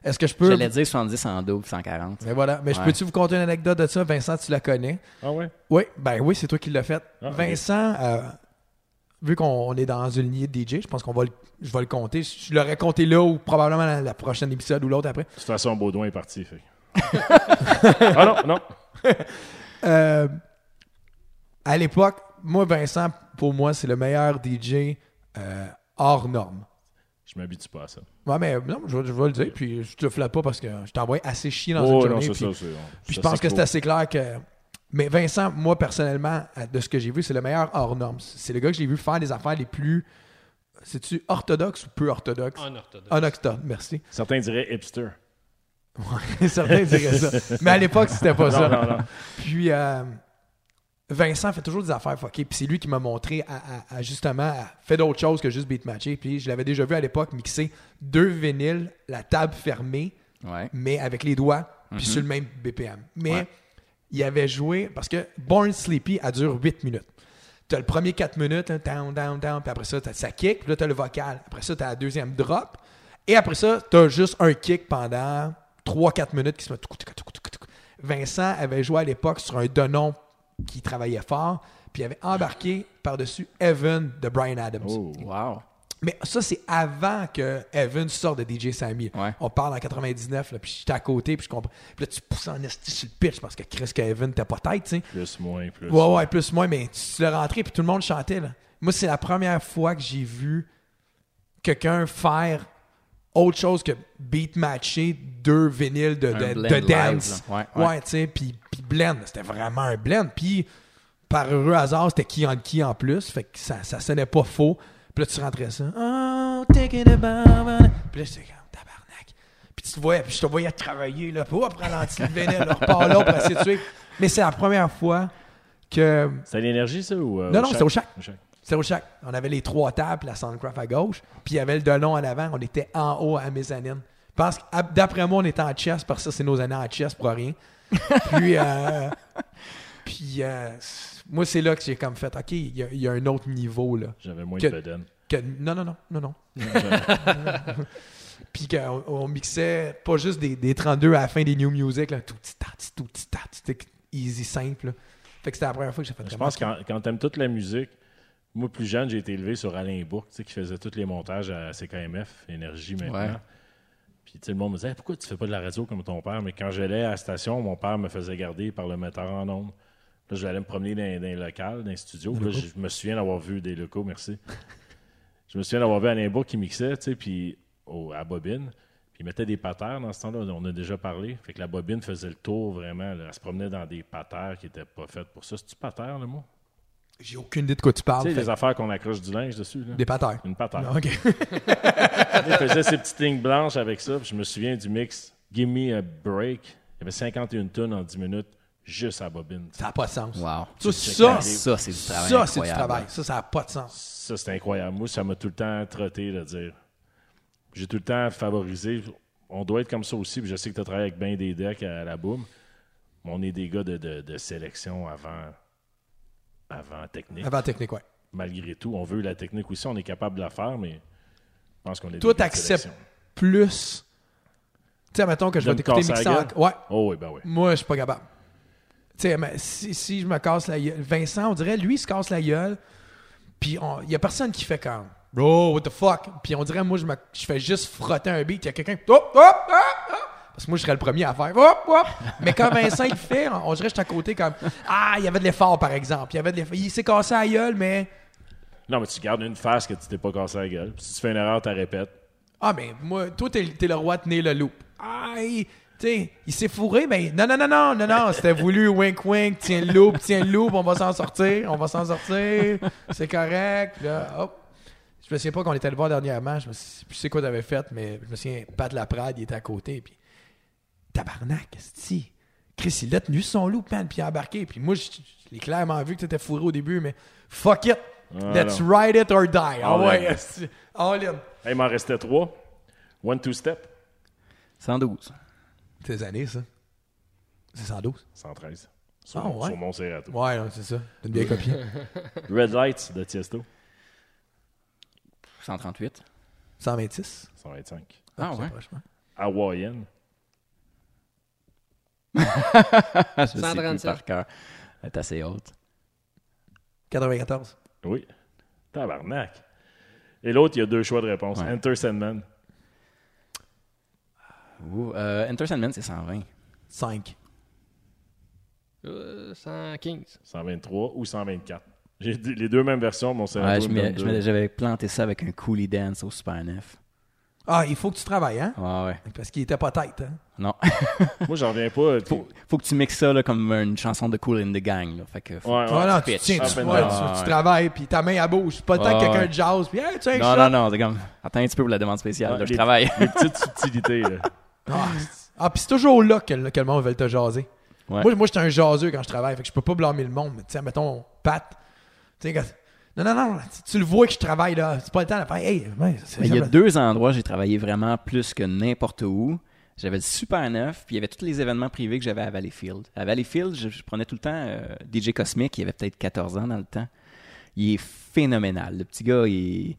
Est-ce que je peux.
J'allais dire 70 en double, 140.
Mais voilà. Mais je
Ouais.
peux-tu vous conter une anecdote de ça? Vincent, tu la connais.
Ah ouais?
Oui, ben oui, c'est toi qui l'as fait.
Ah,
Vincent, euh, vu qu'on on est dans une lignée de DJ, je pense qu'on va le, je vais le compter. Je l'aurais compté là ou probablement la, la prochaine épisode ou l'autre après.
De toute façon, Baudouin est parti. fait. ah non, non.
Euh, à l'époque, moi, Vincent, pour moi, c'est le meilleur DJ euh, hors norme.
Je m'habitue pas à ça.
Ouais, mais non, je, vais- je vais le dire, puis je te flatte pas parce que je t'envoie assez chier dans une
Oh non,
journée.
c'est
puis-
ça. c'est-
Puis je
ça,
pense que c'est
cool.
assez clair que. Mais Vincent, moi personnellement, à- de ce que j'ai vu, c'est le meilleur hors norme. C'est le gars que j'ai vu faire des affaires les plus. C'est-tu orthodoxe ou peu orthodoxe?
En orthodoxe.
Unorthodoxe, merci.
Certains diraient hipster.
Certains diraient ça. Mais à l'époque, c'était pas ça.
Non, non, non.
Puis euh, Vincent fait toujours des affaires fuckées. Puis c'est lui qui m'a montré à, à- à justement à faire d'autres choses que juste beatmatcher. Puis je l'avais déjà vu à l'époque mixer deux vinyles, la table fermée,
Ouais. Mhm.
mais avec les doigts, puis sur le même BPM. Mais
Ouais.
il avait joué, parce que Born Sleepy, elle dure 8 minutes. T'as le premier 4 minutes, hein, down, down, down, puis après ça, t'as ça kick, puis là, t'as le vocal. Après ça, t'as la deuxième drop. Et après ça, t'as juste un kick pendant 3-4 minutes qui se met. tout, tout, tout, tout, tout, tout. Vincent avait joué à l'époque sur un denon qui travaillait fort, puis il avait embarqué par-dessus Evan de Brian Adams.
Oh.
Wow.
Mais ça, c'est avant que Evan sorte de DJ Sammy.
Ouais.
On parle en 99, là, puis j'étais à côté, puis je comprends. Puis là, tu pousses en esti sur le pitch parce que Chris que Evan t'as pas tête, tu sais.
Plus, moins, plus.
Ouais, ouais, plus moi, mais tu, tu l'as rentré, puis tout le monde chantait, là. Moi, c'est la première fois que j'ai vu quelqu'un faire autre chose que beat matcher deux vinyles de, de,
Un blend
de
live,
dance.
là. Ouais,
ouais.
ouais.
tu sais, puis puis blend. C'était vraiment un blend. Puis par heureux hasard, c'était qui en qui en plus. Fait que ça, ça sonnait pas faux. Puis là, tu rentrais ça. Oh, thinking about it. Puis là, j'étais comme tabarnak. Puis tu te voyais, puis je te voyais travailler, là. Puis hop, ralentir le vénère, là, repars là, puis ainsi de suite. Mais c'est la première fois que.
C'est à l'énergie, ça? Ou, euh,
Non, non,
shack?
c'est au shack.
Au shack.
C'était au shack. On avait les trois tables, puis la Soundcraft à gauche, puis il y avait le Delon à l'avant. On était en haut à mezzanine. Je pense que, à- d'après moi, on était en chess, parce que ça, c'est nos années en chess pour rien. Puis, euh, puis euh, c- moi, c'est là que j'ai comme fait, OK, il y, a- il y a un autre niveau, là.
J'avais moins
Que-
de bedaine.
Que, non, non, non, non, non. Puis qu'on on mixait pas juste des, des 32 à la fin des New Music, là, tout petit tas, petit, tout petit tas, petit, tic, easy, simple. là. Fait que c'était la première fois que j'ai fait
Je pense que quand, quand t'aimes toute la musique, moi, plus jeune, j'ai été élevé sur Alain Bourque, tu sais, qui faisait tous les montages à CKMF, Énergie maintenant.
Ouais.
Puis, tu sais, le monde me disait, Hey, pourquoi tu fais pas de la radio comme ton père? Mais quand j'allais à la station, mon père me faisait garder par le metteur en ondes. Là, je allais me promener dans, dans les locales, dans les studios. Puis là, je me souviens d'avoir vu des locaux, merci. je me souviens d'avoir vu Alain Bourque qui mixait, tu sais, puis au- à bobine. Puis il mettait des patères dans ce temps-là, on a déjà parlé. Fait que la bobine faisait le tour vraiment. là. Elle se promenait dans des patères qui n'étaient pas faites pour ça. C'est-tu patère, le mot?
J'ai aucune idée de quoi tu parles.
Tu sais,
fait
les affaires qu'on accroche du linge dessus. Là.
que- Des patères.
Une patère.
Non, OK.
Il faisait ses petites lignes blanches avec ça. puis je me souviens du mix Give Me a Break. Il y avait 51 tonnes en 10 minutes juste à bobine.
Ça n'a pas de sens.
Wow.
Ça,
Ben,
checkais
ça,
Ça, c'est du travail.
ça, c'est du
incroyable.
travail. Ça, ça n'a pas de sens.
Ça, c'était incroyable. Moi, ça m'a tout le temps trotté de dire. J'ai tout le temps favorisé. On doit être comme ça aussi. Puis je sais que tu as travaillé avec bien des decks à la boum. Mais on est des gars de, de- de sélection avant, avant technique.
Avant technique, ouais.
Malgré tout, on veut la technique aussi. On est capable de la faire, mais je pense qu'on est
Toi,
des gars de
t'acceptes
sélection.
Plus. Tu sais, mettons que je
De
vais
me
t'écouter
casser
mixer
la
en.
gueule?
Ouais.
Oh oui, ben oui.
Moi, je suis pas capable. Tu sais, mais si, si je me casse la gueule. Vincent, on dirait, lui, il se casse la gueule. Puis on- il y a personne qui fait comme. Bro, what the fuck? Puis on dirait, moi, je, me, je fais juste frotter un beat. Il y a quelqu'un qui. Hop, hop, hop, hop. Parce que moi, je serais le premier à faire. Hop, hop. Mais quand Vincent, il le fait, on, on dirait, je suis à côté comme. Ah, il y avait de l'effort, par exemple. Il, y avait de l'effort. il s'est cassé la gueule, mais.
Non, mais tu gardes une face que tu t'es pas cassé la gueule. Puis si tu fais une erreur, tu répètes.
Ah, mais moi, toi, t'es, t'es le roi de tenir le loop. Aïe! Tu sais, il s'est fourré, mais non, non, non, non, non, non, c'était voulu, wink, wink, tiens le loop, tiens le loop, on va s'en sortir, on va s'en sortir, c'est correct. Puis Là, hop. Je me souviens pas qu'on était le voir dernièrement, je me suis- je sais quoi t'avais fait, mais je me souviens, Pat Laprade, il était à côté, puis tabarnak, si Chris, il a tenu son loop, man, puis il a embarqué, puis moi, je, je l'ai clairement vu que t'étais fourré au début, mais fuck it,
Ah,
let's
non.
ride it or die. Ah
All
ouais,
in.
esti. all in.
Hey, il m'en restait trois. One, two step.
112.
Ces années, ça. C'est 112.
113. Sur,
Ah, ouais?
sur mon Serato.
Ouais, non, c'est ça. T'as une bien copie.
Red Lights de Tiesto.
138.
126.
125.
Ah
C'est
ouais.
proche, ouais.
Hawaiian.
Ah, je sais plus
137.
par cœur. Elle est assez haute.
94.
Oui. Tabarnak. Et l'autre, il y a deux choix de réponse.
Ouais.
Enter Sandman.
Ouh, euh, Enter Sandman, c'est 120.
5.
Euh, 115.
123 ou 124. J'ai d- les deux mêmes versions, mon Serato.
Ben, Ouais, je
me
mets-
donne
je
deux.
mets- J'avais planté ça avec un coolie dance au Super 9.
Ah, il faut que tu travailles, hein?
Ouais, ouais.
Parce qu'il était pas tête, hein?
Non.
Moi, j'en reviens pas. tu-
faut, faut que tu mixes ça là, comme une chanson de Cool in the Gang. Là. Fait que, faut-
Ouais, ouais.
Ah, non, tu
pitch.
tiens,
Up
tu,
and
ouais,
down.
tu- tu
Ouais.
travailles, puis ta main, elle bouge. C'est pas le temps que
ben Ah, Ouais,
quelqu'un
ouais.
te jase, puis hey, tiens,
Non,
shot.
non, non, c'est comme. Attends un petit peu pour la demande spéciale.
Ouais,
là, je
les-
travaille.
Les petites subtilités. là.
Ah, c'est- ah, puis c'est toujours là que, le- que le monde veut te jaser.
Ouais.
Moi, moi j'étais un jaseux quand je travaille, fait que je peux pas blâmer le monde. Mais tu sais, mettons, Pat, tu sais, quand- Non, non, non, tu- tu le vois que je travaille, là. C'est pas le temps de faire, hey, ouais, c'est-
Mais il y a
j'aime-
deux endroits où j'ai travaillé vraiment plus que n'importe où. J'avais le Super 9, puis il y avait tous les événements privés que j'avais à Valleyfield. À Valleyfield, je, je prenais tout le temps euh, DJ Cosmic, il avait peut-être 14 ans dans le temps. Il est phénoménal. Le petit gars, il,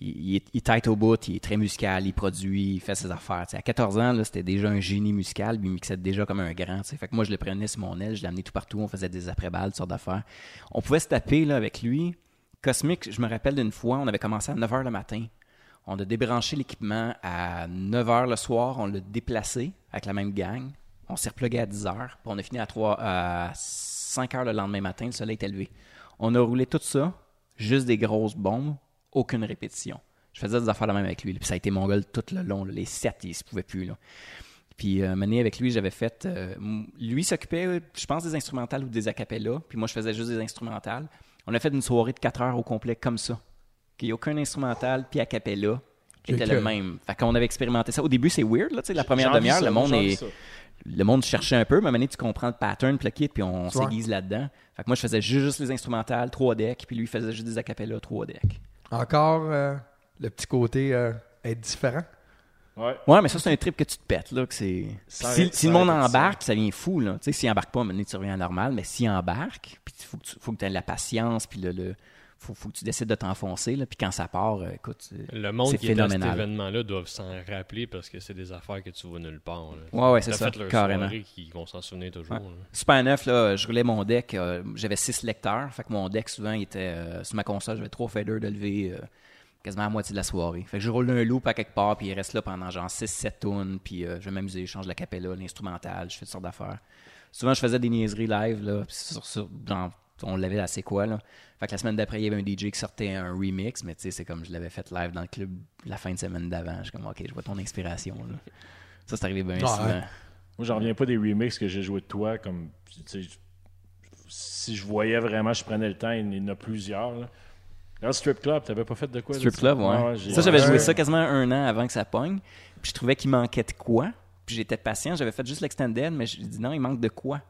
il, il est- il est tight au bout, il est très musical, il produit, il fait ses affaires. Tu sais, à 14 ans, là, c'était déjà un génie musical, puis il mixait déjà comme un grand. tu sais. Fait que moi, je le prenais sur mon aile, je l'amenais tout partout, on faisait des après-balles, toutes sortes d'affaires. On pouvait se taper là, avec lui. Cosmic, je me rappelle d'une fois, on avait commencé à 9 h le matin. On a débranché l'équipement à 9 h le soir, on l'a déplacé avec la même gang. On s'est replugué à 10 h, puis on a fini à, 3, à 5 h le lendemain matin, le soleil était levé. On a roulé tout ça, juste des grosses bombes, aucune répétition. Je faisais des affaires la même avec lui, puis ça a été mon gars tout le long, là. les 7, il se pouvait plus. Là. Puis euh, un moment donné, avec lui, j'avais fait. euh, m- lui s'occupait, euh, je pense, des instrumentales ou des acapellas. Puis moi, je faisais juste des instrumentales. On a fait une soirée de 4 heures au complet comme ça. Qu'il n'y a aucun instrumental puis acapella
C'est
était
que-
le même. Fait qu'on avait expérimenté ça. Au début, c'est weird, là, tu sais, la première
J'ai envie
demi-heure,
ça,
le
moi,
monde
j'ai envie
est.
ça.
Le monde cherchait un peu, mais à un moment donné, tu comprends le pattern, puis le kit, puis on
Ouais.
s'aiguise là-dedans. Fait que moi, je faisais juste les instrumentales, trois decks, puis lui faisait juste des acapellas, trois decks.
Encore euh, le petit côté euh, être différent.
Ouais.
Ouais, mais ça, c'est un trip que tu te pètes, là, que c'est... Puis
Ça
Si,
arrête-
si
ça
le monde
arrête de ça.
embarque, ça devient fou, là. Tu sais, s'il embarque pas, à un moment donné, tu reviens à normal, mais s'il embarque, puis il faut que tu faut que aies la patience, puis le... le- faut, faut que tu décides de t'enfoncer, là, puis quand ça part, euh, écoute... euh,
Le monde
C'est
qui est dans cet
phénoménal.
événement-là doivent s'en rappeler parce que c'est des affaires que tu vois nulle part. là.
Ouais, ouais, c'est
T'as
ça,
fait leur
carrément.
soirée qu'ils vont s'en souvenir toujours.
Ouais.
là.
Super neuf, là, je roulais mon deck, euh, j'avais six lecteurs, fait que mon deck, souvent, il était... euh, sur ma console, j'avais trois faders de lever euh, quasiment à la moitié de la soirée. Fait que je roule un loop à quelque part, puis il reste là pendant genre 6-7 tunes, puis euh, je vais m'amuser, je change la capella, l'instrumental, je fais toutes sortes d'affaires. Souvent, je faisais des niaiseries live, là, puis sur, sur- dans- on l'avait assez quoi, là. Fait que la semaine d'après, il y avait un DJ qui sortait un remix, mais tu sais, c'est comme je l'avais fait live dans le club la fin de semaine d'avant. Je suis comme, OK, je vois ton inspiration, là. Ça, c'est arrivé bien
Ouais.
souvent.
Moi, j'en reviens pas des remixes que j'ai joué de toi. Comme, tu sais, je- si je voyais vraiment, je prenais le temps, il y en a plusieurs. Là. Dans le strip club, t'avais pas fait de quoi?
Strip
là-dessus?
club, ouais.
Ah, j'ai-
ça, j'avais
Ouais.
joué ça quasiment un an avant que ça pogne. Puis je trouvais qu'il manquait de quoi. Puis j'étais patient. J'avais fait juste l'extended, mais j'ai dit non, il manque de quoi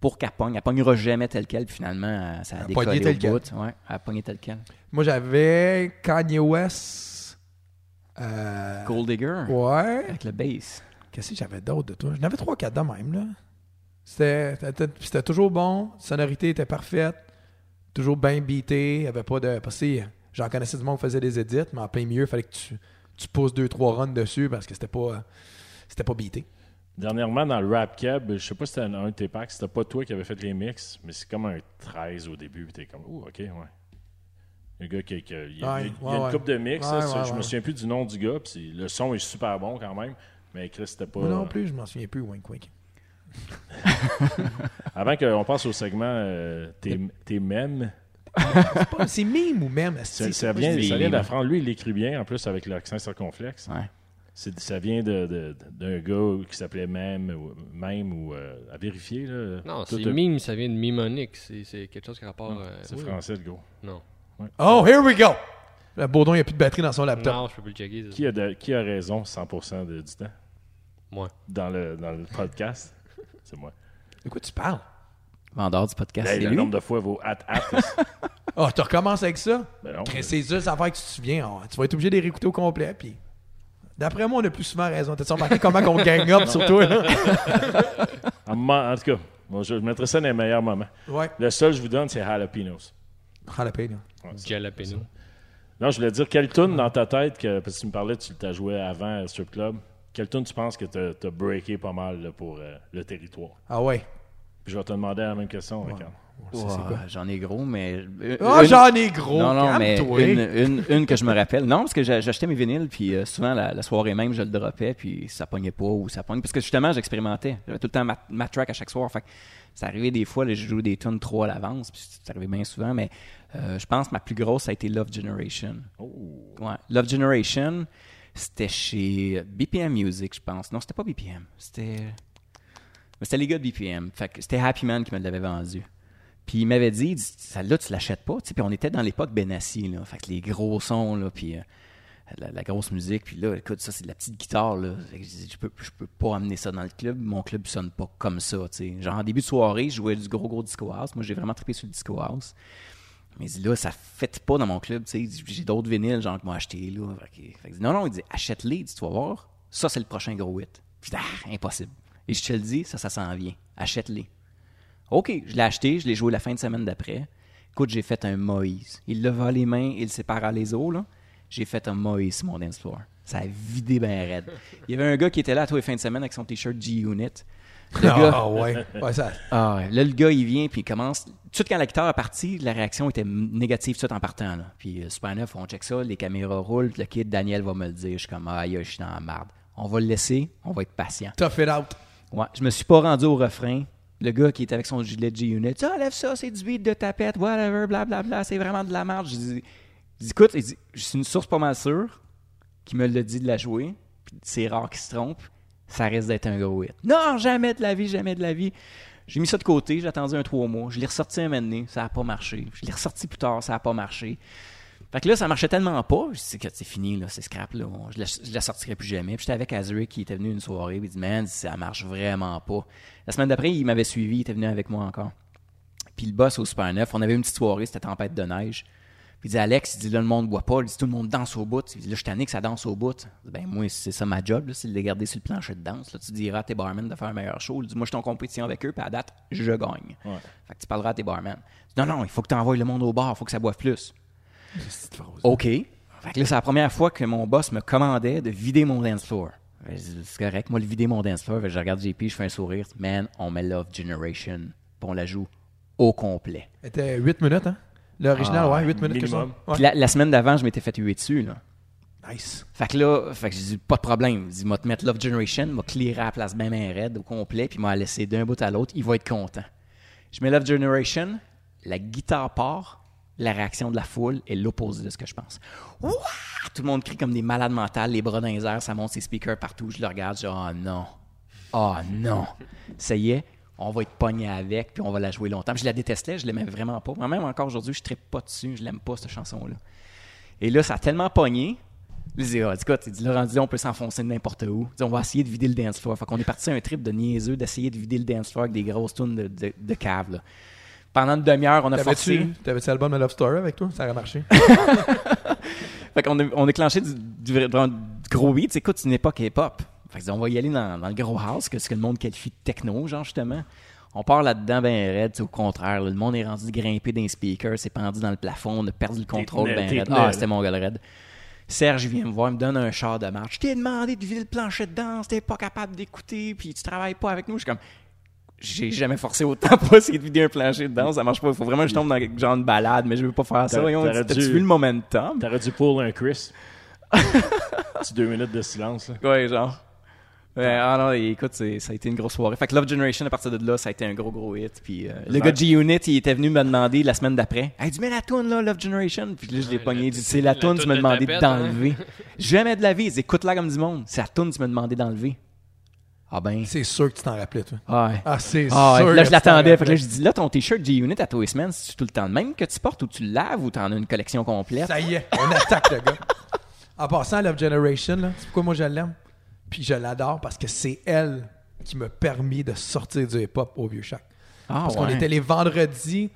pour qu'elle pogne. Elle pognera jamais tel quel. Puis finalement, elle- ça a
Elle a
décollé
pogné
au
tel quel.
bout. Ouais, elle a pogné tel quel.
Moi, j'avais Kanye West. euh,
Gold Digger
Ouais.
avec le bass.
Qu'est-ce que j'avais d'autre de toi? J'en avais trois, quatre de même, là. C'était c'était- c'était toujours bon. Sonorité était parfaite. Toujours bien beaté. Il y avait pas de. Parce que tu sais, j'en connaissais du monde qui faisait des edits, mais en plein milieu, il fallait que tu, tu pousses deux, trois runs dessus parce que c'était pas. C'était pas beaté.
Dernièrement, dans le Rap Cab, je sais pas si c'était un, un de tes packs, c'était pas toi qui avais fait les mix, mais c'est comme un 13 au début, puis t'es comme, oh, ok, ouais. Le gars qui. qui- il y a,
Ouais,
il y a
ouais,
une
ouais.
coupe de mix, là,
Ouais,
ça,
ouais,
je me
ouais.
souviens plus du nom du gars, puis c'est- le son est super bon quand même, mais Chris, c'était pas.
Moi non plus, je m'en souviens plus, wink wink.
Avant qu'on passe au segment euh, tes, tes mèmes,
C'est pas- C'est mime ou même,
ça, ça
esti, c'est pas-
vient,
des
ça vient de la
mèmes.
France. Lui, il écrit bien, en plus, avec l'accent circonflexe.
Ouais.
C'est- Ça vient de- de- d'un gars qui s'appelait Même ou, même, ou euh, à vérifier. Là,
Non,
Tout
c'est
de-
mime, ça vient de mimonique. C'est c'est quelque chose qui a rapport. euh,
C'est
oui.
français, le Ah. gars.
Non.
Oh, here we go! Le Baudon, il n'y a plus de batterie dans son laptop.
Non, je peux plus le checker. ça.
Qui a, de- qui a raison 100% de- du temps
Moi.
dans le, dans le podcast? C'est moi.
De quoi tu parles?
Vendeur du podcast,
Hey,
Ah, c'est
le
lui.
nombre de fois, vos at at.
Ah, tu recommences avec ça?
Ben non,
Chris, C'est juste affaire que tu te souviens. Oh, tu vas être obligé de les réécouter au complet. Puis... D'après moi, on a plus souvent raison. T'as-tu remarqué comment on gang up sur toi? là?
en, moment- en tout cas, moi, je mettrai ça dans les meilleurs moments.
Ouais.
Le seul que je vous donne, c'est Jalapenos.
Ah, la paix, là.
Jalapeno.
Non, je voulais dire, quelle tune dans ta tête, que, parce que tu me parlais, tu t'as joué avant à Strip Club, quelle tune tu penses que t'as t'as breaké pas mal là, pour euh, le territoire?
Ah ouais.
Puis je vais te demander la même question, Ricardo.
Ouah, Ah, J'en ai gros, mais. euh,
Ah,
une-
j'en ai gros.
non, non, mais
calme-toi.
une, une- une que je me rappelle. Non, parce que j'a- j'achetais mes vinyles, puis euh, souvent la, la soirée même, je le dropais, puis ça pognait pas ou ça pogne. Parce que justement, j'expérimentais. J'avais tout le temps ma, ma track à chaque soir. Fait que ça arrivait des fois, là, je jouais des tunes trop à l'avance, puis ça arrivait bien souvent. Mais euh, je pense que ma plus grosse, ça a été Love Generation.
Oh.
Ouais. Love Generation, c'était chez BPM Music, je pense. Non, c'était pas BPM. C'était. Mais c'était les gars de BPM. Fait que c'était Happy Man qui me l'avait vendu. Puis il m'avait dit, il dit, celle-là, tu l'achètes pas. Tu sais, puis on était dans l'époque Benassi, là. Fait que les gros sons, là, puis euh, la, la grosse musique. Puis là, écoute, ça, c'est de la petite guitare, là. Fait que je dis, je peux, je peux pas amener ça dans le club. Mon club sonne pas comme ça, tu sais. Genre, en début de soirée, je jouais du gros, gros disco house. Moi, j'ai vraiment trippé sur le disco house. Mais il dit, là, ça fait pas dans mon club, tu sais. Il dit, J'ai d'autres vinyles, genre, que moi, acheté, là. Fait que- fait que il dit, non, non, il dit, achète-les, il dit, tu vas voir. Ça, c'est le prochain gros hit. Puis, ah, impossible. Et je te le dis, ça, ça s'en vient. Achète-les. OK, je l'ai acheté, je l'ai joué la fin de semaine d'après. Écoute, j'ai fait un Moïse. Il leva les mains, il sépara les os, là. J'ai fait un Moïse sur mon dance floor. Ça a vidé ben raide. Il y avait un gars qui était là à tous les fins de semaine avec son t-shirt G-Unit. Le gars,
Ah ouais. ouais ça...
ah ouais. Là, le gars, il vient, puis il commence. Tout de suite, quand l'acteur est parti, la réaction était m- négative tout de suite en partant. Là. Puis euh, Super 9, on check ça, les caméras roulent, puis le kid Daniel va me le dire. Je suis comme, aïe, je suis dans la marde. On va le laisser, on va être patient.
Tough it out.
Ouais, je me suis pas rendu au refrain. Le gars qui est avec son gilet de G-Unit, ah, lève ça, c'est du beat de tapette, whatever, blablabla, c'est vraiment de la merde. Je dis, je dis, écoute, il dit, c'est une source pas mal sûre qui me l'a dit de la jouer. puis C'est rare qu'il se trompe. ça risque d'être un gros hit. Non, jamais de la vie, jamais de la vie. J'ai mis ça de côté, j'ai attendu un trois mois. Je l'ai ressorti un moment donné, ça n'a pas marché. Je l'ai ressorti plus tard, ça n'a pas marché. Fait que là, ça marchait tellement pas. Je dis que c'est fini, là, c'est scrap, là. On- je, la, je la sortirai plus jamais. Puis j'étais avec Azure qui était venu une soirée. puis Il dit, man, ça marche vraiment pas. La semaine d'après, il m'avait suivi, il était venu avec moi encore. Puis le boss au Super 9, on avait une petite soirée, c'était tempête de neige. Puis il dit Alex, il dit là, le monde boit pas. Il dit tout le monde danse au bout. Il dit là, je suis tanné que ça danse au bout. Je dis, ben moi, c'est ça ma job, là, c'est de les garder sur le plancher de danse. Là, tu diras à tes barmen de faire un meilleur show. Il dit moi, je suis en compétition avec eux, puis à date, je gagne.
Ouais.
Fait que tu parleras à tes barmen. Il dit, non, non, il faut que tu envoies le monde au bar, il faut que ça boive plus. OK. Fait que là, c'est la première fois que mon boss me commandait de vider mon dance floor. Fait que je dis, C'est correct, moi, le vider mon dance floor. Fait que je regarde JP, je fais un sourire. Man, on met Love Generation. Puis on la joue au complet.
C'était 8 minutes, hein? L'original,
Ah,
ouais, 8 minutes
minimum.
que ça.
Puis la, la semaine d'avant, je m'étais fait huer dessus. Là.
Ouais. Nice.
Fait que là, fait que j'ai dit, pas de problème. Il dit, m'a te mettre Love Generation, m'a clearer à la place bien, bien raide au complet, puis m'a laissé d'un bout à l'autre. Il va être content. Je mets Love Generation, la guitare part, la réaction de la foule est l'opposé de ce que je pense. Ouah! Tout le monde crie comme des malades mentales, les bras dans les airs, ça monte ses speakers partout. Je le regarde, je dis, oh non, oh non. Ça y est, on va être pogné avec, puis on va la jouer longtemps. Puis je la détestais, je l'aimais vraiment pas. Moi-même, encore aujourd'hui, je ne pas dessus, je l'aime pas, cette chanson-là. Et là, ça a tellement pogné. Il dit, ah, dis quoi, tu dis, là, rendu là, on peut s'enfoncer de n'importe où. Il dit, on va essayer de vider le dance floor. Fait qu'on est parti à un trip de niaiseux d'essayer de vider le dance floor avec des grosses tunes de, de, de cave, là. Pendant une demi-heure, on a forcé.
T'avais-tu t'avais-tu l'album de Love Story avec toi? Ça aurait marché.
Fait qu'on a, on a déclenché du, du vrai- vraiment du gros beat. Écoute, c'est une époque hip-hop. Fait que, on va y aller dans, dans le gros house, que ce que le monde qualifie de techno, genre, justement. On part là-dedans, ben raide, c'est au contraire. là. le monde est rendu grimper dans les speakers, c'est pendu dans le plafond, on a perdu le contrôle,
tenais-
ben
t'es
raide.
tenais,
Ah,
là.
c'était mon gars le raide. Serge vient me voir, il me donne un char de marche. Je t'ai demandé de vider le plancher de danse, t'es pas capable d'écouter, puis tu travailles pas avec nous. Je suis comme, j'ai jamais forcé autant pour essayer de vider un plancher de danse, ça marche pas. Il faut vraiment que je tombe dans quelque genre de balade, mais je veux pas faire ça.
T'a-
Voyons,
t'aurais
T'as-tu
dû-
vu le momentum?
T'aurais dû pull un Chris. Petit deux minutes de silence. là.
Ouais, genre. Ouais, ah non, écoute, c'est- ça a été une grosse soirée. Fait que Love Generation, à partir de là, ça a été un gros, gros hit. Puis euh, le
Nice.
gars de G-Unit, il était venu me demander la semaine d'après Hey, tu mets la toune, là, Love Generation Puis là, je l'ai
Ouais,
pogné.
la
Il dit
toune-
C'est la
la
toune, tu
toune
m'as
de
demandé
tapette,
d'enlever. Jamais de la vie. Ils disent, Écoute-la comme du monde. C'est la toune, tu m'as demandé d'enlever. Ah ben.
C'est sûr que tu t'en rappelais, toi.
Ah ouais.
Ah, c'est
Ah, ouais,
sûr.
puis
que
là, je
tu t'en
l'attendais. Fait que
rappelais.
là, je dis, là, ton t-shirt G-Unit à Toy Man, c'est tout le temps le même que tu portes ou tu le laves ou t'en as une collection complète?
Ça y est, on attaque le gars. En passant, Love Generation, là, c'est pourquoi moi je l'aime. Puis je l'adore parce que c'est elle qui m'a permis de sortir du hip-hop au vieux chac.
Ah,
Parce qu'on
ouais.
était les vendredis,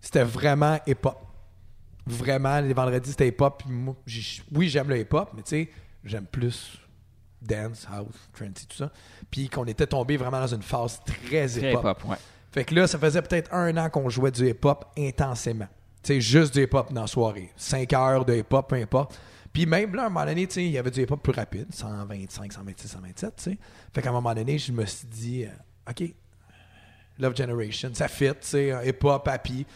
c'était vraiment hip-hop. Vraiment, les vendredis, c'était hip-hop. Puis moi, j'ai- Oui, j'aime le hip-hop, mais tu sais, j'aime plus dance, house, trendy, tout ça. Puis qu'on était tombé vraiment dans une phase très
Très
hip-hop.
hip-hop, ouais.
Fait que là, ça faisait peut-être un an qu'on jouait du hip-hop intensément. Tu sais, juste du hip-hop dans la soirée. Cinq heures de hip-hop, peu importe. Puis même là, à un moment donné, tu sais, il y avait du hip-hop plus rapide, 125, 126, 127, tu sais. Fait qu'à un moment donné, je me suis dit, euh, OK, Love Generation, ça fit, tu sais, euh, hip-hop, happy.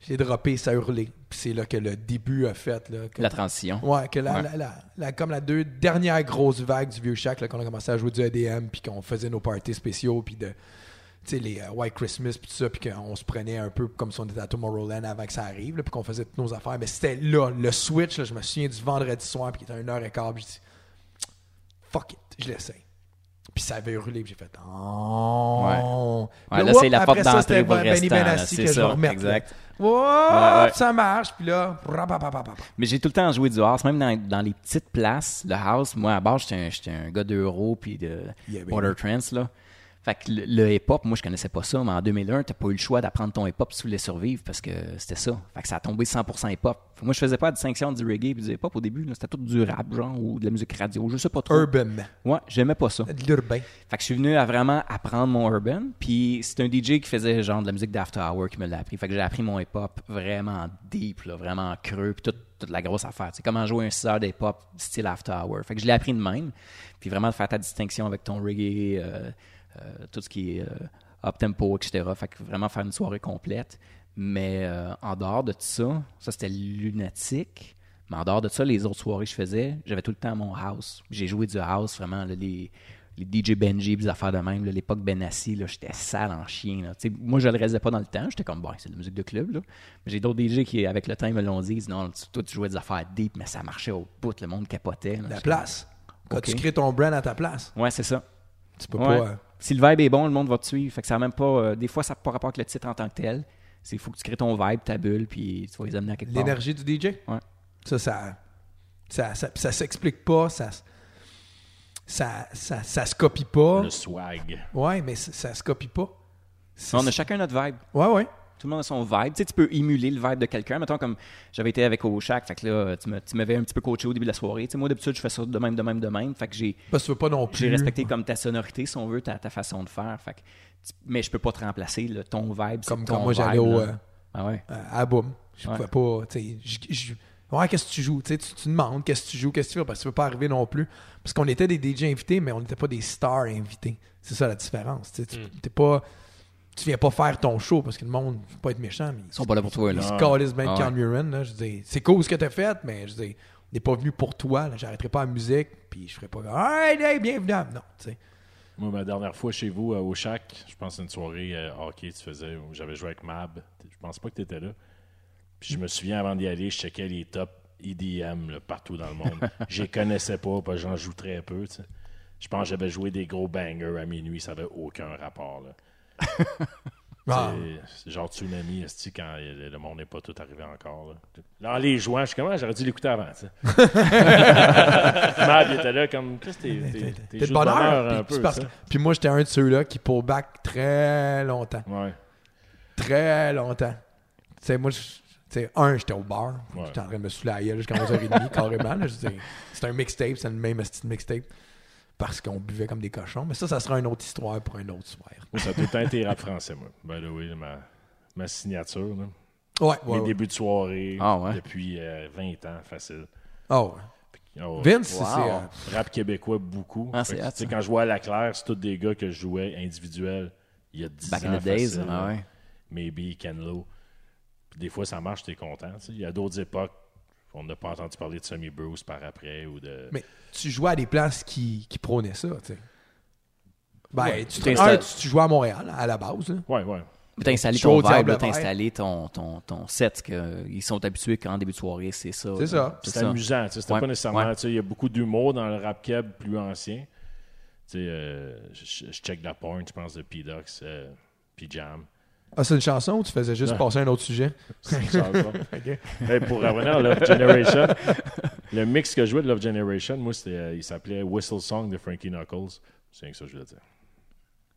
J'ai droppé, ça hurlait. Puis c'est là que le début a fait, là. que-
La transition.
Ouais, que la,
Ouais.
la- la- la- comme la deux dernière grosse vague du vieux Shack, là, qu'on a commencé à jouer du EDM, puis qu'on faisait nos parties spéciaux, puis de, tu sais, les euh, White Christmas, puis tout ça, puis qu'on se prenait un peu comme si on était à Tomorrowland avant que ça arrive, là, puis qu'on faisait toutes nos affaires. Mais c'était là, le switch, là, je me souviens du vendredi soir, puis il était une heure et quart, puis je dis, fuck it, je l'essaye. Puis ça avait hurlé, puis j'ai fait, oh.
Ouais,
Puis
là,
oups,
c'est la
après
porte
ça,
d'entrée
c'était Ben-
pour le
Benny
restant, là,
Benassi
c'est
que je
ça,
vais remettre,
exact.
là.
Ouais, ouais.
Oups, ça marche, puis là, rapapapapapa.
Mais j'ai tout le temps joué du house, même dans, dans les petites places, le house. Moi, à bord, j'étais un, j'étais un gars d'euro puis de
Yeah, baby.
Water Trance, là. Fait que le, le hip-hop, moi, je connaissais pas ça, mais en 2001, t'as pas eu le choix d'apprendre ton hip-hop si tu voulais survivre parce que c'était ça. Fait que ça a tombé 100% hip-hop. Fait que Moi, je faisais pas la distinction du reggae puis du hip-hop au début. là. C'était tout du rap, genre, ou de la musique radio, je sais pas trop.
Urban.
Ouais, j'aimais pas ça.
De l'urbain.
Fait que je suis venu à vraiment apprendre mon urban. Puis c'est un DJ qui faisait genre de la musique d'after hour qui me l'a appris. Fait que j'ai appris mon hip-hop vraiment deep, là, vraiment creux, puis tout- toute la grosse affaire. C'est comment jouer un 6 heures d'hip-hop style after hour. Fait que je l'ai appris de même. Puis vraiment de faire ta distinction avec ton reggae, euh, euh, tout ce qui est euh, up-tempo, etc. Fait que vraiment faire une soirée complète. Mais euh, en dehors de tout ça, ça c'était lunatique. Mais en dehors de ça, les autres soirées que je faisais, j'avais tout le temps mon house. J'ai joué du house, vraiment, là, les, les DJ Benji, pis des affaires de même. là, L'époque Benassi, là, j'étais sale en chien. là. Tu sais, Moi, je le réalisais pas dans le temps. J'étais comme, bon, c'est de la musique de club. Là. Mais j'ai d'autres DJ qui, avec le temps, ils me l'ont dit. Ils disent, non, tu- toi, tu jouais des affaires deep, mais ça marchait au bout. Le monde capotait. là.
La
J'étais
place. Quand tu
Ok.
crées ton brand à ta place.
comme, Ouais, c'est ça.
Tu peux
Ouais.
pas. euh,
Si le vibe est bon, le monde va te suivre. Fait que ça a même pas. euh, des fois, ça n'a pas rapport avec le titre en tant que tel. C'est faut que tu crées ton vibe, ta bulle, puis tu vas les amener à quelque part.
L'énergie du DJ?
Ouais.
Ça, ça, ça, ça, ça s'explique pas, ça, s- ça, ça, ça se copie pas.
Le swag.
Ouais, mais ça, ça se copie pas. Ça-
On a chacun notre vibe.
Ouais, ouais.
Tout le monde a son vibe. Tu sais, tu peux émuler le vibe de quelqu'un. Mettons, comme j'avais été avec Oshak, fait que là, tu me- tu m'avais un petit peu coaché au début de la soirée. Tu sais, moi, d'habitude, je fais ça de même, de même, de même. Fait que j'ai
Parce que tu veux pas non plus.
j'ai respecté comme ta sonorité, si on veut, ta, ta façon de faire. Fait que tu- mais je peux pas te remplacer le ton vibe. c'est
Comme
ton
quand moi, j'allais
vibe,
au,
là.
euh,
Ah ouais.
euh, à Boom. Je
Ouais.
pouvais pas. tu sais, je- je- Ouais, qu'est-ce que tu joues? Tu sais, tu, tu demandes qu'est-ce que tu joues, qu'est-ce que tu fais, parce que tu veux pas arriver non plus. Parce qu'on était des DJ invités, mais on n'était pas des stars invités. C'est ça la différence. Tu sais,
Mm.
tu t'es pas. Tu viens pas faire ton show parce que le monde, faut pas être méchant, mais
Ils sont pas là pour toi, là.
Ils se
Ah.
calissent bien de
Ah
Count Murin, là. Je dis, c'est cool ce que t'as fait, mais je dis, on n'est pas venu pour toi. là. J'arrêterai pas la musique, puis je ferai pas. Alright, hey, bienvenue. à- Non, tu sais.
Moi, ma dernière fois chez vous, euh, au Shack, je pense une soirée euh, hockey, tu faisais, où j'avais joué avec Mab. T- Je pense pas que tu étais là. Puis je me souviens, avant d'y aller, je checkais les top EDM là, partout dans le monde. Je les connaissais pas, parce que j'en joue très peu. tu sais. Je pense que j'avais joué des gros bangers à minuit, ça avait aucun rapport. Là.
Ah,
C'est- c'est genre tsunami, esti, quand le, le monde n'est pas tout arrivé encore. Là, là les jouant, je suis comme, Ah, j'aurais dû l'écouter avant. tu sais. Mab, il était là comme, qu'est-ce que t'es- t'es- t'es
T'es
juste
de bonne heure.
un
Puis,
peu.
c'est parce
ça.
que- puis moi, j'étais un de ceux-là qui pour back très longtemps.
Ouais.
Très longtemps. Tu sais, moi, je- tu sais, un, j'étais au bar.
Ouais.
J'étais en train de me saouler à la gueule jusqu'à 11h30, carrément. là. Je dis, c'est un mixtape, c'est le même style mixtape. Parce qu'on buvait comme des cochons. Mais ça, ça sera une autre histoire pour un autre soir.
Moi, ça a tout le temps été rap français, moi. By the way, ma, ma signature. là.
Ouais, ouais.
Mes
ouais.
débuts de soirée
Ah ouais?
depuis euh, 20 ans, facile.
Oh, ouais.
Oh, ouais.
Vince,
Wow.
c'est. euh,
Rap québécois, beaucoup.
Ah,
Fait
c'est
que,
hot,
tu sais,
ça.
Quand je vois à la claire, c'est tous des gars que je jouais individuels il y a 10
Back
ans.
in the days.
facile,
ah
là.
ouais.
Maybe, Kenlo. Puis des fois, ça marche, t'es content. tu sais. Il y a d'autres époques, on n'a pas entendu parler de Sammy Bruce par après ou de.
Mais tu jouais à des places qui, qui prônaient ça, tu sais. Ben, tu, te-
t'installes-
un, tu, tu jouais à Montréal, à la base. là.
Ouais, ouais.
Puis T'installer
Show
ton
au diable
vibe, là,
le verre.
t'installer ton, ton, ton set. Que euh, ils sont habitués qu'en début de soirée, c'est ça.
C'est
là.
ça.
Puis C'était amusant, tu sais, c'était
Ouais,
pas nécessairement.
ouais.
tu sais, Il y a beaucoup d'humour dans le rap keb plus ancien. Tu sais, euh, je, je check de la porn, je pense, de P-Dox, euh, P-Jam.
Ah, c'est une chanson ou tu faisais juste
Non.
passer à un autre sujet?
C'est ça, le fun. Hey, pour revenir à Love Generation, le mix que je jouais de Love Generation, moi, c'était, euh, il s'appelait Whistle Song de Frankie Knuckles. C'est rien que ça, que je voulais dire.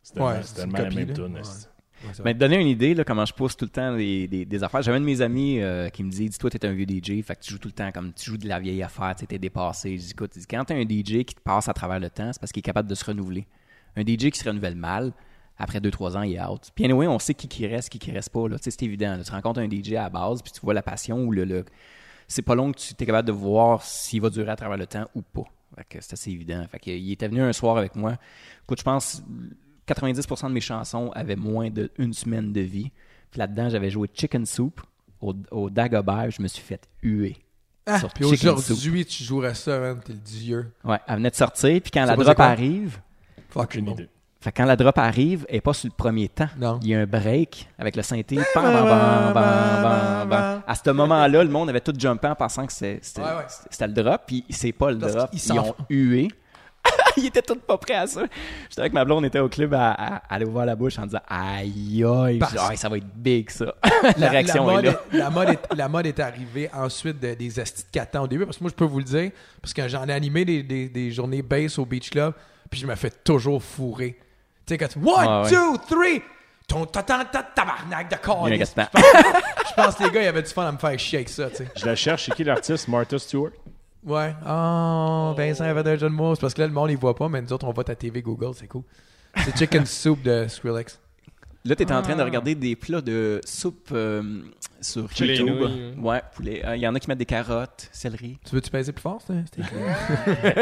C'était
Ouais,
tellement-
c'est
c'était
une
tellement la
copie,
même
là.
tune.
Ouais.
esti.
Ben,
Mais te donner une idée, là, comment je pousse tout le temps des, des- des affaires. J'avais un de mes amis euh, qui me dit Dis-toi, t'es un vieux DJ, fait que tu joues tout le temps comme tu joues de la vieille affaire, tu sais, t'es dépassé. Je dis Écoute, il dit, quand t'as un DJ qui te passe à travers le temps, c'est parce qu'il est capable de se renouveler. Un DJ qui se renouvelle mal, après 2-3 ans, il est out. Puis, anyway, on sait qui qui reste, qui qui reste pas. là. Tu sais, C'est évident. là. Tu rencontres un DJ à la base, puis tu vois la passion ou le. le- C'est pas long que tu es capable de voir s'il va durer à travers le temps ou pas. Fait que c'est assez évident. Fait que, il était venu un soir avec moi. Écoute, je pense 90% de mes chansons avaient moins d'une semaine de vie. Puis là-dedans, j'avais joué Chicken Soup au, au Dagobert. Je me suis fait huer.
Ah,
Sur
puis
Chicken
aujourd'hui, tu jouerais ça, man, t'es le dieu.
Ouais, elle venait de sortir. Puis quand
C'est
la
pas
drop
quoi?
arrive,
Fuck
Aucune
non.
idée.
fait que quand la drop arrive, elle est pas sur le premier temps.
Non. Ben,
Il y a un break avec le synthé. Bam, bam, bam, bam, bam, bam. À ce moment-là, le monde avait tout jumpé en pensant que c'était c'était-
Ouais, ouais.
c'était le drop. Puis c'est pas le
Parce
drop.
qu'ils
Ils
s'en
ont hué. Ils étaient tous pas prêts à ça. J'étais avec ma blonde, on était au club à, à- à ouvrir la bouche en disant Aïe, aïe,
Parce-
Je dis, Aïe, ça va être big ça.
La,
la réaction
la
est
mode
là.
est- la mode est, la mode est arrivée ensuite de- des astis de catan au début. Parce que moi, je peux vous le dire, parce que j'en ai animé des, des- des journées bass au Beach Club, puis je me fais toujours fourrer. Tu sais, quand tu. One,
Ouais, ouais.
two, three! Ton ta ta ta tabarnak de
Il y a un
calice.
gaston.
Je pense que les gars, ils avaient du fun à me faire chier avec ça, tu sais.
Je la cherche, c'est qui l'artiste Martha Stewart
Ouais. Oh, Vincent avait un jeu de mots. C'est parce que là, le monde, il voit pas, mais nous autres, on vote à TV Google, c'est cool. C'est Chicken Soup de Skrillex.
Là, t'es en train
Ah.
de regarder des plats de soupe euh, sur
Poulet
YouTube.
nouilles,
Ouais, poulet. Il y en a qui mettent des carottes, céleri.
Tu veux-tu peser plus fort, c'était c'était cool?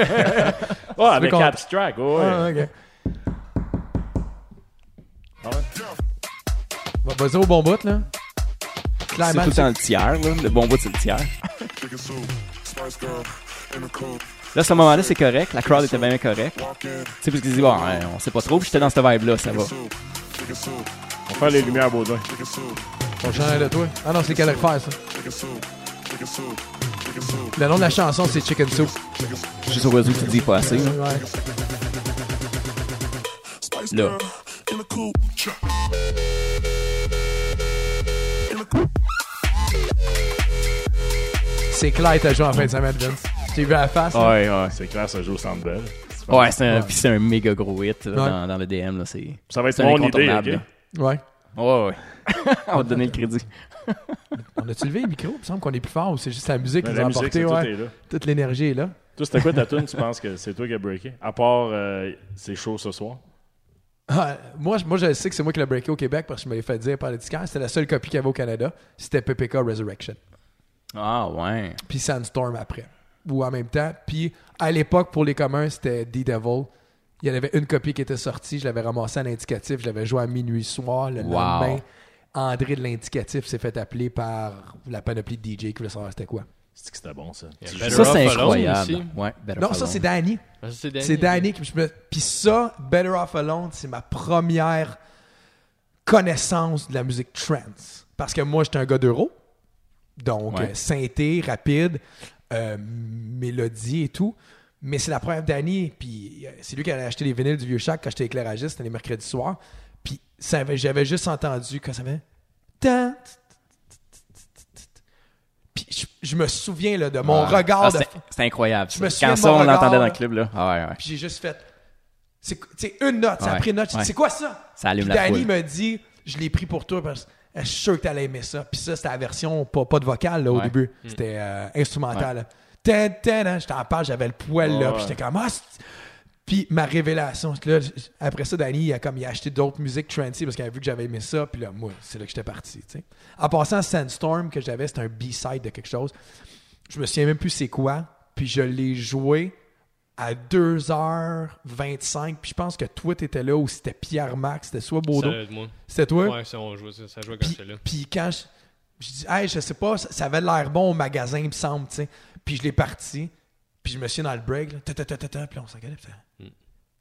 Ah, avec
qu'on-
Abstract, ouais.
Ah, ok.
Ah
Bah, vas-y au bon bout, là.
C'est
Clairement,
tout le temps le tiers, là. Le bon bout, c'est le tiers.
Chicken soup, spice girl in the coop.
Là, ce moment-là, c'est correct. La crowd était bien correcte.
Walk in,
Tu sais, parce qu'ils disent, bon, hein, on sait pas trop. Puis j'étais dans cette vibe-là, ça va.
soup, chicken soup,
On va faire les lumières Baudouin.
chicken soup,
on change de toi. Ah non, c'est calorifère, ça.
chicken soup, chicken soup, chicken soup,
Le nom de la chanson, c'est Chicken Soup.
Juste au réseau, tu te dis pas assez. là.
Ouais.
Spice
Là.
Girl in a coupe. In a coupe.
C'est clair, t'as joué en fin de semaine, Vince. J'ai vu la face. là.
Ouais, ouais.
C'est clair, ça joue au centre belle.
Ouais, c'est un, puis c'est un méga gros hit là,
Ouais.
dans, dans le DM. Là, c'est,
Ça va être
c'est un
mon idée.
incontournable.
ok?
Ouais.
là. Ouais, ouais. On va te donner le crédit.
On a-tu levé le micro? Il me semble qu'on est plus fort ou c'est juste la musique qui
Mais
nous a
Ben, La musique, c'est
apporté,
tout est
ouais.
là.
Toute l'énergie est là.
Toi, c'était quoi ta tune, tu penses que c'est toi qui as breaké? À part, euh, c'est chaud ce soir.
Ah, moi, je- moi, je sais que c'est moi qui l'ai breaké au Québec parce que je me l'ai fait dire par les disquaires. C'était la seule copie qu'il y avait au Canada. C'était PPK Resurrection.
Ah, ouais.
Puis Sandstorm après. Ou en même temps. Puis à l'époque, pour les communs, c'était D-Devil. Il y en avait une copie qui était sortie. Je l'avais ramassée à l'indicatif. Je l'avais joué à minuit soir. Le
Wow.
lendemain, André de l'indicatif s'est fait appeler par la panoplie de DJ qui voulait savoir c'était quoi.
C'est que c'était bon, ça.
Yeah,
Tu
better
joues-
Ça, c'est
Off Alone
incroyable.
aussi.
Ouais, Better
non,
Off
ça, c'est
Alone.
Danny.
Ah, ça, C'est Danny.
C'est Danny qui je me. Puis ça, Better Off Alone, c'est ma première connaissance de la musique trance. Parce que moi, j'étais un gars d'euro. Donc,
Ouais.
euh, synthé, rapide, euh, mélodie et tout. Mais c'est la première d'année. Puis euh, c'est lui qui allait acheter les vinyles du Vieux Chac quand j'étais éclairagiste, c'était les mercredis soirs. Puis ça avait- j'avais juste entendu quand ça avait. Tan, t, t, t, t, t, t, t. Puis je, je me souviens là, de mon
Ouais.
regard
Ah,
de
c'est, c'est incroyable.
Je me
ça. Quand
souviens
ça,
de
on
mon
l'entendait
regard,
dans le
là.
club, là. Ah, ouais, ouais.
puis j'ai juste fait. C'est c'est une note, ça a
Ouais,
pris une note. J'ai dit,
ouais.
C'est quoi ça?
Ça allume
Puis
la
Danny
foule.
me dit, je l'ai pris pour toi parce que je suis sûr que t'allais aimer ça. Puis ça, c'était la version pas, pas de vocal là, au
Ouais.
début. C'était euh, instrumental. là. Tin, tin, hein. J'étais en page, j'avais le poil là. Puis j'étais comme, ah, c'est- puis ma révélation, c'est que là, j- après ça, Danny, il a, comme, il a acheté d'autres musiques Trancy parce qu'il a vu que j'avais aimé ça. Puis là, moi, c'est là que j'étais parti. tu sais. En passant, Sandstorm que j'avais, c'était un B-side de quelque chose. Je me souviens même plus c'est quoi. Puis je l'ai joué à 2h25. Puis je pense que toi, t'étais là ou c'était Pierre Max, c'était soit
Ça
Baudot.
doit être moi.
C'était toi?
Ouais, ça, on jouait, ça, ça jouait quand
Puis,
j'étais là.
puis quand je, je dis, hey, je sais pas, ça, ça avait l'air bon au magasin, il me semble, tu sais. Puis je l'ai parti, puis je me suis dans le break, là, ta, ta, ta, ta, ta, puis là, on s'engueulait, puis
Hmm.
ça-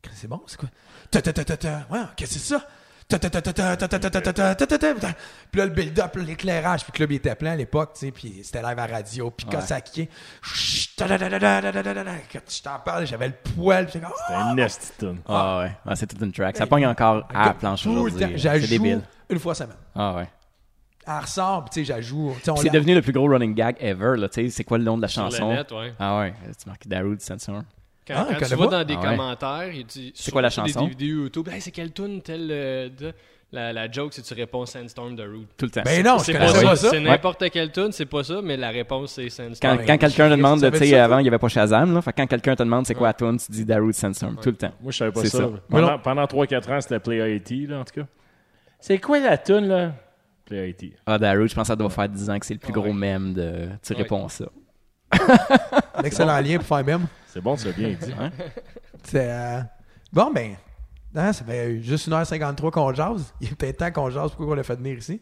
Christ, c'est bon, c'est quoi? Ta, ta, ta, ta, ta, ouais, qu'est-ce que c'est ça? Ta, ta, ta, ta, ta, ta, ta, ta, ta, ta, ta, ta, ta, ta, ta. Puis là, le build-up, là, l'éclairage, puis le club il était plein à l'époque, tu sais, puis c'était live à radio, puis quand
Ouais.
ça kickait, chut, ta, ta, ta, ta, ta, ta, ta, ta, ta. Quand je t'en parle, j'avais le poil, puis j'étais comme,
C'est
Ah!
un nasty tune.
Ah, ouais. Ah, c'est toute une track. Ça pogne encore à la planche
Tout le temps,
aujourd'hui.
j'ajoute
C'est débile.
une fois semaine.
Ah, ouais.
Elle ressort, puis tu sais, j'ajoute. tu sais, on
C'est
la-
devenu le plus gros running gag ever. Là, tu sais, c'est quoi le nom de la
Sur le
chanson?
net, ouais.
Ah ouais, tu marques Daru du Sandstorm.
Quand,
Ah,
quand
connais
tu vas
pas?
dans des
Ah ouais.
commentaires, il dit
C'est quoi la
surtout
chanson?
Des, des vidéos YouTube. Hey, c'est quelle tune telle euh, de- la, la joke c'est tu réponds Sandstorm de Root.
Tout le temps.
Ben non, je
C'est
connais
pas
Ah, connaissais
pas
ça,
ça.
c'est n'importe quelle tune, c'est pas ça, mais la réponse c'est
Quand,
Sandstorm.
quand quelqu'un te demande,
Ah, ça
tu
veut
sais,
dire ça,
avant, il n'y avait pas Shazam, là. Fait que quand quelqu'un te demande c'est quoi la tune, tu dis Daru de Sandstorm. Tout le temps.
Moi, je savais pas
C'est
ça.
ça.
Pendant, pendant 3-4 ans, c'était Play Haiti, là, en tout cas. C'est quoi la tune, là? Play Haiti.
Ah, Daru, je pense que ça doit faire 10 ans que c'est le plus
Ah
Ouais.
gros mème de. Tu
Ouais.
réponds ça.
Un excellent lien pour faire même.
C'est bon, tu l'as bien dit.
C'est, euh, Bon, ben, hein, ça fait juste 1h53 qu'on jase. Il est peut-être temps qu'on jase. Pourquoi on l'a fait venir ici?